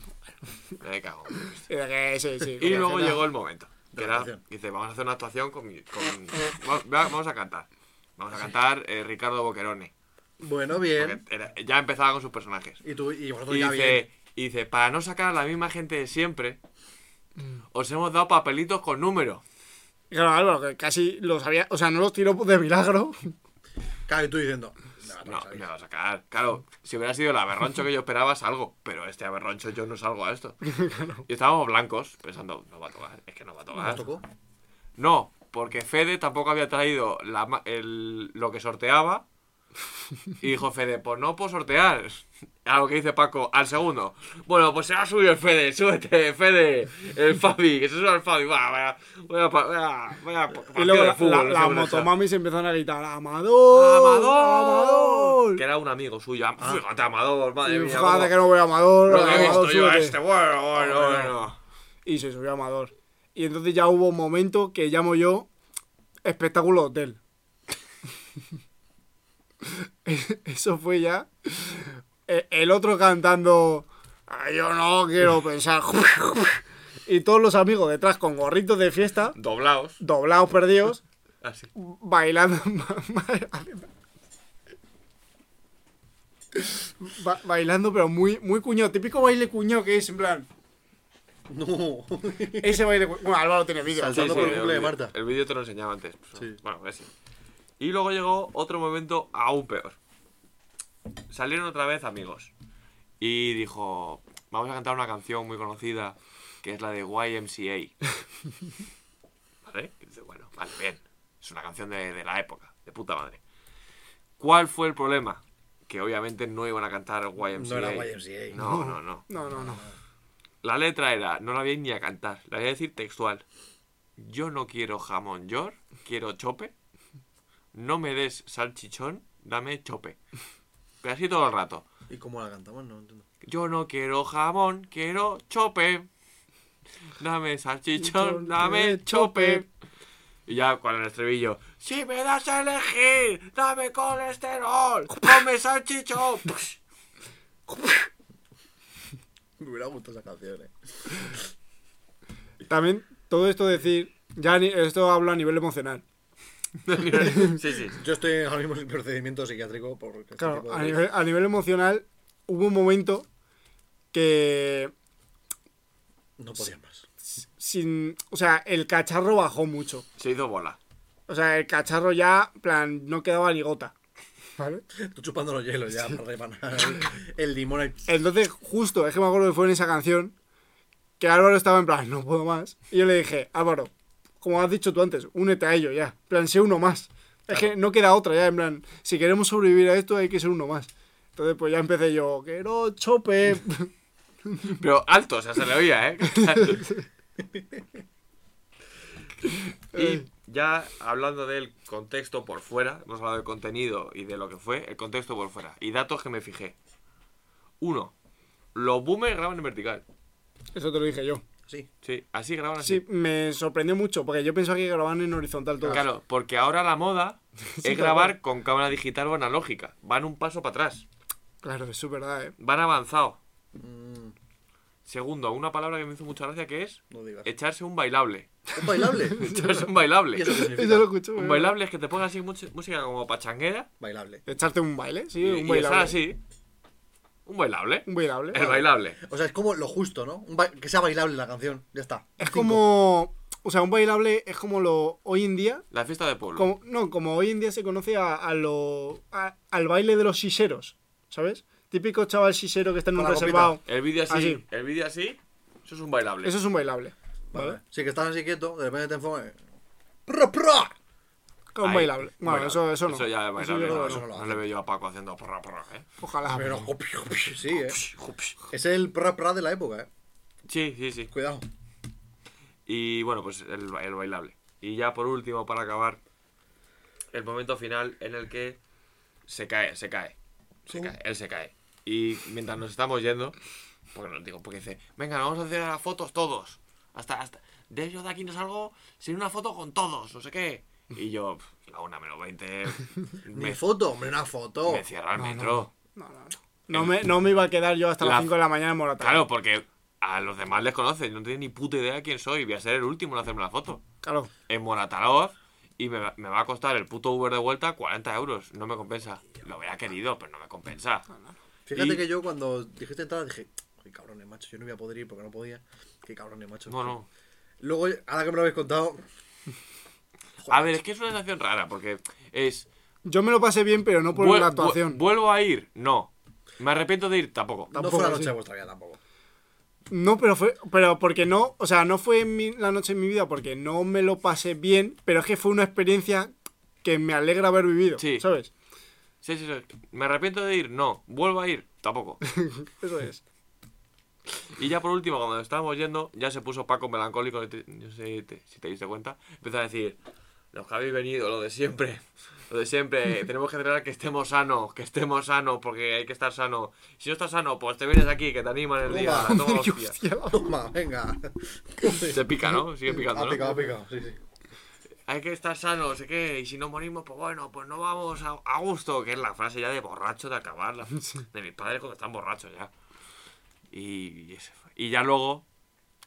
Speaker 4: me cago.
Speaker 3: y de que sí, sí. con
Speaker 4: Y luego
Speaker 3: tarjeta".
Speaker 4: llegó el momento. que
Speaker 1: la
Speaker 4: era-
Speaker 1: actuación.
Speaker 4: dice, vamos a hacer una actuación con. mi- con- va- va- vamos a cantar. Vamos a cantar eh, Ricardo Boquerone.
Speaker 1: Bueno, bien.
Speaker 4: Porque era- ya empezaba con sus personajes.
Speaker 1: Y tú y vosotros
Speaker 4: Y
Speaker 1: ya
Speaker 4: dice,
Speaker 1: bien.
Speaker 4: y dice, para no sacar a la misma gente de siempre, os hemos dado papelitos con número.
Speaker 3: Y claro, Álvaro, que casi los había, o sea, no los tiró de milagro.
Speaker 1: Claro, y tú diciendo... "No,
Speaker 4: No,
Speaker 1: no sabéis".
Speaker 4: me va a sacar. Claro, si hubiera sido el aberroncho que yo esperaba, salgo. Pero este aberroncho yo no salgo a esto. Y estábamos blancos, pensando, no va a tocar, es que no va a tocar.
Speaker 1: ¿Nos tocó?
Speaker 4: No, porque Fede tampoco había traído la ma- el- lo que sorteaba Y dijo Fede, pues no puedo sortear. A lo que dice Paco, al segundo. Bueno, pues se va a subir el Fede, súbete, Fede. El Fabi, que se suba el Fabi. Va, vaya, vaya, pa- vaya, vaya pa-
Speaker 3: Y
Speaker 4: partido
Speaker 3: luego
Speaker 4: de
Speaker 3: la- la-
Speaker 4: fútbol, no
Speaker 3: las
Speaker 4: sé cómo se llama.
Speaker 3: motomamis empiezan a gritar: ¡Amador!
Speaker 4: ¡Amador!
Speaker 3: ¡Amador!
Speaker 4: Que era un amigo suyo. Ah, Fíjate, Amador, madre mía. cómo-
Speaker 3: Fíjate que no voy a Amador.
Speaker 4: lo que he
Speaker 3: Amador,
Speaker 4: visto yo a
Speaker 3: súbete.
Speaker 4: este. Bueno, bueno, bueno.
Speaker 3: Y se subió a Amador. Y entonces ya hubo un momento que llamo yo espectáculo hotel. Eso fue ya. E- El otro cantando. "Ah, Yo no quiero pensar. Y todos los amigos detrás con gorritos de fiesta,
Speaker 4: Doblaos.
Speaker 3: doblados perdidos,
Speaker 4: Así.
Speaker 3: bailando. Ba- bailando, pero muy, muy cuñado. Típico baile cuñado que es en plan.
Speaker 1: No.
Speaker 3: Ese baile. cu- Bueno, Álvaro tiene vídeo.
Speaker 1: Saltando por el
Speaker 4: el
Speaker 1: cumple de
Speaker 4: vídeo-
Speaker 1: Marta.
Speaker 4: El vídeo te lo enseñaba antes. pues,
Speaker 1: Sí.
Speaker 4: Bueno, pues sí. Y luego llegó otro momento aún peor. Salieron otra vez amigos. Y dijo, vamos a cantar una canción muy conocida, que es la de YMCA. ¿Vale? Y dice, bueno, vale, bien. Es una canción de, de la época, de puta madre. ¿Cuál fue el problema? Que obviamente no iban a cantar YMCA.
Speaker 1: No era YMCA.
Speaker 4: No, no, no.
Speaker 3: No, no, no.
Speaker 4: La letra era, no la voy ni a cantar, la voy a decir textual. Yo no quiero jamón york, quiero chope. No me des salchichón, dame chope. Pero así todo el rato.
Speaker 1: ¿Y cómo la cantamos? No entiendo.
Speaker 4: Yo no quiero jamón, quiero chope. Dame salchichón, dame chope. Y ya con el estribillo. Si me das a elegir, dame colesterol, come salchichón.
Speaker 1: Me hubiera gustado esa canción, eh.
Speaker 3: También todo esto decir. Ya ni- esto hablo a nivel emocional.
Speaker 4: sí, sí. sí.
Speaker 1: Yo estoy ahora mismo en procedimiento psiquiátrico por este
Speaker 3: Claro,
Speaker 1: tipo
Speaker 3: a
Speaker 1: de-
Speaker 3: nivel, a nivel emocional hubo un momento que
Speaker 1: No podía más.
Speaker 3: sin, o sea, el cacharro bajó mucho.
Speaker 4: Se hizo bola.
Speaker 3: O sea, el cacharro ya, en plan, no quedaba ni gota. ¿Vale?
Speaker 1: Tú chupando los hielos ya para repanar el limón. ahí.
Speaker 3: Entonces, justo, es que me acuerdo que fue en esa canción que Álvaro estaba en plan, no puedo más. Y yo le dije, Álvaro, como has dicho tú antes, únete a ello ya. En plan, sé uno más. Es que no queda otra ya, en plan, si queremos sobrevivir a esto hay que ser uno más. Entonces, pues ya empecé yo, quiero chope.
Speaker 4: Pero alto, o sea, se le oía, ¿eh? y ya hablando del contexto por fuera, hemos hablado del contenido y de lo que fue, el contexto por fuera. Y datos que me fijé. Uno, los boomers graban en vertical.
Speaker 3: Eso te lo dije yo.
Speaker 1: Sí.
Speaker 4: Sí, así graban así.
Speaker 3: Sí, me sorprendió mucho, porque yo pensaba que grababan en horizontal todo.
Speaker 4: Claro, porque ahora la moda es grabar con cámara digital o analógica. Van un paso para atrás.
Speaker 3: Claro, eso es verdad, eh.
Speaker 4: Van avanzado.
Speaker 1: Mm,
Speaker 4: Segundo, una palabra que me hizo mucha gracia que es
Speaker 1: no digas.
Speaker 4: echarse un bailable.
Speaker 1: ¿Un bailable?
Speaker 4: Echarse un bailable.
Speaker 1: ¿Y eso qué
Speaker 3: Eso lo
Speaker 1: significa?
Speaker 3: escucho.
Speaker 4: Un
Speaker 3: eh.
Speaker 4: bailable es que te pongan así much- música como pachanguera
Speaker 1: Bailable.
Speaker 3: Echarte un baile, sí,
Speaker 4: y,
Speaker 3: un
Speaker 4: y
Speaker 3: bailable.
Speaker 4: estar así. Un bailable.
Speaker 3: Un bailable.
Speaker 4: El bailable.
Speaker 1: O sea, es como lo justo, ¿no? Un ba- que sea bailable la canción. Ya está.
Speaker 3: Es
Speaker 1: Cinco.
Speaker 3: como. O sea, un bailable es como lo. Hoy en día.
Speaker 4: La fiesta de pueblo.
Speaker 3: Como, no, como hoy en día se conoce a, a lo, a- al baile de los siseros, ¿sabes? Típico chaval sisero que está en
Speaker 1: Con
Speaker 3: un
Speaker 1: la copita.
Speaker 3: reservado.
Speaker 4: El vídeo así,
Speaker 3: Así.
Speaker 4: El vídeo así. Eso es un bailable.
Speaker 3: Ah, Eso es un bailable.
Speaker 1: Vale.
Speaker 3: ¿Vale?
Speaker 1: Sí, que estás así quieto, de repente te eh. enfocan. ¡Pro, pro!
Speaker 3: Que Un
Speaker 4: Ahí,
Speaker 3: bailable. Bueno, eso, eso no.
Speaker 4: Eso ya es
Speaker 3: yo
Speaker 4: bailable.
Speaker 3: creo
Speaker 4: no,
Speaker 3: que no.
Speaker 1: eso no lo
Speaker 4: No le veo yo a Paco haciendo porra porra, ¿eh?
Speaker 3: Ojalá.
Speaker 1: Pero jopi, jopi, sí, eh. Es el pra, pra de la época, eh.
Speaker 4: Sí, sí, sí.
Speaker 1: Cuidado.
Speaker 4: Y bueno, pues el, ba- el bailable. Y ya por último, para acabar, el momento final en el que se cae, se cae. Se cae, él se cae. Y mientras nos estamos yendo, porque nos digo, porque dice, venga, nos vamos a hacer las fotos todos. Hasta, hasta, de yo de aquí no salgo sin una foto con todos, no sé qué. Y yo, pf, la una menos veinte,
Speaker 1: Ni
Speaker 4: me,
Speaker 1: foto, hombre, una foto.
Speaker 4: me cierra el metro.
Speaker 3: No, no, no. No me, no me iba a quedar yo hasta
Speaker 4: La-
Speaker 3: las 5 de la mañana en Moratalla.
Speaker 4: Claro, porque a los demás les conocen, no tienen ni puta idea quién soy, voy a ser el último en hacerme la foto.
Speaker 3: Claro.
Speaker 4: en Morataloz y me, va- me va a costar el puto Uber de vuelta 40 euros. No me compensa. Lo hubiera querido, pero no me compensa.
Speaker 1: Fíjate
Speaker 4: Y-
Speaker 1: que yo cuando dijiste entrada dije, qué cabrones, macho, yo no voy a poder ir porque no podía. Qué cabrones, macho.
Speaker 4: No, no.
Speaker 1: Luego, ahora que me lo habéis contado,
Speaker 4: A ver, es que es una sensación rara porque es.
Speaker 3: Yo me lo pasé bien, pero no por
Speaker 4: vuel-
Speaker 3: la actuación.
Speaker 4: vu- ¿Vuelvo a ir? No. ¿Me arrepiento de ir? Tampoco.
Speaker 1: no
Speaker 3: Tampoco,
Speaker 1: fue la
Speaker 3: sí.
Speaker 1: noche de vuestra vida tampoco.
Speaker 3: No, pero fue. Pero porque no. O sea, no fue en mi- la noche en mi vida porque no me lo pasé bien. Pero es que fue una experiencia que me alegra haber vivido.
Speaker 4: Sí.
Speaker 3: ¿Sabes?
Speaker 4: Sí, sí, sí. ¿Me arrepiento de ir? No. ¿Vuelvo a ir? Tampoco.
Speaker 3: Eso es.
Speaker 4: Y ya por último, cuando estábamos yendo, ya se puso Paco melancólico. y te- No sé te- si te diste cuenta. Empezó a decir: Los que habéis venido, lo de siempre. Lo de siempre. Tenemos que generar que estemos sanos, que estemos sanos, porque hay que estar sano. Si no estás sano, pues te vienes aquí, que te animan el día.
Speaker 1: Toma.
Speaker 4: la toma, hostia.
Speaker 1: Toma, venga.
Speaker 4: Se pica, ¿no? Sigue picando,
Speaker 1: Ha
Speaker 4: ¿no?
Speaker 1: picado, ha picado, sí, sí.
Speaker 4: Hay que estar sano, no sé qué. Y si no morimos, pues bueno, pues no vamos a, a gusto. Que es la frase ya de borracho de acabar. la- de mis padres cuando están borrachos ya. Y, y ese fue. Y ya luego,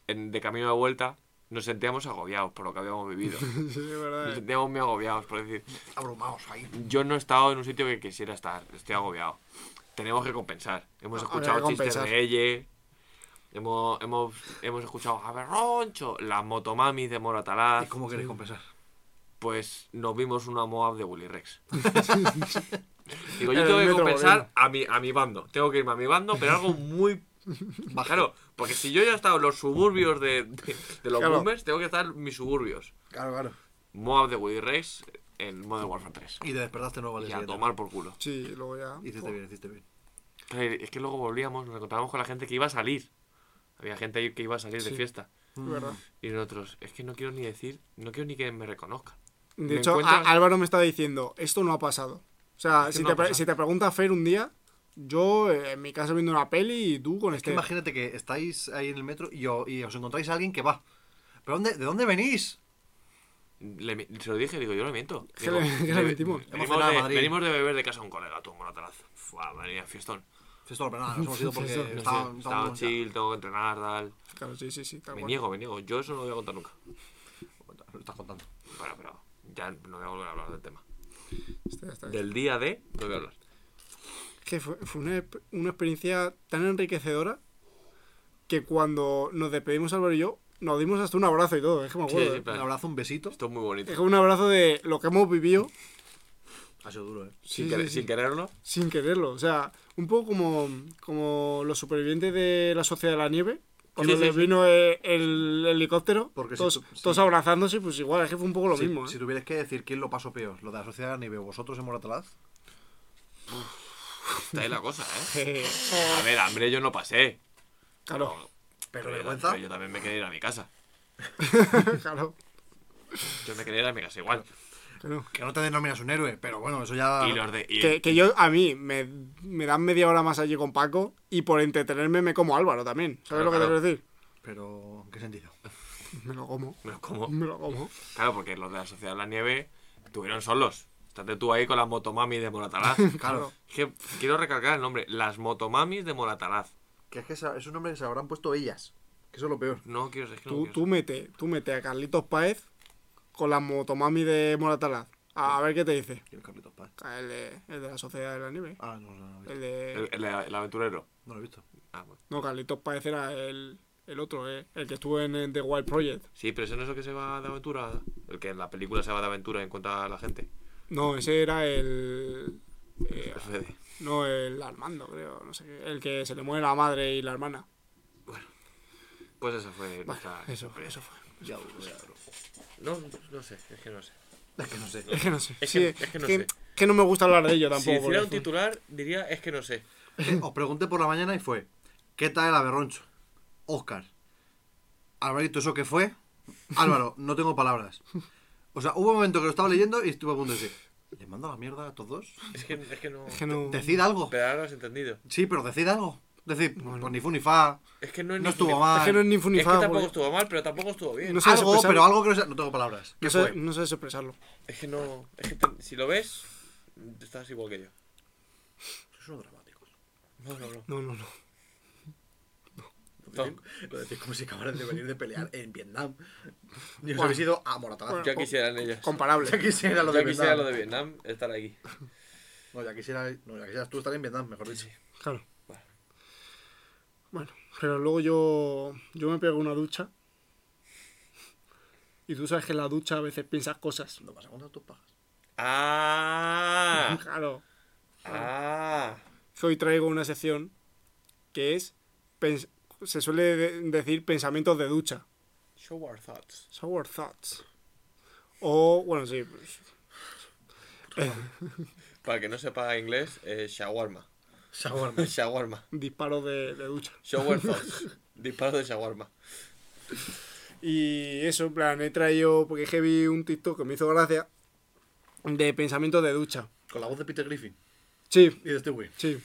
Speaker 4: en- de camino de vuelta, nos sentíamos agobiados por lo que habíamos vivido.
Speaker 3: Sí, es verdad.
Speaker 4: Nos sentíamos muy agobiados, por decir,
Speaker 1: Abrumaos ahí.
Speaker 4: yo no he estado en un sitio que quisiera estar, estoy agobiado. Tenemos que compensar. Hemos
Speaker 3: Habrá
Speaker 4: escuchado
Speaker 3: Ah, que
Speaker 4: chistes
Speaker 3: compensar.
Speaker 4: de Elle, hemos, hemos, hemos escuchado a Berroncho, las motomamis de Moratalaz.
Speaker 1: ¿Y Ah, cómo queréis compensar?
Speaker 4: Pues nos vimos una Moab de Willy Rex. Digo, yo
Speaker 3: En
Speaker 4: tengo
Speaker 3: el
Speaker 4: que
Speaker 3: metro
Speaker 4: compensar a mi, a mi bando. Tengo que irme a mi bando, pero algo muy. Claro, porque si yo ya he estado en los suburbios de, de- de los
Speaker 3: Claro.
Speaker 4: boomers, tengo que estar en mis suburbios.
Speaker 1: Claro, claro.
Speaker 4: Moab de Willy Rex en Modern Warfare 3.
Speaker 1: Y te despertaste no vale
Speaker 4: Y a tomar por culo.
Speaker 3: Sí, y luego ya.
Speaker 1: Hiciste bien, hiciste bien.
Speaker 4: Claro, y Es que luego volvíamos, nos encontrábamos con la gente que iba a salir. Había gente ahí que iba a salir de fiesta.
Speaker 3: Es verdad.
Speaker 4: Y nosotros, es que no quiero ni decir, no quiero ni que me reconozcan.
Speaker 3: De
Speaker 4: Me
Speaker 3: hecho, a-
Speaker 4: encuentras-
Speaker 3: Álvaro me está diciendo, esto no ha pasado. O sea,
Speaker 4: Es que
Speaker 3: si,
Speaker 4: no
Speaker 3: te
Speaker 4: ha
Speaker 3: pre-
Speaker 4: pasado.
Speaker 3: si te pregunta Fer un día, yo eh, en mi casa viendo una peli y tú con este...
Speaker 1: Imagínate que estáis ahí en el metro y, o- y os encontráis a alguien que va. ¿Pero dónde, de dónde venís?
Speaker 4: Le mi- se lo dije, digo, yo no le miento.
Speaker 3: ¿Qué
Speaker 4: Digo,
Speaker 3: le- qué le
Speaker 4: "Ve-
Speaker 3: mentimos?
Speaker 1: Hemos
Speaker 4: Venimos
Speaker 1: cenado a
Speaker 4: de,
Speaker 1: Madrid.
Speaker 4: venimos de beber de casa a un colega, tú, monotalazo. Fua, madre mía, fiestón.
Speaker 1: Esto, pero nada, nos hemos ido porque
Speaker 3: Esto-
Speaker 4: No
Speaker 1: estaba- estábamos-
Speaker 4: sé, estaba chill, tengo que entrenar, tal.
Speaker 3: Claro, sí, sí, sí, tal
Speaker 4: Me
Speaker 3: cual.
Speaker 4: niego, me niego. Yo eso no lo voy a contar nunca.
Speaker 1: Lo estás contando.
Speaker 4: Bueno, pero ya no voy a volver a hablar del tema.
Speaker 3: Este ya está.
Speaker 4: Del día de, no voy a hablar.
Speaker 3: que fue, fue una, ep- una experiencia tan enriquecedora que cuando nos despedimos Álvaro y yo, nos dimos hasta un abrazo y todo, es que me
Speaker 4: Sí,
Speaker 3: acuerdo.
Speaker 4: sí,
Speaker 3: eh.
Speaker 4: plan,
Speaker 1: Un abrazo, un besito.
Speaker 4: Esto es muy bonito.
Speaker 3: Es que un abrazo de lo que hemos vivido
Speaker 1: Ha sido duro, ¿eh?
Speaker 4: Sin,
Speaker 3: sí,
Speaker 4: querer-
Speaker 3: sí, sí.
Speaker 4: sin quererlo,
Speaker 3: sin quererlo. O sea, un poco como, como los supervivientes de la Sociedad de la Nieve, cuando
Speaker 4: sí,
Speaker 3: les
Speaker 4: sí.
Speaker 3: vino eh, el, helicóptero,
Speaker 1: Porque si
Speaker 3: todos,
Speaker 1: tú- sí.
Speaker 3: todos abrazándose, pues igual, es que fue un poco lo
Speaker 1: si,
Speaker 3: mismo. ¿eh?
Speaker 1: si tuvieras que decir quién lo pasó peor, lo de la sociedad ni veo vosotros en Moratalaz.
Speaker 4: está ahí la cosa, ¿eh?
Speaker 3: Eh,
Speaker 4: A ver, hambre yo no pasé.
Speaker 3: claro,
Speaker 1: Pero
Speaker 4: yo-
Speaker 1: vergüenza.
Speaker 4: pero yo también me quería ir a mi casa.
Speaker 3: claro,
Speaker 4: Yo me quería ir a mi casa igual.
Speaker 3: claro.
Speaker 1: Que no te denominas un héroe, pero bueno, eso ya.
Speaker 4: Y los de. y-
Speaker 3: Que, que yo, a mí, me, me dan media hora más allí con Paco y por entretenerme me como a Álvaro también. ¿Sabes
Speaker 4: Claro,
Speaker 3: lo que
Speaker 4: claro.
Speaker 3: te quiero decir?
Speaker 1: Pero, ¿en qué sentido?
Speaker 3: Me lo como.
Speaker 4: Me lo como.
Speaker 3: Me lo como.
Speaker 4: Claro, porque los de la Sociedad de la Nieve estuvieron solos. Estate tú ahí con las motomamis de Moratalaz.
Speaker 1: Claro.
Speaker 4: Es que quiero recalcar el nombre. Las motomamis de Moratalaz.
Speaker 1: Que es que esa- es un nombre que se lo habrán puesto ellas. Que eso es lo peor.
Speaker 4: No quiero es que no
Speaker 3: Tú,
Speaker 4: quiero-
Speaker 3: tú, mete, tú mete a Carlitos Paez con la motomami de Moratalaz. A, a ver qué te dice.
Speaker 1: ¿Quién es Carlitos Paz?
Speaker 3: El de, el de la Sociedad de la Nieve.
Speaker 1: Ah, no, no, no,
Speaker 3: El de...
Speaker 4: El, el- el aventurero.
Speaker 1: no lo he visto.
Speaker 4: Ah, bueno.
Speaker 3: No, Carlitos Paez era el, el otro, eh, el que estuvo en, eh, The Wild Project.
Speaker 4: Sí, pero ese no es el que se va de aventura. El que en la película se va de aventura y encuentra a la gente.
Speaker 3: No, ese era el... eh,
Speaker 4: El Fede.
Speaker 3: no, el Armando, creo. No sé qué. El que se le muere la madre y la hermana.
Speaker 4: Pues esa fue
Speaker 3: Bueno,
Speaker 4: nuestra
Speaker 3: eso,
Speaker 4: experiencia.
Speaker 3: eso fue.
Speaker 1: Ya, duro, ya, duro.
Speaker 4: No, no sé, es que no sé.
Speaker 1: Es que no sé.
Speaker 3: Es que no sé.
Speaker 4: Es
Speaker 3: Sí,
Speaker 4: que- es que no sé.
Speaker 3: que no me gusta hablar de ello
Speaker 4: Si
Speaker 3: tampoco.
Speaker 4: hiciera
Speaker 3: porque
Speaker 4: un
Speaker 3: fue-
Speaker 4: titular, diría es que no sé.
Speaker 1: Os pregunté por la mañana y fue: ¿Qué tal el aberroncho? Oscar. Alvarito, ¿eso qué fue? Álvaro, no tengo palabras. O sea, hubo un momento que lo estaba leyendo y estuve a punto de decir: ¿Le mando a la mierda a todos?
Speaker 4: Es que, es que no.
Speaker 3: es que no...
Speaker 1: Decid algo.
Speaker 4: Pero ahora lo has entendido.
Speaker 1: Sí, pero decid algo. Decid, pues ni fu ni fa.
Speaker 4: Es que no, es
Speaker 1: No
Speaker 4: ni-
Speaker 1: estuvo mal.
Speaker 3: Es que no es ni pues,
Speaker 4: Es que
Speaker 3: funifado.
Speaker 4: tampoco estuvo mal, pero tampoco estuvo bien.
Speaker 3: No sé
Speaker 1: algo,
Speaker 3: expresar-
Speaker 1: pero algo que no sea- No tengo palabras. ¿Qué
Speaker 3: no sé-
Speaker 1: fue?
Speaker 3: no sé expresarlo.
Speaker 4: Es que no. Es que te- si lo ves, estás igual que yo.
Speaker 1: Sois unos dramáticos.
Speaker 4: No, no, no.
Speaker 3: No, no, no.
Speaker 1: Lo decís- Lo decís como si acabaran de venir de pelear en Vietnam. Y os habéis ido a Moratalazo.
Speaker 4: Ya quisieran ellas.
Speaker 3: Comparable.
Speaker 1: Ya quisiera lo de
Speaker 4: Ya quisiera
Speaker 1: Vietnam.
Speaker 4: lo de Vietnam estar aquí.
Speaker 1: No, ya quisiera, no, ya quisieras tú estar en Vietnam, mejor dicho.
Speaker 3: Claro. Bueno, pero luego yo, yo me pego una ducha. Y tú sabes que en la ducha a veces piensas cosas.
Speaker 1: No vas a contar tus pajas.
Speaker 4: ¡Ah!
Speaker 3: Claro.
Speaker 4: ¡Ah!
Speaker 3: Que hoy traigo una sección que es. pens- se suele de- decir pensamientos de ducha.
Speaker 4: Show our thoughts.
Speaker 3: Sour thoughts. O, bueno, sí. pues,
Speaker 4: Para el que no sepa inglés, eh, shawarma.
Speaker 1: Shawarma.
Speaker 4: shawarma.
Speaker 3: Disparo de, de ducha.
Speaker 4: Shower thoughts. Disparo de shawarma.
Speaker 3: Y eso, en plan, he traído, porque es que vi un TikTok que me hizo gracia, de pensamiento de ducha.
Speaker 1: Con la voz de Peter Griffin
Speaker 3: Sí,
Speaker 1: y de este Stewie.
Speaker 3: sí.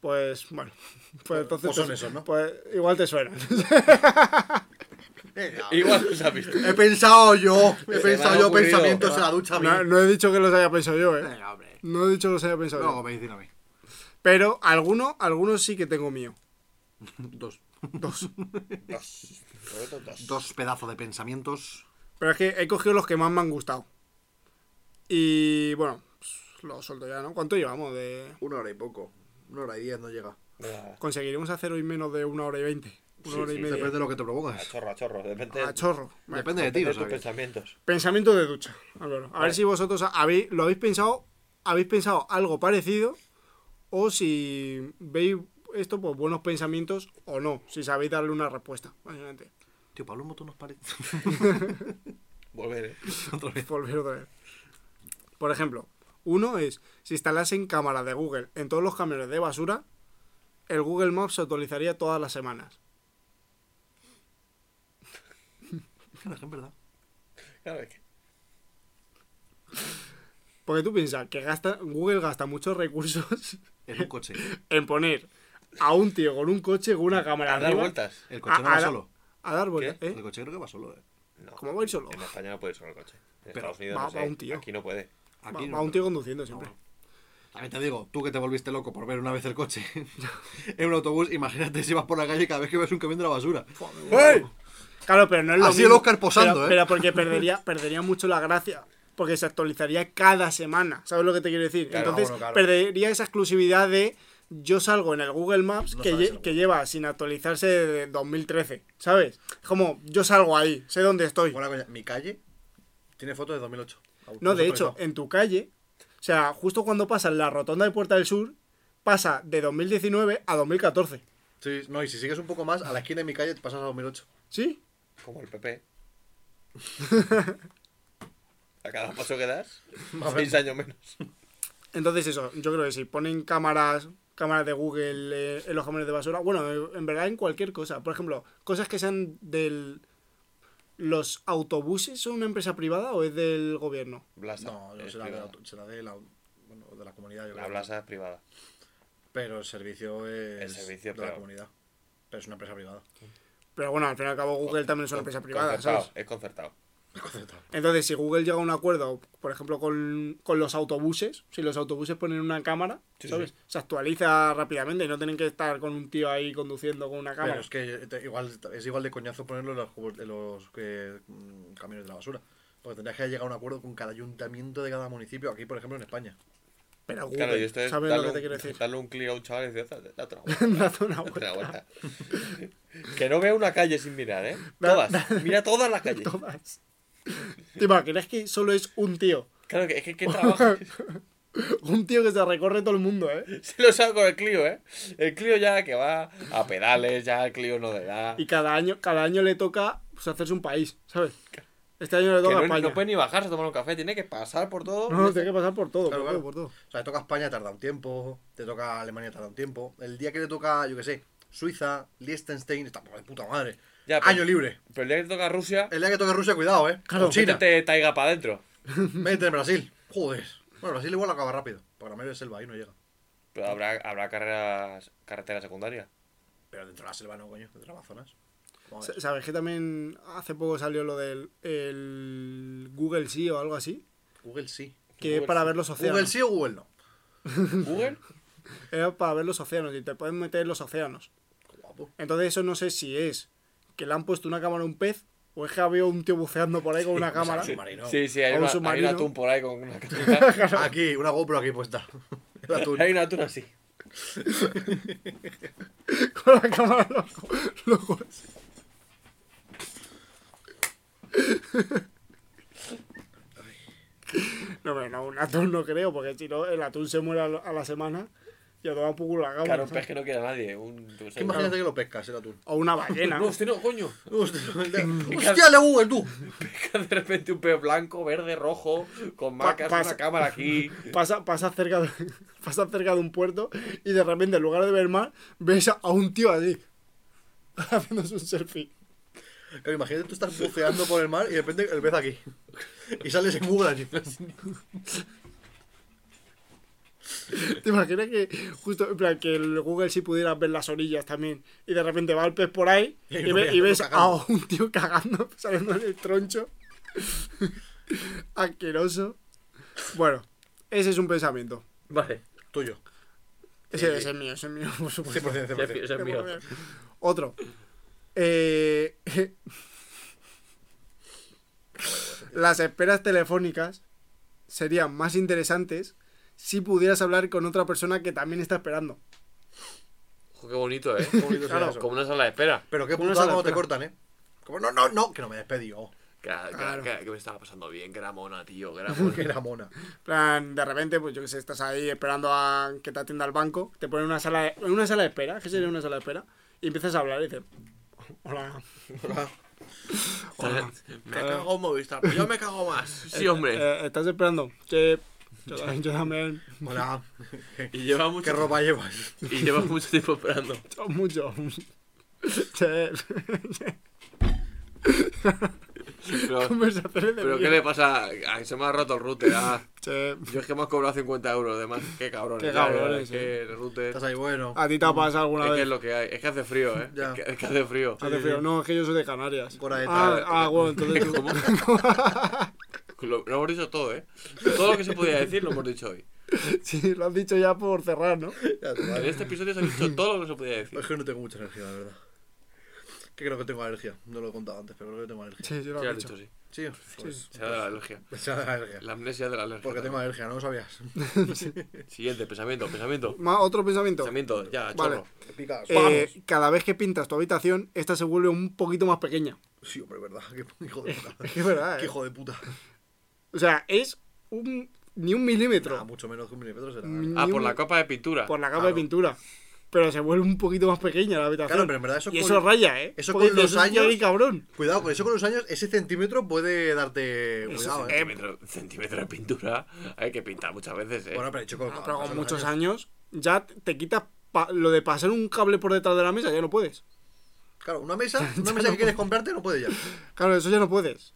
Speaker 3: Pues, bueno. Pues entonces...
Speaker 1: pues son
Speaker 3: te-
Speaker 1: esos, ¿no?
Speaker 3: Pues igual te suena.
Speaker 4: Igual os ha visto.
Speaker 1: Eh, He pensado yo, he
Speaker 4: me
Speaker 1: pensado
Speaker 4: ha
Speaker 1: yo
Speaker 4: ocurrido.
Speaker 1: pensamientos en la ducha.
Speaker 3: No,
Speaker 1: bien.
Speaker 3: no he dicho que los haya pensado yo, ¿eh?
Speaker 1: Venga, hombre.
Speaker 3: No he dicho que los haya pensado
Speaker 1: Luego
Speaker 3: yo.
Speaker 1: me dicen a mí.
Speaker 3: Pero alguno, algunos sí que tengo mío.
Speaker 1: Dos.
Speaker 3: Dos.
Speaker 1: Dos pedazos de pensamientos.
Speaker 3: Pero es que he cogido los que más me han gustado. Y bueno, pues, lo suelto ya, ¿no? ¿Cuánto llevamos? de
Speaker 1: Una hora y poco. Una hora y diez no llega.
Speaker 3: ¿Conseguiremos hacer hoy menos de una hora y veinte? Una hora y media.
Speaker 1: Depende de lo que te propongas.
Speaker 4: Chorro, a chorro. Depende,
Speaker 3: A chorro. Vale.
Speaker 1: Depende de ti,
Speaker 4: de
Speaker 1: o
Speaker 4: tus
Speaker 1: sea que-
Speaker 4: pensamientos.
Speaker 3: Pensamiento de ducha. Álvaro. A ver si vosotros habéis, lo habéis pensado, habéis pensado algo parecido o si veis esto por buenos pensamientos o no, si sabéis darle una respuesta. básicamente.
Speaker 1: Tío, Pablo Moto nos parece.
Speaker 4: Volver, eh.
Speaker 1: Otra vez.
Speaker 3: Volver otra vez. Por ejemplo, uno es si instalasen cámaras de Google en todos los camiones de basura, el Google Maps se actualizaría todas las semanas.
Speaker 1: Es verdad.
Speaker 4: Claro, es que-
Speaker 3: Porque tú piensas que gasta, Google gasta muchos recursos
Speaker 1: En un coche.
Speaker 3: en poner a un tío con un coche con una cámara
Speaker 4: A dar
Speaker 3: arriba,
Speaker 4: vueltas.
Speaker 1: El coche no va
Speaker 3: a-
Speaker 1: solo.
Speaker 3: A dar vueltas,
Speaker 4: ¿Qué?
Speaker 3: ¿eh?
Speaker 1: El coche creo que va solo, eh.
Speaker 4: No.
Speaker 3: ¿Cómo va a ir solo?
Speaker 4: En España no puede ir solo el coche. En
Speaker 1: Pero
Speaker 4: Estados Unidos
Speaker 3: va-
Speaker 4: no sé.
Speaker 3: va un tío.
Speaker 4: Aquí no puede.
Speaker 3: Va,
Speaker 1: Aquí no.
Speaker 3: va un tío conduciendo siempre.
Speaker 1: No. También te digo, tú que te volviste loco por ver una vez el coche en un autobús, imagínate si vas por la calle cada vez que ves un camión de la basura.
Speaker 3: Claro, pero no es lo
Speaker 1: Así el
Speaker 3: mismo.
Speaker 1: Oscar posando,
Speaker 3: pero,
Speaker 1: ¿eh?
Speaker 3: Pero porque perdería, perdería mucho la gracia. Porque se actualizaría cada semana. ¿Sabes lo que te quiero decir?
Speaker 4: Claro,
Speaker 3: Entonces
Speaker 1: bueno, claro.
Speaker 3: perdería esa exclusividad de yo salgo en el Google Maps
Speaker 1: No
Speaker 3: que,
Speaker 1: sabes
Speaker 3: lle-
Speaker 1: el
Speaker 3: que lleva sin actualizarse desde 2013. ¿Sabes? Como yo salgo ahí, sé dónde estoy.
Speaker 1: Buena coña, Mi calle tiene fotos de 2008. Aún
Speaker 3: No,
Speaker 1: se
Speaker 3: de
Speaker 1: ha
Speaker 3: hecho,
Speaker 1: actualizado.
Speaker 3: en tu calle, o sea, justo cuando pasa la rotonda de Puerta del Sur, pasa de 2019 a 2014.
Speaker 1: Sí, no, y si sigues un poco más, a la esquina de mi calle te pasas a 2008.
Speaker 3: ¿Sí?
Speaker 4: Como el PP. A cada paso que das, seis años menos.
Speaker 3: Entonces eso, yo creo que si ponen cámaras, cámaras de Google eh, en los camiones de basura, bueno, eh, en verdad en cualquier cosa. Por ejemplo, cosas que sean del... ¿Los autobuses son una empresa privada o es del gobierno?
Speaker 4: Blasa.
Speaker 1: No,
Speaker 4: es
Speaker 1: será de,
Speaker 4: privada.
Speaker 1: la, será de la, bueno, de la comunidad. Yo
Speaker 4: La
Speaker 1: creo.
Speaker 4: blasa es privada.
Speaker 1: Pero el servicio es
Speaker 4: El servicio,
Speaker 1: de
Speaker 4: pero-
Speaker 1: la comunidad. Pero es una empresa privada.
Speaker 3: Pero bueno, al fin y al cabo Google también es una
Speaker 4: Con-
Speaker 3: empresa privada,
Speaker 4: concertado,
Speaker 3: ¿sabes?
Speaker 4: Es concertado.
Speaker 3: Entonces, si Google llega a un acuerdo, por ejemplo, con, con los autobuses, si los autobuses ponen una cámara, ¿sabes? Se actualiza rápidamente y no tienen que estar con un tío ahí conduciendo con una cámara.
Speaker 1: Pero es que te- igual, es igual de coñazo ponerlo en los, jugos- en los que, mm, camiones de la basura. Porque tendrías que llegar a un acuerdo con cada ayuntamiento de cada municipio. Aquí, por ejemplo, en España.
Speaker 3: Pero Google,
Speaker 4: Claro, y esto es
Speaker 3: ¿sabes
Speaker 4: darle
Speaker 3: lo que
Speaker 4: un-
Speaker 3: te quiero decir?
Speaker 4: darle un clic a un chaval y decir, date una vuelta.
Speaker 3: Date una
Speaker 4: date una
Speaker 3: vuelta.
Speaker 4: vuelta. que no vea una calle sin mirar, ¿eh?
Speaker 3: Da-
Speaker 4: Todas. Mira todas las calles.
Speaker 3: todas. ¿Te imaginas que solo es un tío?
Speaker 4: Claro, que es que, que trabaja.
Speaker 3: Un tío que se recorre todo el mundo, ¿eh?
Speaker 4: Se lo sabe con el Clio, ¿eh? El Clio ya que va a pedales, ya el Clio no le da.
Speaker 3: Y cada año, cada año le toca pues, hacerse un país, ¿sabes? Este año le
Speaker 4: Que
Speaker 3: toca
Speaker 4: no,
Speaker 3: España.
Speaker 4: no puede ni bajarse a tomar un café, tiene que pasar por todo.
Speaker 3: No, no, tiene que pasar por todo,
Speaker 1: Claro,
Speaker 3: por
Speaker 1: claro.
Speaker 3: todo, por todo.
Speaker 1: O sea, te toca España, tarda un tiempo. Te toca Alemania, tarda un tiempo. El día que le toca, yo qué sé, Suiza, Liechtenstein, está por de puta madre.
Speaker 4: Ya, pero-
Speaker 1: Año libre.
Speaker 4: Pero el día que te toca Rusia,
Speaker 1: El día que toca Rusia, cuidado, ¿eh?
Speaker 3: Claro,
Speaker 1: O China.
Speaker 4: te taiga para adentro.
Speaker 1: Métete en Brasil. Joder. Bueno, Brasil igual acaba rápido. Porque la mayoría es selva, ahí no llega.
Speaker 4: Pero habrá, habrá carreras, carretera secundaria.
Speaker 1: Pero dentro de la selva no, coño. Dentro de las Amazonas. Vamos a ver.
Speaker 3: Sa- ¿Sabes que también hace poco salió lo del el Google Sí o algo así?
Speaker 1: Google sí.
Speaker 3: Que
Speaker 4: Google
Speaker 3: es para
Speaker 4: Sí.
Speaker 3: ver los
Speaker 1: Google
Speaker 3: océanos.
Speaker 1: sí o Google no.
Speaker 4: ¿Google?
Speaker 3: Era para ver los océanos y te pueden meter en los océanos.
Speaker 1: Guapo.
Speaker 3: Entonces eso no sé si es que le han puesto una cámara a un pez o es que había un tío buceando por ahí con una cámara.
Speaker 1: sí. Submarino.
Speaker 4: Sí, sí, hay
Speaker 3: A un
Speaker 4: una, hay
Speaker 3: submarino.
Speaker 4: una atún por ahí con una cámara.
Speaker 1: Aquí, una GoPro aquí puesta. El atún.
Speaker 4: hay una atún así.
Speaker 3: con la cámara loco. loco. No, pero no, un atún no creo, porque si no, el atún se muere a lo- a la semana Y a tomar por culo la gama.
Speaker 4: Claro, un
Speaker 3: ¿sabes?
Speaker 4: pez que no quiera nadie. Un, yo qué sé,
Speaker 1: Que Imagínate que lo pescas, el atún.
Speaker 3: O una ballena.
Speaker 4: No, usted no, coño.
Speaker 1: Hostia, hostia, la Google, tú.
Speaker 4: Pesca de repente un pez blanco, verde, rojo, con
Speaker 3: Pa-
Speaker 4: macas,
Speaker 3: pasa.
Speaker 4: una cámara aquí.
Speaker 3: pasa, pasa, cerca de, pasa cerca de un puerto y de repente en lugar de ver mar, ves a un tío así. Haciéndose un selfie.
Speaker 1: Claro, imagínate tú estás buceando por el mar y de repente el pez aquí. Y sales en Google allí.
Speaker 3: ¿Te imaginas que justo en plan que el Google si pudiera ver las orillas también? Y de repente va el pez por ahí
Speaker 1: Y hay
Speaker 3: y,
Speaker 1: un
Speaker 3: ve-
Speaker 1: tío
Speaker 3: y ves a
Speaker 1: cagando.
Speaker 3: un tío cagando, saliendo en el troncho. Asqueroso. Bueno, ese es un pensamiento.
Speaker 4: Vale,
Speaker 1: Tuyo.
Speaker 3: Ese, ese es mío, ese es mío, por supuesto.
Speaker 1: 100%,
Speaker 4: ese es-
Speaker 1: 100%.
Speaker 4: ese es mío.
Speaker 3: Otro. Eh, las esperas telefónicas serían más interesantes si pudieras hablar con otra persona que también está esperando.
Speaker 4: Ojo, qué bonito, ¿eh?
Speaker 1: bonito
Speaker 4: Claro,
Speaker 1: sería eso.
Speaker 4: como una sala de espera.
Speaker 1: Pero qué
Speaker 3: ¿Cómo no
Speaker 1: putada
Speaker 3: sale?
Speaker 1: cuando te
Speaker 3: Espera.
Speaker 1: cortan, eh. Como no, no, no, que no me despedió.
Speaker 4: Que, que-
Speaker 3: Claro.
Speaker 4: que- que me estaba pasando bien, que era mona, tío, que era mona.
Speaker 1: Que era mona.
Speaker 3: En plan, de repente, pues yo que sé, estás ahí esperando a que te atienda el banco, te ponen una sala de, en una sala de espera, ¿qué sería una sala de espera? Y empiezas a hablar y dices, hola.
Speaker 4: Me cago en Movistar, pero yo me cago más. Sí, hombre.
Speaker 3: Eh, ¿Estás esperando? Sí. Yo, también- yo también.
Speaker 1: Hola.
Speaker 4: Y lleva mucho,
Speaker 1: ¿Qué ropa llevas?
Speaker 4: y lleva mucho tiempo esperando.
Speaker 3: Yo mucho. Sí.
Speaker 4: Pero,
Speaker 3: Conversaciones de
Speaker 4: pero ¿qué le pasa? Ay, se me ha roto el router. ah.
Speaker 3: Che,
Speaker 4: Yo es que me has cobrado 50 euros, además. Qué cabrones.
Speaker 3: Qué
Speaker 4: ya, ya,
Speaker 3: cabrones, eh.
Speaker 4: Es que el router.
Speaker 1: Estás ahí, bueno.
Speaker 3: ¿A ti te ha pasado alguna
Speaker 4: Es que es
Speaker 3: vez?
Speaker 4: lo que hay. Es que hace frío, ¿eh?
Speaker 1: Ya.
Speaker 4: Es que, es que hace frío.
Speaker 3: Hace frío. No, es que yo soy de Canarias.
Speaker 1: Por ahí
Speaker 3: ah,
Speaker 4: está.
Speaker 3: ah, bueno, entonces tú-
Speaker 4: ¿Cómo? Lo, lo hemos dicho todo, ¿eh? Todo lo que se podía decir lo hemos dicho hoy.
Speaker 3: Sí, lo has dicho ya por cerrar, ¿no?
Speaker 1: Ya, tú,
Speaker 4: En
Speaker 1: vale.
Speaker 4: este episodio se ha dicho todo lo que se podía decir.
Speaker 3: Pues,
Speaker 1: Es que no tengo mucha energía, la verdad. Que creo que tengo alergia. No lo he contado antes, pero creo que tengo alergia.
Speaker 3: Sí, yo lo
Speaker 4: Sí,
Speaker 3: he
Speaker 4: has
Speaker 3: dicho.
Speaker 4: dicho, sí.
Speaker 1: Sí, pues.
Speaker 4: Se ha dado la alergia.
Speaker 1: Se ha dado alergia.
Speaker 4: La amnesia de la alergia.
Speaker 1: Porque tengo alergia, no lo sabías.
Speaker 4: Siguiente, pensamiento, pensamiento.
Speaker 3: Ma- Otro pensamiento.
Speaker 4: Pensamiento, ya,
Speaker 3: Vale.
Speaker 4: chorro.
Speaker 1: Me pica.
Speaker 3: Eh, cada vez que pintas tu habitación, esta se vuelve un poquito más pequeña.
Speaker 1: Sí, hombre, verdad. Qué hijo de puta.
Speaker 3: Es que es verdad,
Speaker 1: Qué
Speaker 3: ¿eh?
Speaker 1: hijo de puta.
Speaker 3: O sea, es un, ni un milímetro
Speaker 1: Ah, mucho menos que un milímetro será.
Speaker 3: Mm.
Speaker 4: Ah,
Speaker 3: Ni
Speaker 4: por
Speaker 3: un-
Speaker 4: la capa de pintura.
Speaker 3: por la capa
Speaker 1: claro.
Speaker 3: de pintura. Pero se vuelve un poquito más pequeña la habitación.
Speaker 1: Claro, pero en verdad eso
Speaker 3: y
Speaker 1: con-
Speaker 3: eso raya, ¿eh?
Speaker 1: eso
Speaker 3: Porque
Speaker 1: con
Speaker 3: dices,
Speaker 1: los
Speaker 3: "Hostia,
Speaker 1: años-
Speaker 3: qué cabrón.
Speaker 1: Cuidado, con eso con los años, ese centímetro puede darte. Cuidado, eh.
Speaker 4: Centímetro, centímetro de pintura hay que pintar muchas veces, ¿eh?
Speaker 1: Bueno, pero hecho con,
Speaker 3: Ah, pero
Speaker 1: con
Speaker 3: con
Speaker 1: los
Speaker 3: muchos años ya te- te quitas pa- lo de pasar un cable por detrás de la mesa, ya no puedes.
Speaker 1: Claro, una mesa, una mesa que quieres comprarte no puede ya.
Speaker 3: Claro, eso ya no puedes.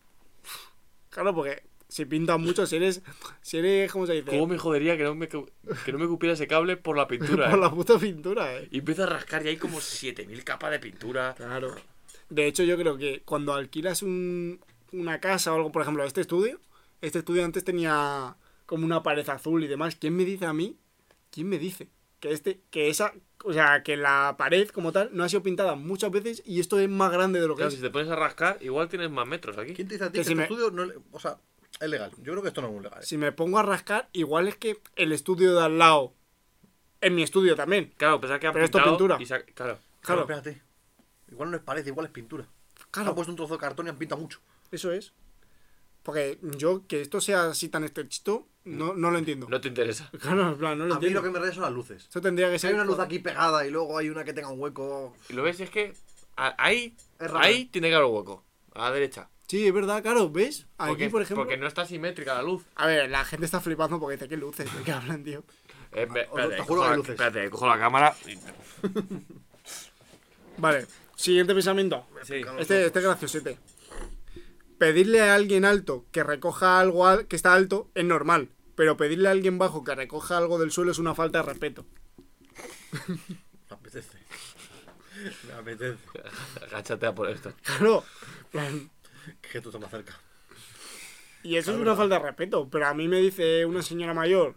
Speaker 3: Claro, porque si pintas mucho, si eres, si eres, ¿cómo se dice?
Speaker 4: ¿Cómo me jodería que no me, cu- que no me cupiera ese cable por la pintura?
Speaker 3: Por
Speaker 4: eh?
Speaker 3: la puta pintura, eh.
Speaker 4: Y empiezo a rascar y hay como 7000 capas de pintura.
Speaker 3: Claro. De hecho, yo creo que cuando alquilas un, una casa o algo, por ejemplo, este estudio, este estudio antes tenía como una pared azul y demás. ¿Quién me dice a mí? ¿Quién me dice? Que este, que esa, o sea, que la pared como tal no ha sido pintada muchas veces y esto es más grande de lo que
Speaker 4: Claro,
Speaker 3: es.
Speaker 4: si te pones a rascar, igual tienes más metros aquí.
Speaker 1: ¿Quién te dice a ti
Speaker 3: Que
Speaker 1: que,
Speaker 3: si
Speaker 1: este
Speaker 3: me-
Speaker 1: estudio no le- O sea, es legal. Yo creo que esto no es muy legal. eh.
Speaker 3: Si me pongo a rascar, igual es que el estudio de al lado, en mi estudio también.
Speaker 4: Claro, pensaba que ha
Speaker 3: Pero esto
Speaker 4: pintado
Speaker 3: pintura.
Speaker 4: y se ha- Claro.
Speaker 3: Claro,
Speaker 1: Espérate. Igual no es pared, igual es pintura.
Speaker 3: Claro.
Speaker 1: Han puesto un trozo de cartón y han pintado mucho.
Speaker 3: eso es. Porque yo, que esto sea así tan estrechito, no, no lo entiendo.
Speaker 4: No te interesa.
Speaker 3: Claro, en plan, no lo
Speaker 1: a mí
Speaker 3: entiendo.
Speaker 1: lo que me raya son las luces.
Speaker 3: Esto tendría que
Speaker 1: Si
Speaker 3: ser.
Speaker 1: hay una luz aquí pegada y luego hay una que tenga un hueco.
Speaker 4: Y lo ves, y es que a- ahí,
Speaker 1: Es raro. ¿eh?
Speaker 4: ahí tiene que haber hueco. A la derecha.
Speaker 3: Sí, es verdad, claro, ¿ves? Aquí,
Speaker 4: Porque,
Speaker 3: por ejemplo.
Speaker 4: porque no está simétrica la luz.
Speaker 3: A ver, la gente está flipando porque dice, ¿qué luces? ¿De qué hablan, tío?
Speaker 4: Eh, ve-
Speaker 1: Ah, os lo-
Speaker 4: espérate,
Speaker 1: te juro
Speaker 4: cojo
Speaker 1: que hay
Speaker 4: la-
Speaker 1: luces.
Speaker 4: espérate, cojo la cámara. y-
Speaker 3: Vale, siguiente pensamiento.
Speaker 4: Sí.
Speaker 3: Este, este es graciosete. Pedirle a alguien alto que recoja algo al- que está alto es normal, pero pedirle a alguien bajo que recoja algo del suelo es una falta de respeto.
Speaker 1: Me apetece. Me apetece.
Speaker 4: Agáchate a por esto.
Speaker 3: Claro. plan,
Speaker 1: Que tú estás más cerca.
Speaker 3: Y eso es una falta de respeto, pero a mí me dice una señora mayor.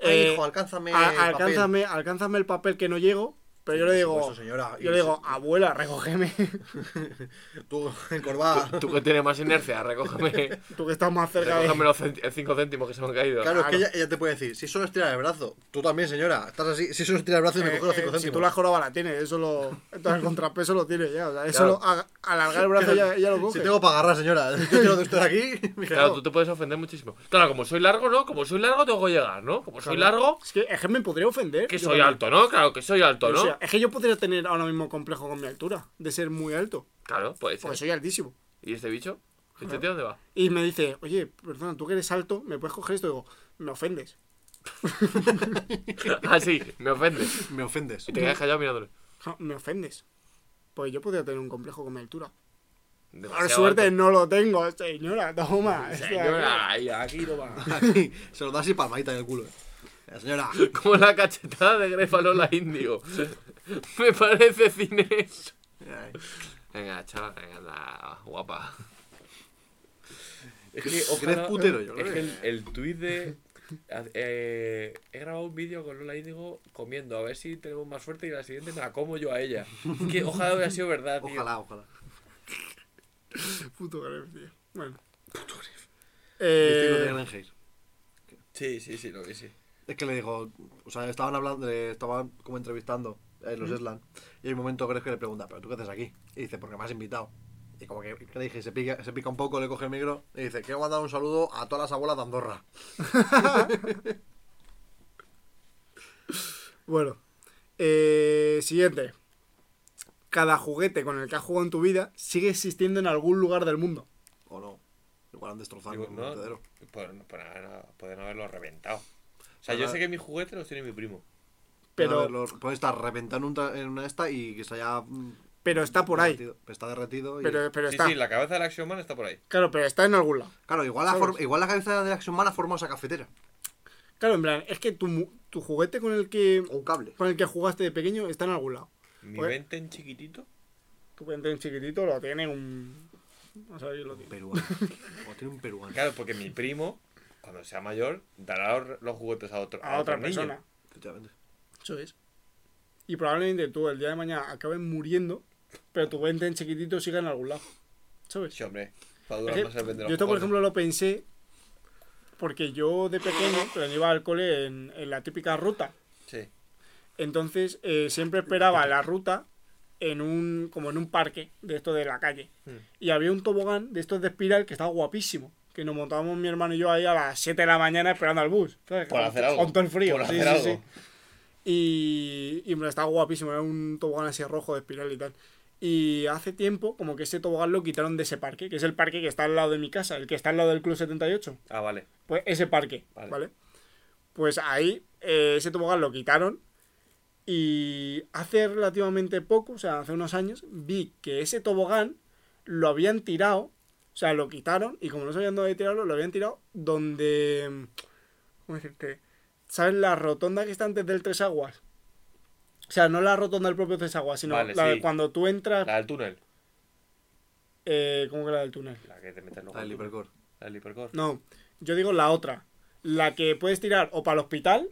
Speaker 1: Ay,
Speaker 3: eh,
Speaker 1: hijo, alcánzame.
Speaker 3: "A-
Speaker 1: el papel".
Speaker 3: alcánzame, alcánzame el papel que no llego. Pero yo le
Speaker 1: por
Speaker 3: digo,
Speaker 1: supuesto, señora.
Speaker 3: yo
Speaker 1: Y
Speaker 3: le digo,
Speaker 1: se-
Speaker 3: abuela, recógeme.
Speaker 1: Tú, encorvada.
Speaker 4: Tú que tienes más inercia, recógeme,
Speaker 3: Tú que estás más cerca de...
Speaker 4: recógeme los 5 céntimos que se me han caído. Ah,
Speaker 1: Claro, es que ella, ella te puede decir, si solo estira el brazo. Tú también, señora. Estás así, si solo estira el brazo y me
Speaker 3: Eh,
Speaker 1: coge los 5
Speaker 3: eh,
Speaker 1: céntimos.
Speaker 3: si tú la joroba la tienes, eso lo. Entonces el contrapeso lo tienes ya. O sea, eso
Speaker 4: Claro.
Speaker 3: lo- a- alargar el brazo ya, ya lo coge.
Speaker 1: Si tengo para agarrar, señora. Yo quiero de estar aquí. mira,
Speaker 4: Claro,
Speaker 1: no.
Speaker 4: tú te puedes ofender muchísimo. Claro, como soy largo, ¿no? Como soy largo, tengo que llegar, ¿no? Como soy largo,
Speaker 3: Es que, es que me podría ofender.
Speaker 4: que
Speaker 3: Yo
Speaker 4: soy
Speaker 3: no-
Speaker 4: alto, ¿no? Claro, que soy alto,
Speaker 3: O sea,
Speaker 4: ¿no?
Speaker 3: es que yo podría tener ahora mismo complejo con mi altura, de ser muy alto,
Speaker 4: Claro, puede
Speaker 3: porque
Speaker 1: Pues
Speaker 4: ser.
Speaker 3: soy altísimo.
Speaker 4: ¿Y este bicho? ¿Este tío dónde va?
Speaker 3: Y me dice, oye, perdona, tú que eres alto, ¿me puedes coger esto? Y digo, me ofendes.
Speaker 4: Ah, sí, me ofendes.
Speaker 1: Me ofendes.
Speaker 4: Y te quedas callado mirándole.
Speaker 3: Ja, Me ofendes. Pues yo podría tener un complejo con mi altura. Por
Speaker 4: Demasiado
Speaker 3: suerte ¿eh?
Speaker 4: alto.
Speaker 3: no lo tengo, señora, toma. O sea,
Speaker 4: Señora, ahí, aquí no va.
Speaker 1: Aquí, se lo das así palmadita en el culo. La señora.
Speaker 4: Como la cachetada de Grefalola Índigo. Me parece cine eso. Venga, chaval, venga, anda, guapa.
Speaker 1: Es que, o que eres putero, yo creo.
Speaker 4: Es que el, el tuit de. eh, he grabado un vídeo con Lola Índigo comiendo, a ver si tenemos más suerte y la siguiente me la como yo a ella. Que ojalá hubiera sido verdad, tío.
Speaker 1: Ojalá, ojalá.
Speaker 3: Puto gref, tío. Bueno.
Speaker 1: Vestido de
Speaker 3: Eh,
Speaker 1: Green Hill.
Speaker 4: Sí, sí, sí, lo que sí.
Speaker 1: Es que le dijo, o sea, estaban hablando, le estaban como entrevistando en los Eslan. Y hay un momento creo que le pregunta, ¿pero tú qué haces aquí? Y dice, porque me has invitado. Y como que, que le dije, se pica, se pica un poco, le coge el micro y dice, quiero mandar un saludo a todas las abuelas de Andorra.
Speaker 3: bueno. Eh, siguiente. Cada juguete con el que has jugado en tu vida sigue existiendo en algún lugar del mundo.
Speaker 1: O no. Igual han destrozado
Speaker 4: Digo,
Speaker 1: un
Speaker 4: no,
Speaker 1: vertedero.
Speaker 4: por- por haber- pueden haberlo reventado. O sea, yo
Speaker 1: Ahora-
Speaker 4: sé que mis juguetes los tiene mi primo.
Speaker 1: Pueden
Speaker 3: Pero,
Speaker 1: haberlo- puede estar reventado en, un tra- en una esta y que se haya. mm,
Speaker 3: pero está por ahí.
Speaker 1: derretido. Está derretido. y-
Speaker 3: Pero, pero
Speaker 4: sí,
Speaker 3: está.
Speaker 4: sí, la cabeza del Action Man está por ahí.
Speaker 3: Claro, pero está en algún lado.
Speaker 1: Claro, igual la,
Speaker 3: ¿Sabes?
Speaker 1: for- igual la cabeza de la Action Man ha formado esa cafetera.
Speaker 3: Claro, en plan, es que tu, mu- tu juguete con el que
Speaker 1: O un cable.
Speaker 3: con el que jugaste de pequeño está en algún lado.
Speaker 4: Mi
Speaker 3: Pues-
Speaker 4: mente en chiquitito.
Speaker 3: Tu juguete en chiquitito lo tiene un. No sé, yo lo tiene.
Speaker 1: Peruano. o tiene un peruano.
Speaker 4: Claro, porque mi primo, cuando sea mayor, dará los, los juguetes a otro,
Speaker 3: A otra
Speaker 4: otro niño.
Speaker 3: persona.
Speaker 1: Efectivamente.
Speaker 3: Eso es. Y probablemente tú el día de mañana acabes muriendo, pero tu mente en chiquitito siga en algún lado. ¿Sabes?
Speaker 4: Sí, hombre. Va a
Speaker 3: Es
Speaker 4: durar
Speaker 3: que
Speaker 4: más el vender los
Speaker 3: yo esto, por
Speaker 4: cojones.
Speaker 3: ejemplo, lo pensé porque yo de pequeño pero iba al cole en, en la típica ruta.
Speaker 4: Sí.
Speaker 3: Entonces eh, siempre esperaba la ruta en un como en un parque de esto de la calle.
Speaker 4: Hmm.
Speaker 3: Y había un tobogán de estos de espiral que estaba guapísimo. Que nos montábamos mi hermano y yo ahí a las 7 de la mañana esperando al bus. ¿sabes?
Speaker 4: Por
Speaker 3: Con-
Speaker 4: hacer algo.
Speaker 3: Con todo el frío.
Speaker 4: Por
Speaker 3: sí,
Speaker 4: hacer
Speaker 3: sí,
Speaker 4: algo.
Speaker 3: sí. Y, y hombre, estaba guapísimo. Era un tobogán así rojo de espiral y tal. Y hace tiempo como que ese tobogán lo quitaron de ese parque. Que es el parque que está al lado de mi casa. El que está al lado del Club 78.
Speaker 4: Ah, vale.
Speaker 3: Pues ese parque,
Speaker 4: Vale.
Speaker 3: ¿vale? Pues ahí eh, ese tobogán lo quitaron y hace relativamente poco, o sea, hace unos años, vi que ese tobogán lo habían tirado, o sea, lo quitaron y como no sabían dónde tirarlo, lo habían tirado donde... ¿Cómo decirte? ¿Sabes la rotonda que está antes del Tres Aguas? O sea, no la rotonda del propio Tres Aguas, sino
Speaker 4: Vale,
Speaker 3: la de
Speaker 4: sí.
Speaker 3: cuando tú entras...
Speaker 4: La del túnel.
Speaker 3: Eh, ¿Cómo que la del túnel?
Speaker 4: La que te metes luego.
Speaker 1: Está el
Speaker 4: al túnel.
Speaker 1: hipercore.
Speaker 4: La del hipercore.
Speaker 3: No, yo digo la otra. La que puedes tirar o para el hospital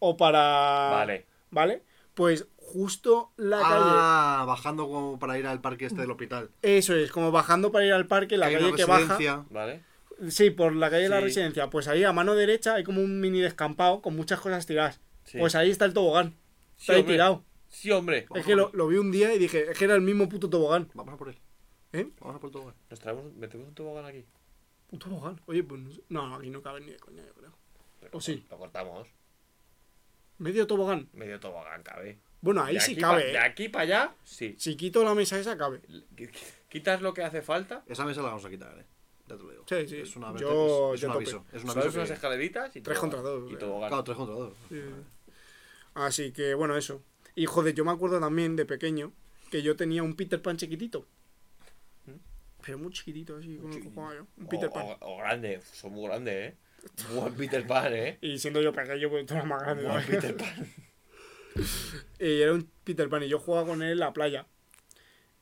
Speaker 3: o para.
Speaker 4: Vale.
Speaker 3: ¿Vale? Pues justo la
Speaker 1: Ah, bajando como para ir al parque este del hospital.
Speaker 3: calle. Eso es, como bajando para ir al parque, la
Speaker 1: Hay
Speaker 3: calle
Speaker 1: una
Speaker 3: que baja.
Speaker 1: residencia.
Speaker 4: Vale.
Speaker 3: Sí, por la calle de la
Speaker 4: Sí.
Speaker 3: residencia. Pues ahí a mano derecha hay como un mini descampado con muchas cosas tiradas.
Speaker 4: Sí.
Speaker 3: Pues ahí está el tobogán.
Speaker 4: Sí,
Speaker 3: Está ahí
Speaker 4: hombre.
Speaker 3: tirado.
Speaker 4: Sí, hombre.
Speaker 3: Es que lo, lo vi un día y dije, es que era el mismo puto tobogán.
Speaker 1: Vamos a por él.
Speaker 3: ¿Eh?
Speaker 1: Vamos a por todo.
Speaker 4: Nos traemos, metemos un tobogán aquí.
Speaker 3: Un tobogán. Oye, pues no sé. no, aquí no cabe ni de coña, yo creo. O Oh, sí.
Speaker 4: Lo cortamos.
Speaker 3: Medio tobogán.
Speaker 4: Medio tobogán cabe.
Speaker 3: Bueno, ahí
Speaker 4: De
Speaker 3: sí
Speaker 4: aquí
Speaker 3: cabe.
Speaker 4: pa-
Speaker 3: ¿eh?
Speaker 4: de aquí para allá, sí.
Speaker 3: Si quito la mesa esa, cabe.
Speaker 4: Qu- Quitas lo que hace falta,
Speaker 1: Esa mesa la vamos a quitar, eh. Ya te lo digo.
Speaker 3: Sí, sí.
Speaker 1: Es, una verte- es,
Speaker 3: Yo-
Speaker 1: es
Speaker 3: yo
Speaker 1: un
Speaker 3: tope.
Speaker 1: aviso. Es un aviso.
Speaker 4: subes unas
Speaker 1: que-
Speaker 4: escaleritas y
Speaker 3: Tres
Speaker 4: tobogán.
Speaker 3: contra dos,
Speaker 4: Y
Speaker 3: eh.
Speaker 4: tobogán.
Speaker 1: Claro, tres contra dos.
Speaker 3: Así que bueno, eso. Y joder, yo me acuerdo también de pequeño que yo tenía un Peter Pan chiquitito. ¿Mm? Pero muy chiquitito, así como el que jugaba yo. Un Peter
Speaker 4: o,
Speaker 3: Pan.
Speaker 4: o- o grande, son muy grandes, ¿eh? Buen Peter Pan, ¿eh?
Speaker 3: Y siendo yo pequeño, pues tú eras más grande.
Speaker 4: Buen
Speaker 3: ¿no?
Speaker 4: Peter Pan.
Speaker 3: Y era un Peter Pan y yo jugaba con él en la playa.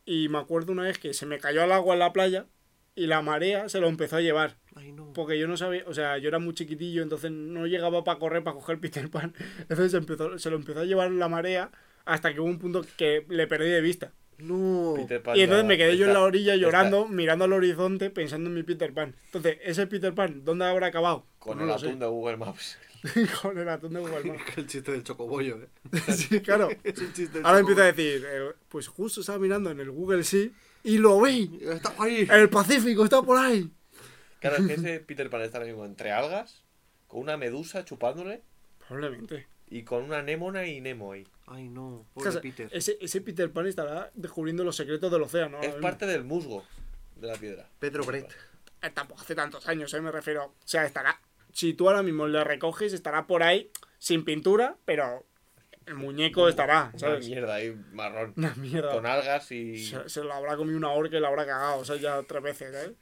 Speaker 3: Y me acuerdo una vez que se me cayó al agua en la playa y la marea se lo empezó a llevar.
Speaker 1: Ay, no.
Speaker 3: Porque yo no sabía, o sea, yo era muy chiquitillo, entonces no llegaba para correr, para coger Peter Pan. Entonces se, empezó- se lo empezó a llevar la marea hasta que hubo un punto que le perdí de vista.
Speaker 8: No.
Speaker 4: Peter Pan
Speaker 3: Oh. Y entonces
Speaker 4: ya
Speaker 3: me quedé yo en
Speaker 4: está-
Speaker 3: la orilla
Speaker 4: está
Speaker 3: llorando, mirando al horizonte, pensando en mi Peter Pan. Entonces, ese Peter Pan, ¿dónde habrá acabado?
Speaker 4: Con
Speaker 3: No
Speaker 4: el
Speaker 3: lo sé.
Speaker 4: atún de Google Maps.
Speaker 3: Con el atún de Google Maps.
Speaker 1: El chiste del chocobollo, ¿eh?
Speaker 3: Sí, claro.
Speaker 1: Es el chiste del
Speaker 3: Ahora
Speaker 1: chocobollo.
Speaker 3: empieza a decir, eh, pues justo estaba mirando en el Google sí y lo vi.
Speaker 1: Está ahí.
Speaker 3: El Pacífico está por ahí.
Speaker 4: Claro, es que ese Peter Pan está ahora mismo entre algas, con una medusa chupándole
Speaker 3: Probablemente.
Speaker 4: y con una anémona y Nemo ahí.
Speaker 1: Ay, no.
Speaker 3: O sea,
Speaker 1: Pobre Peter.
Speaker 3: Ese, ese Peter Pan estará descubriendo los secretos del océano. ¿eh? ahora
Speaker 4: Es
Speaker 3: mismo.
Speaker 4: parte del musgo de la piedra.
Speaker 8: Pedro Brett.
Speaker 3: Eh, Tampoco hace tantos años, eh, me refiero. O sea, estará. Si tú ahora mismo le recoges, estará por ahí sin pintura, pero el muñeco estará,
Speaker 4: Una
Speaker 3: ¿sabes?
Speaker 4: mierda ahí marrón.
Speaker 3: Una mierda.
Speaker 4: Con algas y
Speaker 3: Se, se lo habrá comido una orca y la habrá cagado, o sea, ya tres veces, ¿eh?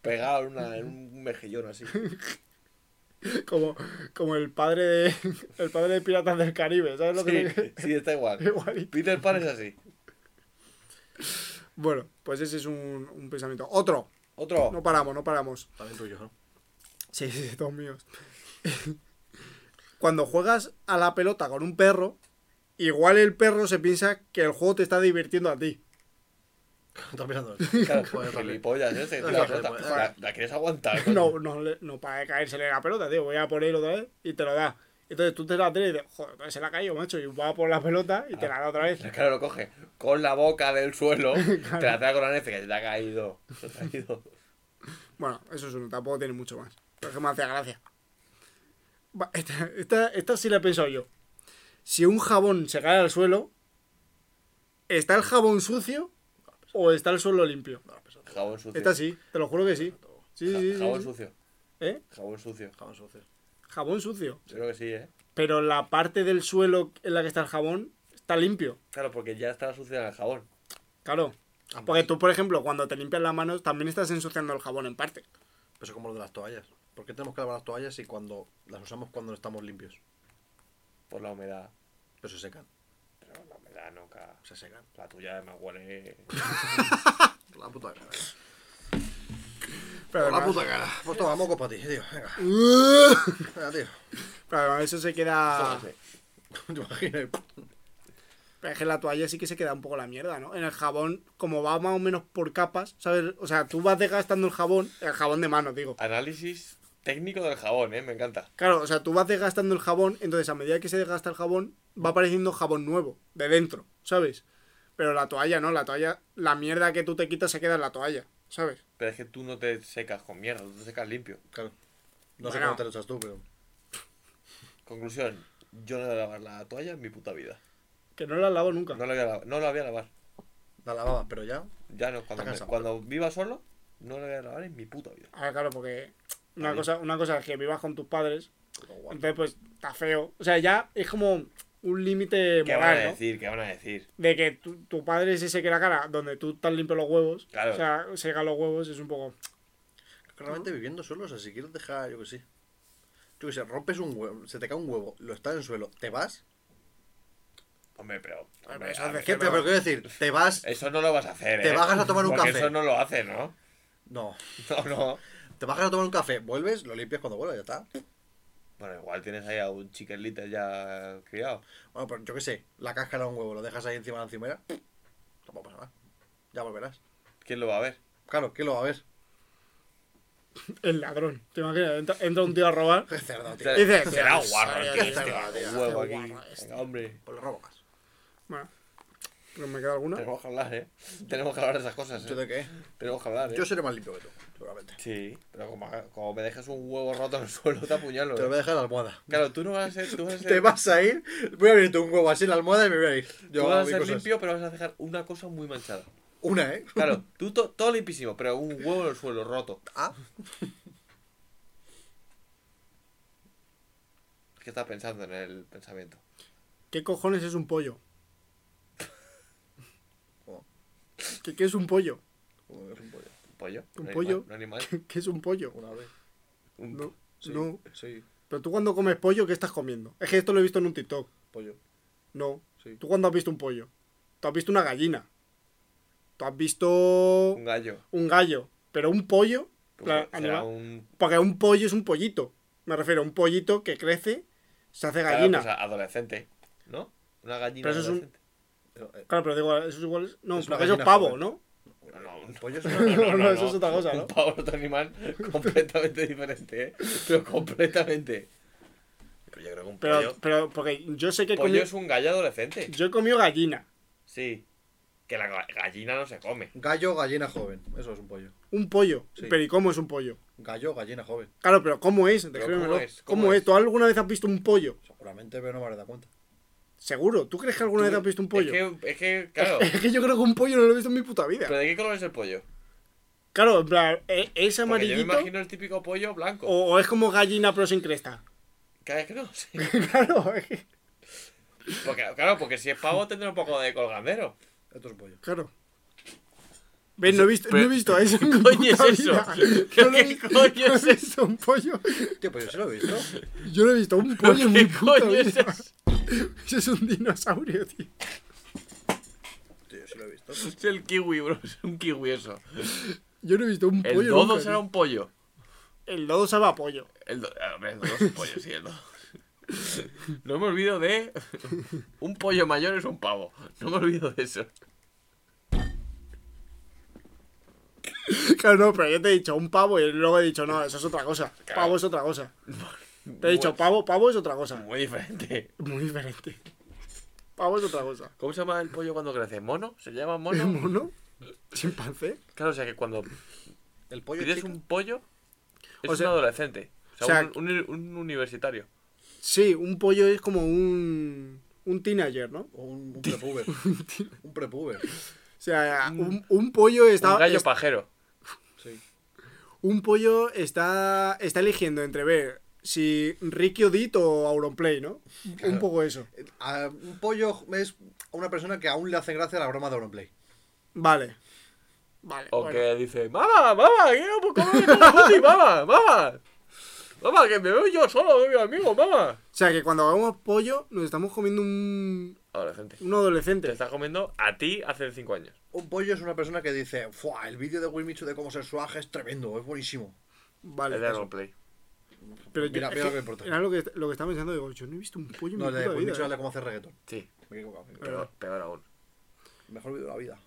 Speaker 4: pegado en, una- en un mejillón así.
Speaker 3: Como, como el padre de el padre de Piratas del Caribe, ¿sabes lo que
Speaker 4: Sí,
Speaker 3: te-
Speaker 4: sí, está igual.
Speaker 3: Igualito.
Speaker 4: Peter Pan es así.
Speaker 3: Bueno, pues ese es un, un pensamiento. Otro.
Speaker 4: Otro.
Speaker 3: No paramos, no paramos.
Speaker 1: También tuyo, ¿no?
Speaker 3: Sí, sí, todos míos. Cuando juegas a la pelota con un perro, igual el perro se piensa que el juego te está divirtiendo a ti.
Speaker 1: Está mirando.
Speaker 4: Claro,
Speaker 1: Joder, también.
Speaker 4: gilipollas ese. tío,
Speaker 1: No,
Speaker 4: la,
Speaker 1: joder,
Speaker 4: pelota.
Speaker 1: joder.
Speaker 4: La- la quieres aguantar. coño.
Speaker 3: No, no, le- no para de caérsele la pelota, tío. Voy a por él otra vez y te lo da. Entonces tú te la tienes y dices, joder, se la ha caído, macho. Y va por la pelota y te la da otra vez.
Speaker 4: Claro, lo coge con la boca del suelo, te la trae con la nariz que se te ha caído. Se te ha caído.
Speaker 3: Bueno, eso es uno, tampoco tiene mucho más. Pero es que me hacía gracia. Va, Esta, esta, esta sí la he pensado yo. Si un jabón se cae al suelo, ¿está el jabón sucio o está el suelo limpio?
Speaker 1: Ah,
Speaker 4: Jabón sucio.
Speaker 3: Esta sí, te lo juro que sí. Sí, sí, sí,
Speaker 4: Ja- Jabón
Speaker 3: sí.
Speaker 4: sucio.
Speaker 3: ¿Eh?
Speaker 4: Jabón sucio.
Speaker 1: Jabón sucio.
Speaker 3: Jabón sucio.
Speaker 4: Yo creo que sí, ¿eh?
Speaker 3: Pero la parte del suelo en la que está el jabón está limpio.
Speaker 4: Claro, porque ya está sucio en el jabón.
Speaker 3: Claro.
Speaker 4: Ah, pues
Speaker 1: Ambas.
Speaker 3: Porque tú, por ejemplo, cuando te limpias las manos, también estás ensuciando el jabón en parte.
Speaker 1: Pero eso como lo de las toallas. ¿Por qué tenemos que lavar las toallas si cuando las usamos cuando no estamos limpios?
Speaker 4: Por la humedad.
Speaker 1: Pero se secan.
Speaker 4: Pero la humedad nunca.
Speaker 1: Se secan.
Speaker 4: La tuya me huele.
Speaker 1: La puta cara. eh.
Speaker 4: Ah,
Speaker 3: Pero
Speaker 1: La
Speaker 3: además,
Speaker 1: puta cara. Pues toma, moco para ti, tío. Venga.
Speaker 4: pues.
Speaker 1: Venga, tío.
Speaker 3: pero además eso se queda...
Speaker 1: Te imaginas.
Speaker 3: Pero es que en la toalla sí que se queda un poco la mierda, ¿no? En el jabón, como va más o menos por capas, ¿sabes? O sea, tú vas desgastando el jabón, el jabón de mano, digo.
Speaker 4: Análisis técnico del jabón, ¿eh? Me encanta.
Speaker 3: Claro, o sea, tú vas desgastando el jabón, entonces a medida que se desgasta el jabón, va apareciendo jabón nuevo, de dentro, ¿sabes? Pero la toalla, ¿no? La toalla, la mierda que tú te quitas se queda en la toalla, ¿sabes?
Speaker 4: Pero es que tú no te secas con mierda, tú te secas limpio.
Speaker 1: Claro. No sé
Speaker 3: Bueno.
Speaker 1: cómo te lo echas tú, pero.
Speaker 4: Conclusión. Yo no he de lavar la toalla en mi puta vida.
Speaker 3: Que no la lavo nunca.
Speaker 4: No la voy a lavar. No la voy a lavar.
Speaker 1: La lavabas, pero ya.
Speaker 4: Ya no, cuando,
Speaker 1: Está
Speaker 4: me-
Speaker 1: cansado.
Speaker 4: cuando viva solo, no la voy a lavar en mi puta vida.
Speaker 3: Ah, claro, porque una
Speaker 4: Ahí.
Speaker 3: cosa, una cosa es que vivas con tus padres, entonces pues está feo. O sea, ya es como un límite
Speaker 4: ¿Qué van a
Speaker 3: moral, ¿no?
Speaker 4: decir? ¿Qué van a decir?
Speaker 3: de que tu, tu padre es ese que la cara donde tú estás limpio los huevos,
Speaker 4: Claro.
Speaker 3: o sea, seca los huevos, es un poco.
Speaker 1: Realmente viviendo solo, o sea, si quieres dejar, yo que sé. Yo que sé, rompes un huevo, se te cae un huevo, lo estás en el suelo, te vas.
Speaker 4: Hombre, pero.
Speaker 3: Pero
Speaker 4: hombre,
Speaker 3: eso
Speaker 4: a
Speaker 3: es
Speaker 4: ver,
Speaker 3: de
Speaker 1: ¿Qué te,
Speaker 4: que me-
Speaker 1: pero quiero decir, te vas.
Speaker 4: Eso no lo vas a hacer, ¿eh?
Speaker 1: Te bajas a tomar un
Speaker 4: Porque
Speaker 1: café.
Speaker 4: Eso no lo haces, ¿no?
Speaker 1: No,
Speaker 4: No, no.
Speaker 1: te bajas a tomar un café, vuelves, lo limpias cuando vuelvas, ya está.
Speaker 4: Bueno, igual tienes ahí a un chicken little ya criado.
Speaker 1: Bueno, pero yo qué sé, la cáscara de un huevo, lo dejas ahí encima de la encimera, tampoco pasa nada. Ya volverás.
Speaker 4: ¿Quién lo va a ver?
Speaker 1: Claro, ¿qué lo va a ver?
Speaker 3: El ladrón, te imaginas, entra, entra un tío a robar.
Speaker 1: Qué cerdo, tío.
Speaker 4: Será-
Speaker 3: Dice,
Speaker 4: Será
Speaker 3: "Dios,
Speaker 4: guarro,
Speaker 3: tío,
Speaker 4: tío,
Speaker 3: tío,
Speaker 4: este
Speaker 3: tío,
Speaker 4: con
Speaker 3: tío,
Speaker 4: huevo
Speaker 3: qué
Speaker 4: aquí.
Speaker 3: guarro este.
Speaker 4: Venga, hombre.
Speaker 1: Pues lo robo más.
Speaker 3: Bueno, pero me queda alguna.
Speaker 4: Tenemos que hablar, ¿eh? Tenemos que hablar de esas cosas,
Speaker 1: ¿Yo
Speaker 4: ¿eh?
Speaker 1: de qué?
Speaker 4: Tenemos que hablar, ¿eh?
Speaker 1: Yo seré más limpio que tú, seguramente.
Speaker 4: Sí, pero como, haga- como me dejes un huevo roto en el suelo, te apuñalo.
Speaker 1: Te lo voy a
Speaker 4: ¿eh?
Speaker 1: dejar en la almohada.
Speaker 4: Claro, tú no vas a ser... Tú vas a ser,
Speaker 1: Te vas a ir, voy a abrirte un huevo así en la almohada y me voy a ir.
Speaker 4: tú
Speaker 1: Yo
Speaker 4: vas
Speaker 1: hago
Speaker 4: a
Speaker 1: mis
Speaker 4: ser
Speaker 1: cosas.
Speaker 4: limpio, pero vas a dejar una cosa muy manchada.
Speaker 1: Una, ¿eh?
Speaker 4: Claro, tú to- todo limpísimo, pero un huevo en el suelo roto.
Speaker 1: Ah,
Speaker 4: ¿Qué estás pensando en el pensamiento?
Speaker 3: ¿Qué cojones es un pollo?
Speaker 4: Oh.
Speaker 1: ¿Cómo?
Speaker 3: ¿Qué, qué es un pollo?
Speaker 1: joder, es un pollo.
Speaker 4: ¿Un pollo?
Speaker 3: ¿Un
Speaker 4: animal?
Speaker 3: pollo?
Speaker 4: ¿Un animal?
Speaker 3: ¿Qué, qué es un pollo?
Speaker 1: Una vez.
Speaker 4: Un-
Speaker 3: No,
Speaker 1: Sí,
Speaker 3: no.
Speaker 1: Sí,
Speaker 3: Pero tú cuando comes pollo, ¿qué estás comiendo? Es que esto lo he visto en un TikTok.
Speaker 1: pollo.
Speaker 3: No.
Speaker 1: Sí.
Speaker 3: ¿Tú cuando has visto un pollo? Tú has visto una gallina. Tú has visto
Speaker 4: Un gallo.
Speaker 3: un gallo. Pero un pollo.
Speaker 4: Será
Speaker 3: la- animal-
Speaker 4: un...
Speaker 3: Porque un pollo es un pollito. Me refiero a un pollito que crece, se hace
Speaker 4: claro,
Speaker 3: gallina.
Speaker 4: pues, adolescente, ¿no? Una gallina
Speaker 3: Pero eso es un-
Speaker 4: adolescente.
Speaker 3: Claro, pero eh, digo, eso es igual. No,
Speaker 1: Es una
Speaker 3: pero eso es
Speaker 1: gallina
Speaker 3: pavo,
Speaker 1: joven.
Speaker 3: ¿no?
Speaker 1: Un pollo es una-
Speaker 3: No, no, eso es otra cosa, ¿no?
Speaker 4: Un pavo es otro animal completamente diferente, ¿eh? Pero completamente. Pero yo creo que un
Speaker 3: Pero,
Speaker 4: pollo...
Speaker 3: pero porque yo sé que he
Speaker 4: Pollo
Speaker 3: comido,
Speaker 4: es un gallo adolescente.
Speaker 3: yo he comido gallina.
Speaker 4: Sí. Que la ga- gallina no se come.
Speaker 1: Gallo, gallina joven. Eso es un pollo.
Speaker 3: Un pollo.
Speaker 1: Sí.
Speaker 3: Pero ¿y cómo es un pollo?
Speaker 1: Gallo, gallina joven.
Speaker 3: Claro, pero ¿cómo es?
Speaker 4: ¿cómo
Speaker 3: Descríbemelo.
Speaker 4: es?
Speaker 3: ¿Cómo,
Speaker 4: ¿Cómo
Speaker 3: es?
Speaker 4: es?
Speaker 3: ¿Tú alguna vez has visto un pollo?
Speaker 1: Seguramente, pero no me habré dado cuenta.
Speaker 3: Seguro. ¿Tú crees que alguna vez has visto un pollo?
Speaker 4: Es que, es que, claro.
Speaker 3: Es que yo creo que un pollo no lo he visto en mi puta vida.
Speaker 4: ¿Pero de qué color es el pollo?
Speaker 3: Claro, en plan, ¿e- ¿es
Speaker 4: Porque yo me
Speaker 3: amarillito?
Speaker 4: imagino el típico pollo blanco.
Speaker 3: O, o es como gallina pero sin cresta?
Speaker 4: Cada vez que no sé.
Speaker 3: claro, es que-
Speaker 4: Porque, claro, porque si es pavo tendrá un poco de colgandero.
Speaker 1: Esto es un pollo.
Speaker 3: claro. ¿Ves? No he visto, no he visto eso. en mi
Speaker 4: coño es
Speaker 3: puta
Speaker 4: eso?
Speaker 3: vida.
Speaker 4: ¿Qué
Speaker 3: No lo he visto-
Speaker 4: coño
Speaker 3: no
Speaker 4: es
Speaker 3: he visto un pollo.
Speaker 1: Tío, pues yo sí lo he visto.
Speaker 3: Yo no he visto un pollo en mi
Speaker 4: ¿Qué
Speaker 3: puta
Speaker 4: coño es
Speaker 3: vida.
Speaker 4: eso?
Speaker 3: Ese es un dinosaurio, tío.
Speaker 1: Tío, yo sí lo he visto.
Speaker 4: Es el kiwi, bro. Es un kiwi eso.
Speaker 3: Yo no he visto un pollo.
Speaker 4: El
Speaker 3: nunca,
Speaker 4: dodo
Speaker 3: tío.
Speaker 4: será un pollo.
Speaker 3: El lodo sabe a pollo.
Speaker 4: El, do... ah, hombre, el dodo es un pollo, sí, el dodo. No me olvido de. Un pollo mayor es un pavo. No me olvido de eso.
Speaker 3: Claro, no, pero yo te he dicho un pavo y luego he dicho, no, eso es otra cosa. Pavo es otra cosa. Te he dicho, pavo, pavo es otra cosa.
Speaker 4: Muy diferente.
Speaker 3: Muy diferente. Pavo es otra cosa.
Speaker 4: ¿Cómo se llama el pollo cuando crece? ¿Mono? ¿Se llama
Speaker 3: ¿Es
Speaker 4: mono?
Speaker 3: mono? ¿Chimpancé?
Speaker 4: Claro, o sea que cuando
Speaker 1: El pollo
Speaker 4: pides
Speaker 1: chica.
Speaker 4: un pollo, es
Speaker 3: O sea-
Speaker 4: un adolescente. O sea,
Speaker 3: o sea,
Speaker 4: un, un- un universitario.
Speaker 3: Sí, un pollo es como un. Un teenager, ¿no? O
Speaker 1: Un, un prepuber. un prepuber.
Speaker 3: sea, un, un pollo está.
Speaker 4: Mm. un gallo
Speaker 3: es-
Speaker 4: pajero.
Speaker 1: Sí.
Speaker 3: un pollo está. Está eligiendo entre ver si Ricky Odit o Auronplay, ¿no? Un poco eso.
Speaker 1: Eh, A- un pollo es una persona que aún le hace gracia la broma de Auronplay.
Speaker 3: Vale. Vale.
Speaker 4: O
Speaker 3: bueno.
Speaker 4: que dice, mamá, mamá, pues, quiero por comer una puti, mamá, mamá. Mamá, que me veo yo solo, de mi amigo, mamá.
Speaker 3: O sea, que cuando hagamos pollo, nos estamos comiendo un.
Speaker 4: Adolescente.
Speaker 3: Un
Speaker 4: Te
Speaker 3: adolescente.
Speaker 4: estás comiendo a ti hace 5 años.
Speaker 1: Un pollo es una persona que dice, ¡Fua! El vídeo de Will Mitchell de cómo ser suaje es tremendo, es buenísimo.
Speaker 3: Vale.
Speaker 4: El de Roleplay.
Speaker 3: Pero yo-
Speaker 1: Mira,
Speaker 3: es
Speaker 1: mira lo que
Speaker 3: que
Speaker 1: importa.
Speaker 3: Era lo que, lo que estaba pensando. Digo, yo no he visto un pollo en
Speaker 1: No, el
Speaker 3: mi
Speaker 1: de
Speaker 3: puta
Speaker 1: Will
Speaker 3: vida,
Speaker 1: Mitchell
Speaker 3: ¿eh?
Speaker 1: habla cómo hacer reggaetón.
Speaker 4: Sí,
Speaker 1: Me he equivocado, me he equivocado.
Speaker 4: peor, peor aún.
Speaker 1: Mejor vídeo de la vida.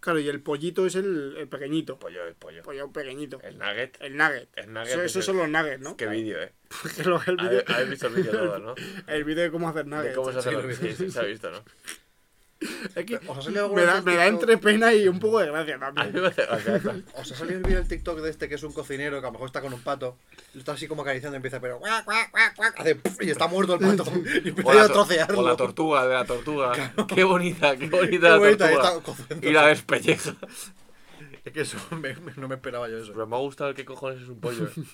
Speaker 3: Claro, y el pollito es el, el pequeñito.
Speaker 4: Pollo es pollo.
Speaker 3: Pollo pequeñito.
Speaker 4: El nugget.
Speaker 3: El nugget.
Speaker 4: El nugget
Speaker 3: Eso,
Speaker 4: es
Speaker 3: eso
Speaker 4: el-
Speaker 3: son los nuggets, ¿no?
Speaker 4: Qué
Speaker 1: Ah.
Speaker 4: vídeo, eh.
Speaker 3: Porque luego el vídeo.
Speaker 4: Habéis habéis visto el vídeo todo, ¿no?
Speaker 3: El vídeo de cómo hacer
Speaker 4: De
Speaker 3: nuggets.
Speaker 4: cómo se hace
Speaker 1: Sí,
Speaker 4: la
Speaker 1: lo he
Speaker 4: sí, sí, se ha visto, ¿no?
Speaker 3: Es que
Speaker 1: ¿Os ha salido alguna
Speaker 3: me da,
Speaker 1: vez
Speaker 3: me da
Speaker 1: TikTok?
Speaker 3: entre pena y un poco de gracia
Speaker 4: A mí
Speaker 3: también.
Speaker 4: me hace- o sea, está-
Speaker 1: ¿Os ha salido el vídeo del TikTok de este que es un cocinero que a lo mejor está con un pato? Lo está así como acariciando y empieza pero guac, guac, guac, guac, hace puf, y está muerto el pato. Y
Speaker 4: O
Speaker 1: empieza
Speaker 4: la,
Speaker 1: a
Speaker 4: tor-
Speaker 1: trocearlo.
Speaker 4: o la tortuga, de la tortuga. Qué bonita, qué bonita
Speaker 1: Qué
Speaker 4: la
Speaker 1: bonita, está
Speaker 4: tortuga.
Speaker 1: cociendo.
Speaker 4: Y la despelleja.
Speaker 1: Es que eso me- me- no me esperaba yo eso.
Speaker 4: Pero me ha gustado el que cojones es un pollo. eh.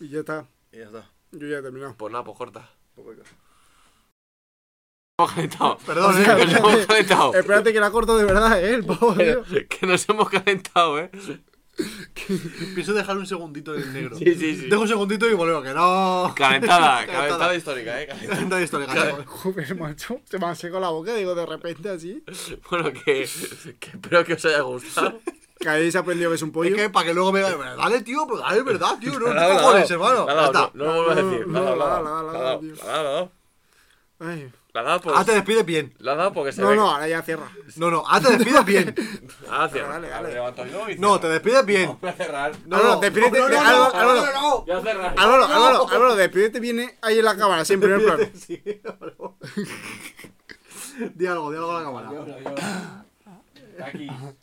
Speaker 3: Y ya está.
Speaker 1: Y ya está.
Speaker 3: Yo ya he terminado.
Speaker 4: Pues nada, pues corta.
Speaker 1: Poco de cosa.
Speaker 4: Hemos calentado.
Speaker 3: Perdón,
Speaker 4: Que nos hemos calentado.
Speaker 3: Espérate que la corto de verdad, ¿eh? El pavo, tío.
Speaker 4: Que nos hemos calentado, eh.
Speaker 1: Pienso dejar un segundito en el negro.
Speaker 4: Sí, sí, sí.
Speaker 1: Dejo un segundito y volvemos, que no. Calentada.
Speaker 4: Calentada, calentada histórica, eh. calentada.
Speaker 1: Tanta historia, gacho.
Speaker 3: Joder, macho. Se me ha secado la boca, digo, de repente así.
Speaker 4: Bueno, que, que espero que os haya gustado.
Speaker 3: Que habéis aprendido que es un
Speaker 1: Es
Speaker 3: pollo.
Speaker 1: que para que luego me digan, dale, tío, pues dale, es verdad, tío, no,
Speaker 4: La ha dado, la ha
Speaker 1: cojones, hermano. Ya
Speaker 4: dado. La ha dado,
Speaker 1: está.
Speaker 4: No, no lo vuelvo
Speaker 3: No,
Speaker 4: a decir. La
Speaker 3: no,
Speaker 4: ha dado, la ha
Speaker 3: la ha
Speaker 4: dado,
Speaker 3: dado,
Speaker 4: la ha dado,
Speaker 3: Dios.
Speaker 4: la ha dado, la ha dado.
Speaker 3: Ay.
Speaker 4: La ha dado Ah, por-
Speaker 1: Ahora te despides bien.
Speaker 4: la ha dado porque se
Speaker 3: No,
Speaker 4: ve.
Speaker 3: no, ahora ya cierra.
Speaker 1: No, no, ahora te despides bien.
Speaker 4: Ah, cierra.
Speaker 3: Dale, dale.
Speaker 4: Me levanto yo y
Speaker 1: No,
Speaker 4: cierro.
Speaker 1: te despides bien.
Speaker 4: Voy a cerrar.
Speaker 1: No,
Speaker 3: Álvaro, despídete.
Speaker 1: no, no,
Speaker 3: Álvaro,
Speaker 1: no,
Speaker 3: Álvaro.
Speaker 1: no, no,
Speaker 4: Voy a cerrar.
Speaker 3: Álvaro, Álvaro, Álvaro, despídete viene ahí en la cámara, siempre en el plano.
Speaker 1: no. Di algo, di algo a la cámara.
Speaker 4: Aquí.